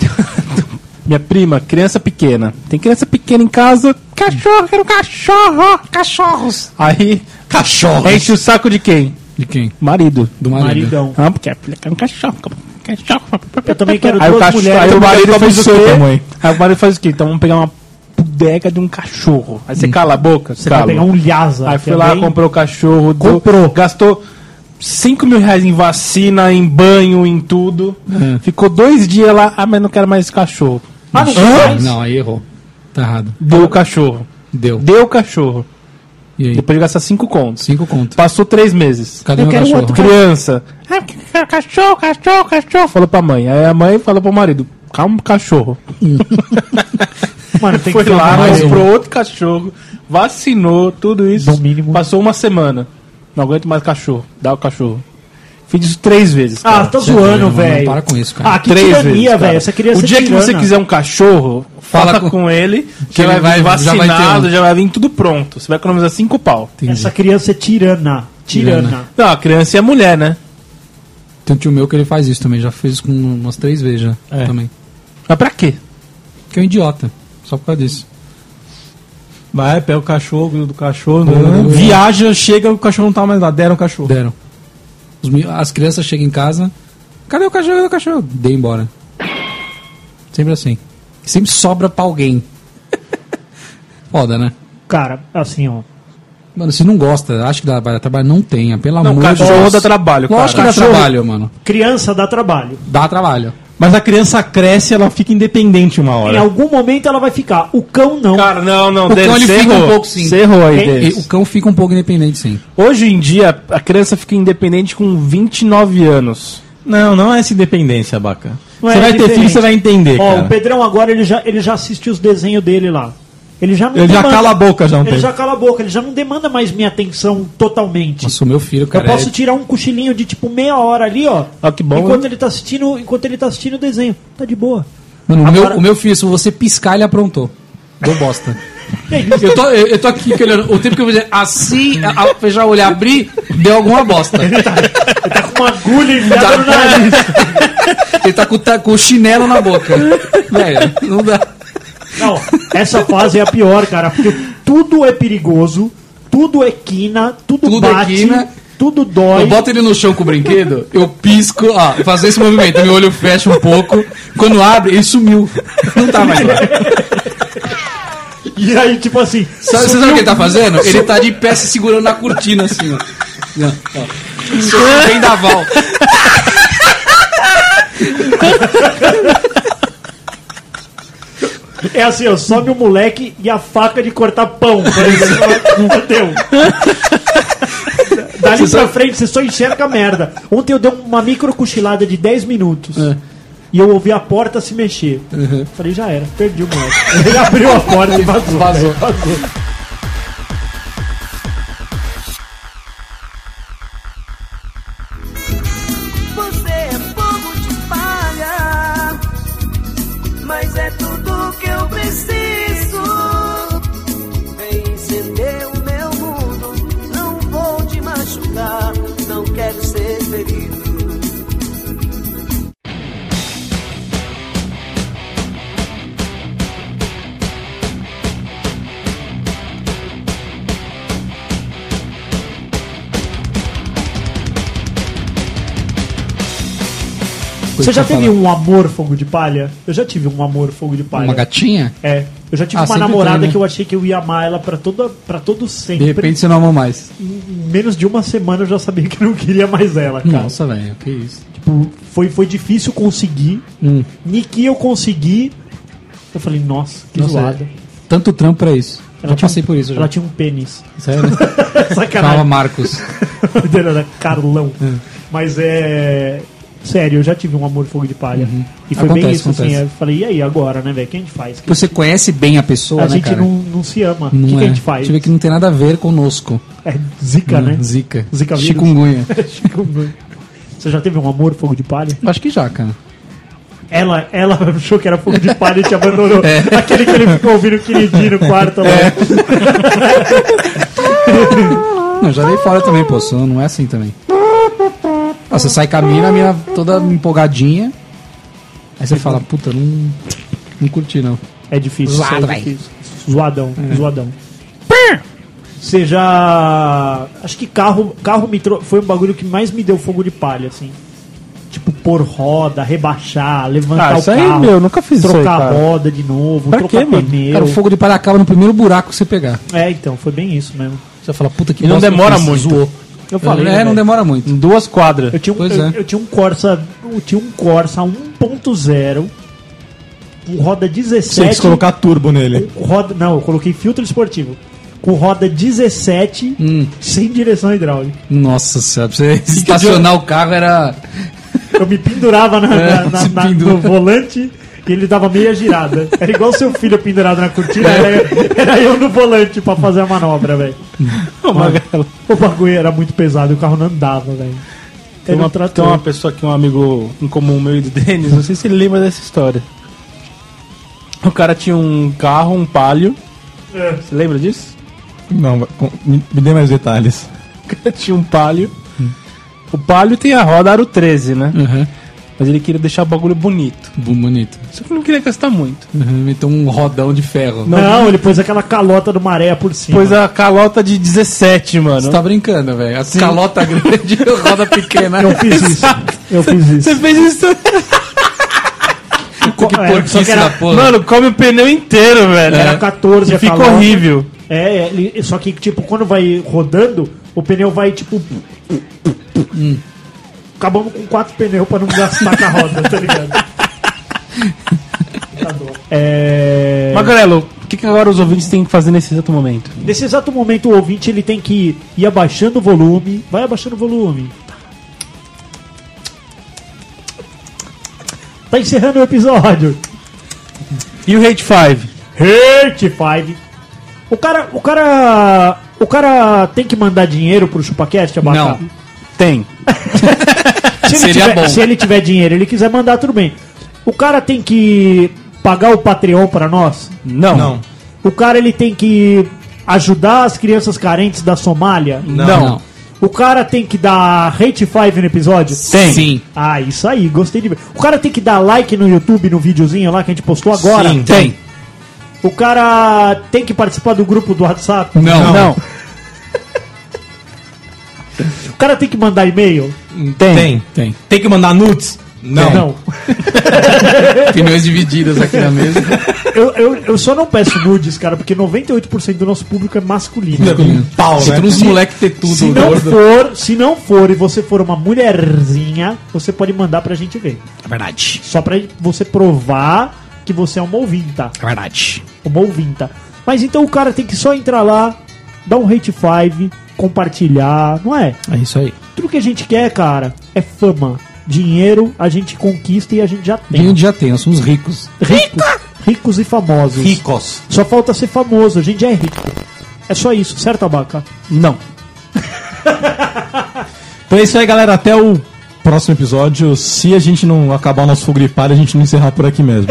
Speaker 4: Minha prima, criança pequena. Tem criança pequena em casa. Cachorro, quero um cachorro, cachorros. Aí
Speaker 1: um Cachorro.
Speaker 4: enche o saco de quem?
Speaker 2: De quem?
Speaker 4: Marido.
Speaker 2: Do marido.
Speaker 3: Maridão.
Speaker 4: Ah, porque a filha quer um cachorro. cachorro.
Speaker 3: Eu também quero
Speaker 4: aí o
Speaker 3: duas
Speaker 4: cachorro,
Speaker 3: mulheres.
Speaker 4: Aí o
Speaker 3: Eu
Speaker 4: marido
Speaker 1: também
Speaker 4: faz o
Speaker 1: sou
Speaker 4: quê?
Speaker 1: mãe.
Speaker 4: Aí o marido faz o quê? Então vamos pegar uma bodega de um cachorro. Aí você cala a boca?
Speaker 3: Hum. Você vai pegar um Lhasa.
Speaker 4: Aí
Speaker 3: que
Speaker 4: foi
Speaker 3: é
Speaker 4: lá,
Speaker 3: bem-
Speaker 4: comprou o cachorro. deu-
Speaker 3: Comprou.
Speaker 4: gastou 5 mil reais em vacina, em banho, em tudo.
Speaker 2: É.
Speaker 4: Ficou dois dias lá. Ah, mas não quero mais esse cachorro.
Speaker 3: Ah, não,
Speaker 2: Hã?
Speaker 3: faz?
Speaker 2: Não, aí errou. Tá errado.
Speaker 4: Deu o cachorro.
Speaker 2: Deu.
Speaker 4: Deu o cachorro.
Speaker 2: E aí?
Speaker 4: Depois de gastar 5 contos.
Speaker 2: Cinco conto.
Speaker 4: Passou três meses.
Speaker 2: Cadê
Speaker 4: eu
Speaker 2: meu
Speaker 4: quero um
Speaker 2: cachorro?
Speaker 4: outro criança. Ah, que- que- cachorro, cachorro, cachorro. Falou pra mãe. Aí a mãe falou pro marido: calma, cachorro.
Speaker 3: Mano, tem
Speaker 4: Foi
Speaker 3: que ter um
Speaker 4: lá,
Speaker 3: uma-
Speaker 2: mais
Speaker 1: um.
Speaker 4: comprou outro cachorro, vacinou, tudo isso.
Speaker 3: No mínimo.
Speaker 4: Passou uma semana. Não aguento mais cachorro. Dá o cachorro. Fiz isso três vezes.
Speaker 3: Ah,
Speaker 4: cara.
Speaker 3: tá
Speaker 2: Não,
Speaker 3: zoando,
Speaker 2: não,
Speaker 3: velho.
Speaker 2: Para com isso, cara.
Speaker 3: Ah, que
Speaker 4: três
Speaker 3: tirania,
Speaker 4: vezes. cara.
Speaker 3: velho. Essa criança é
Speaker 4: o dia que
Speaker 3: tirana.
Speaker 4: você quiser um cachorro,
Speaker 2: Fala
Speaker 4: fala,
Speaker 2: com-
Speaker 4: com, ele,
Speaker 2: que
Speaker 4: que
Speaker 2: ele
Speaker 4: vai,
Speaker 2: vai-
Speaker 4: vir
Speaker 2: já vai ter
Speaker 4: vacinado,
Speaker 2: um.
Speaker 4: já vai vir tudo pronto. Você vai economizar cinco pau.
Speaker 3: Essa criança é tirana. Tirana.
Speaker 2: Tirana.
Speaker 4: Não, a criança é mulher, né?
Speaker 2: Tem um tio meu que ele faz isso também. Já fez isso com umas três vezes já.
Speaker 4: É.
Speaker 2: Também.
Speaker 4: Mas pra quê?
Speaker 2: Que é um idiota. Só por causa disso.
Speaker 1: Vai, pega o cachorro, gruda do cachorro.
Speaker 4: Uhum.
Speaker 2: Pô,
Speaker 1: né? Viaja, chega, o cachorro não tá mais lá. Deram o cachorro.
Speaker 2: Deram. Os meni- as crianças chegam em casa. Cadê o cachorro? Cadê o cachorro? Dei embora. Sempre assim. Sempre sobra pra alguém. Foda, né?
Speaker 3: Cara, assim, ó.
Speaker 2: Mano, se não gosta, acha que dá vai dar trabalho, não tenha. Pelo
Speaker 4: Não,
Speaker 2: amor de
Speaker 4: cachorro
Speaker 2: Deus.
Speaker 4: dá trabalho, cara.
Speaker 2: Lógico que dá
Speaker 4: Cachorro-
Speaker 2: trabalho, mano.
Speaker 3: Criança dá trabalho.
Speaker 2: Dá trabalho.
Speaker 1: Mas a criança cresce, ela fica independente uma
Speaker 3: Em
Speaker 1: hora.
Speaker 3: algum momento ela vai ficar. O cão não.
Speaker 4: Cara, não, não,
Speaker 2: O cão, ele
Speaker 4: você
Speaker 2: fica um
Speaker 4: errou.
Speaker 2: pouco, sim.
Speaker 4: Você errou aí,
Speaker 3: Quem?
Speaker 2: E
Speaker 4: Denis.
Speaker 2: o cão fica um pouco independente, sim.
Speaker 4: Hoje em dia, a criança fica independente com 29 anos.
Speaker 1: Não, não é essa independência, Baca.
Speaker 3: Não
Speaker 1: Você
Speaker 3: é
Speaker 1: vai ter
Speaker 3: diferente.
Speaker 1: filho, você vai entender,
Speaker 3: Ó,
Speaker 1: cara.
Speaker 3: o Pedrão agora ele já, ele já assiste os desenhos dele lá. Ele já não
Speaker 1: Ele já cala a boca, já não
Speaker 3: Ele
Speaker 1: tem.
Speaker 3: já cala a boca, ele já não demanda mais minha atenção totalmente.
Speaker 2: Nossa, o meu filho, cara.
Speaker 3: eu posso
Speaker 2: é-
Speaker 3: tirar um cochilinho de tipo meia hora ali, ó.
Speaker 4: Ah, que bom,
Speaker 3: Enquanto
Speaker 4: né?
Speaker 3: ele tá assistindo, enquanto ele tá assistindo o desenho. Tá de boa.
Speaker 2: Mano, o,
Speaker 3: Agora-
Speaker 2: meu, o meu filho, se você piscar, ele aprontou. Deu bosta. Eu tô, eu, eu tô aqui que olhando. O tempo que eu vou dizer assim, a- a- fechar o olho e abrir, deu alguma bosta.
Speaker 3: Ele tá com uma agulha enfiada no nariz.
Speaker 2: Ele tá com, o ta- com o chinelo na boca. Velho, não dá.
Speaker 3: Não, essa fase é a pior, cara, porque tudo é perigoso, tudo é quina, tudo,
Speaker 2: Tudo é
Speaker 3: bate,
Speaker 2: quina.
Speaker 3: tudo dói.
Speaker 2: Eu boto ele no chão com o brinquedo, eu pisco, ó, faço esse movimento, meu olho fecha um pouco, quando abre, ele sumiu. Não tá mais lá.
Speaker 3: E aí, tipo assim.
Speaker 2: Sabe, você sabe o que ele tá fazendo? Ele tá de pé se segurando na cortina, assim, ó. Não, ó. Sou um vendaval.
Speaker 3: É assim, ó, sobe o moleque e a faca de cortar pão, por exemplo. Entendeu? Dali pra frente você só enxerga merda. Ontem eu dei uma micro cochilada de 10 minutos.
Speaker 2: É.
Speaker 3: E eu ouvi a porta se mexer.
Speaker 2: Uhum.
Speaker 3: Falei, já era, perdi o moleque. Ele abriu a porta e vazou.
Speaker 2: Vazou.
Speaker 3: velho, vazou.
Speaker 6: Você é fogo de palha, mas é tudo que eu preciso. Vem encender o meu mundo, não vou te machucar, não quero ser ferido.
Speaker 3: Você já
Speaker 2: Coisa
Speaker 3: teve
Speaker 2: pra
Speaker 3: um amor fogo de palha? Eu já tive um amor fogo de
Speaker 2: falar.
Speaker 3: palha.
Speaker 2: Uma gatinha?
Speaker 3: É. Eu já tive
Speaker 2: Ah,
Speaker 3: uma
Speaker 2: sempre
Speaker 3: namorada
Speaker 2: tem, né?
Speaker 3: que eu achei que eu ia amar ela pra, toda, pra todo
Speaker 2: De
Speaker 3: sempre.
Speaker 2: repente você não ama mais.
Speaker 3: Em menos de uma semana eu já sabia que eu não queria mais ela, cara.
Speaker 2: Nossa, velho, que isso.
Speaker 3: Tipo, foi, foi difícil conseguir.
Speaker 2: Hum.
Speaker 3: E que eu consegui. Eu falei, nossa, que
Speaker 2: Nossa,
Speaker 3: zoada.
Speaker 2: é. Tanto trampo pra isso.
Speaker 3: Ela
Speaker 2: já passei por isso. Já.
Speaker 3: Ela tinha um pênis.
Speaker 2: Sério, né? Calma,
Speaker 3: Sacanagem.
Speaker 2: Marcos.
Speaker 3: Era Carlão. Mas é. Sério, eu já tive um amor fogo de palha. E foi bem
Speaker 2: Uhum. Acontece,
Speaker 3: isso, assim.
Speaker 2: acontece.
Speaker 3: Eu falei, e aí agora, né, velho? O que a gente faz? Que-
Speaker 2: Você conhece bem a pessoa,
Speaker 3: a
Speaker 2: né,
Speaker 3: gente
Speaker 2: cara?
Speaker 3: não, não se ama. O que,
Speaker 2: Não
Speaker 3: que
Speaker 2: é.
Speaker 3: a gente faz?
Speaker 2: Você vê que não tem nada a ver conosco.
Speaker 3: É zica,
Speaker 4: Hum,
Speaker 3: né?
Speaker 2: Zica.
Speaker 3: Zica vírus.
Speaker 2: Chikungunya.
Speaker 3: Chikungunya. Você já teve um amor fogo de palha?
Speaker 2: Acho que já, cara.
Speaker 3: Ela, ela achou que era fogo de palha e te abandonou.
Speaker 4: É.
Speaker 3: Aquele que ele ficou ouvindo queridinho no quarto lá.
Speaker 2: Não, já dei fora também, pô. só Não é assim também. Ah, Você sai com a mina, a mina toda empolgadinha. Aí você fala, puta, não, não curti, não.
Speaker 3: É difícil.
Speaker 2: Zoado,
Speaker 3: isso é
Speaker 2: véi.
Speaker 3: difícil. Zoadão,
Speaker 4: É.
Speaker 3: zoadão. Você já. Acho que carro, carro me tro... foi um bagulho que mais me deu fogo de palha, assim. Tipo, pôr roda, rebaixar, levantar
Speaker 4: Ah,
Speaker 3: o
Speaker 4: isso aí,
Speaker 3: carro.
Speaker 4: meu, nunca fiz isso aí,
Speaker 3: trocar
Speaker 4: cara.
Speaker 3: roda de novo,
Speaker 4: Pra
Speaker 3: trocar
Speaker 4: quê, mano?
Speaker 3: pneu.
Speaker 2: Cara, o fogo de palha acaba no primeiro buraco que você pegar.
Speaker 3: É, então, foi bem isso mesmo.
Speaker 2: Você fala, puta que
Speaker 4: E não
Speaker 2: bosta que eu
Speaker 4: demora
Speaker 2: fiz.
Speaker 4: muito.
Speaker 2: Zoou.
Speaker 3: Eu
Speaker 2: é,
Speaker 3: falei. né,
Speaker 2: não
Speaker 3: velho?
Speaker 2: demora muito.
Speaker 4: Em duas quadras.
Speaker 3: Eu tinha um,
Speaker 2: Pois
Speaker 3: eu,
Speaker 2: é.
Speaker 3: eu tinha um Corsa, eu tinha um Corsa 1.0, com roda
Speaker 1: Você tem
Speaker 3: 17,
Speaker 1: que colocar turbo nele.
Speaker 3: com roda, não, eu coloquei filtro esportivo. Com roda 17, sem direção hidráulica.
Speaker 2: Nossa senhora, pra você estacionar o carro era.
Speaker 3: Eu me pendurava na, na- na-
Speaker 2: se
Speaker 3: na-
Speaker 2: pendura.
Speaker 3: no volante e ele dava meia girada. Era igual seu filho pendurado na cortina, era, eu- era eu no volante pra fazer a manobra, velho. Mano, O bagulho era muito pesado, o carro não andava, velho.
Speaker 4: Tem
Speaker 3: Era um
Speaker 4: uma,
Speaker 3: trator.
Speaker 4: tem uma pessoa aqui, um amigo em comum meu e do Denis, não sei se ele lembra dessa história. O cara tinha um carro, um palio.
Speaker 3: É.
Speaker 4: Você lembra disso?
Speaker 1: Não, com- me, me dê mais detalhes.
Speaker 4: O cara tinha um palio. O palio tem a roda aro 13, né?
Speaker 2: Aham.
Speaker 4: Mas ele queria deixar o bagulho bonito.
Speaker 2: Bom, Bonito.
Speaker 4: Só que não queria gastar muito.
Speaker 2: Uhum, Meteu um rodão de ferro.
Speaker 3: Não, ele pôs aquela calota do maré por cima.
Speaker 1: é,
Speaker 4: Pois a calota de 17,
Speaker 2: Você
Speaker 4: mano.
Speaker 2: tá brincando, velho. As calota grande e roda pequena.
Speaker 3: Eu fiz isso. Eu fiz isso.
Speaker 4: Você fez isso.
Speaker 2: que
Speaker 3: É,
Speaker 2: porquice
Speaker 3: só que era-
Speaker 2: da porra.
Speaker 4: Mano, come o pneu inteiro, velho.
Speaker 1: É,
Speaker 3: Era 14
Speaker 4: E
Speaker 3: a
Speaker 4: fica
Speaker 3: calota.
Speaker 4: horrível.
Speaker 3: É, é, ele- só que, tipo, quando vai rodando, o pneu vai, tipo. Acabamos com quatro pneus pra não gastar com a roda, tá ligado? Tá bom. É...
Speaker 4: Magrelo, o que, que agora os ouvintes têm que fazer nesse exato momento?
Speaker 3: Nesse exato momento, o ouvinte ele tem que ir abaixando o volume. Vai abaixando o volume. Tá encerrando o episódio.
Speaker 4: E o Hate 5?
Speaker 3: Hate Five. O cara, o cara, o cara tem que mandar dinheiro pro ChupaCast
Speaker 2: Não.
Speaker 3: abaixar?
Speaker 4: Tem.
Speaker 3: Se ele
Speaker 2: Seria
Speaker 3: tiver,
Speaker 2: bom.
Speaker 3: Se ele tiver dinheiro, ele quiser mandar, tudo bem. O cara tem que pagar o Patreon pra nós?
Speaker 4: Não.
Speaker 1: Não.
Speaker 3: O cara, ele tem que ajudar as crianças carentes da Somália?
Speaker 1: Não.
Speaker 2: Não.
Speaker 3: O cara tem que dar Hate Five no episódio?
Speaker 4: Tem.
Speaker 2: Sim.
Speaker 3: Ah, isso aí, gostei de ver. O cara tem que dar like no YouTube, no videozinho lá que a gente postou agora?
Speaker 1: Sim.
Speaker 2: Tem.
Speaker 3: O cara tem que participar do grupo do WhatsApp?
Speaker 2: Não.
Speaker 4: Não.
Speaker 3: O cara tem que mandar e-mail?
Speaker 4: Tem.
Speaker 1: Tem.
Speaker 2: Tem.
Speaker 1: Tem que mandar nudes?
Speaker 2: Não.
Speaker 3: Não.
Speaker 2: Opiniões divididas aqui na mesa.
Speaker 3: Eu, eu, eu só não peço nudes, cara, porque 98% do nosso público é masculino.
Speaker 1: Pau,
Speaker 2: Se
Speaker 1: né?
Speaker 2: tu uns moleque ter
Speaker 3: Se
Speaker 2: tudo
Speaker 3: não
Speaker 2: gordo.
Speaker 3: for, se não for e você for uma mulherzinha, você pode mandar pra gente ver.
Speaker 2: É verdade.
Speaker 3: Só pra você provar que você é uma ouvinta.
Speaker 2: É verdade.
Speaker 3: Uma ouvinta. Mas então o cara tem que só entrar lá, dar um rate 5, compartilhar, não é?
Speaker 2: É isso aí.
Speaker 3: Tudo que a gente quer, cara, é fama. Dinheiro a gente conquista e a gente já tem. um
Speaker 2: Dinheiro já tem, nós somos ricos.
Speaker 3: Ricos, ricos e famosos.
Speaker 1: Ricos.
Speaker 3: Só falta ser famoso, a gente já é rico. É só isso, certo, Abaca?
Speaker 4: Não.
Speaker 1: Então é isso aí, galera. Até o próximo episódio. Se a gente não acabar o nosso fogo de palha, a gente não encerrar por aqui mesmo.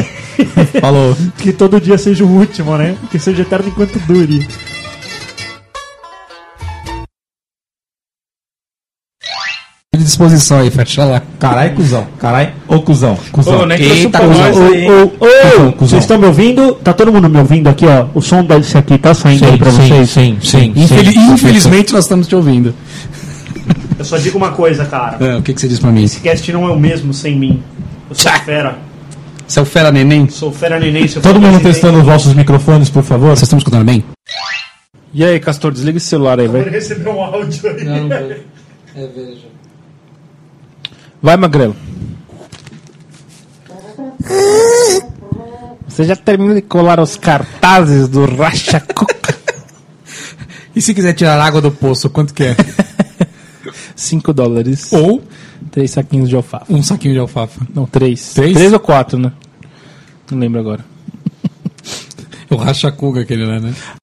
Speaker 1: Falou.
Speaker 3: Que todo dia seja o último, né? Que seja eterno enquanto dure.
Speaker 2: De disposição aí, fecha lá.
Speaker 1: Carai, cuzão. Carai, ô cuzão. Cuzão.
Speaker 2: Eita,
Speaker 1: nós
Speaker 2: cuzão.
Speaker 1: aí, hein? Cuzão, cuzão.
Speaker 3: Vocês estão me ouvindo? Tá todo mundo me ouvindo aqui, ó. O som desse aqui tá saindo aí pra vocês.
Speaker 1: sim, sim,
Speaker 2: Infeli-
Speaker 1: sim.
Speaker 2: Infelizmente nós estamos te ouvindo.
Speaker 3: Eu só digo uma coisa, cara.
Speaker 2: Ah, o que, que você disse pra mim?
Speaker 3: O cast não é o mesmo sem mim. Eu sou
Speaker 2: Tchá.
Speaker 3: fera.
Speaker 2: Você é o fera neném?
Speaker 3: Sou fera neném. Sou
Speaker 1: Todo
Speaker 3: fera
Speaker 1: mundo
Speaker 3: neném.
Speaker 1: testando os vossos microfones, por favor.
Speaker 2: Vocês estão escutando bem?
Speaker 4: E aí, Castor, desliga esse celular aí, vai.
Speaker 3: recebeu um áudio aí.
Speaker 4: Vai, Magrelo. Você já terminou de colar os cartazes do Racha Cuca?
Speaker 2: E se quiser tirar água do poço, quanto que é?
Speaker 4: 5 dólares.
Speaker 2: Ou
Speaker 4: 3 saquinhos de alfafa.
Speaker 2: um saquinho de alfafa.
Speaker 4: Não, 3.
Speaker 2: Três?
Speaker 4: 3 ou 4, né? Não lembro agora.
Speaker 2: O racha-cuga aquele lá, né?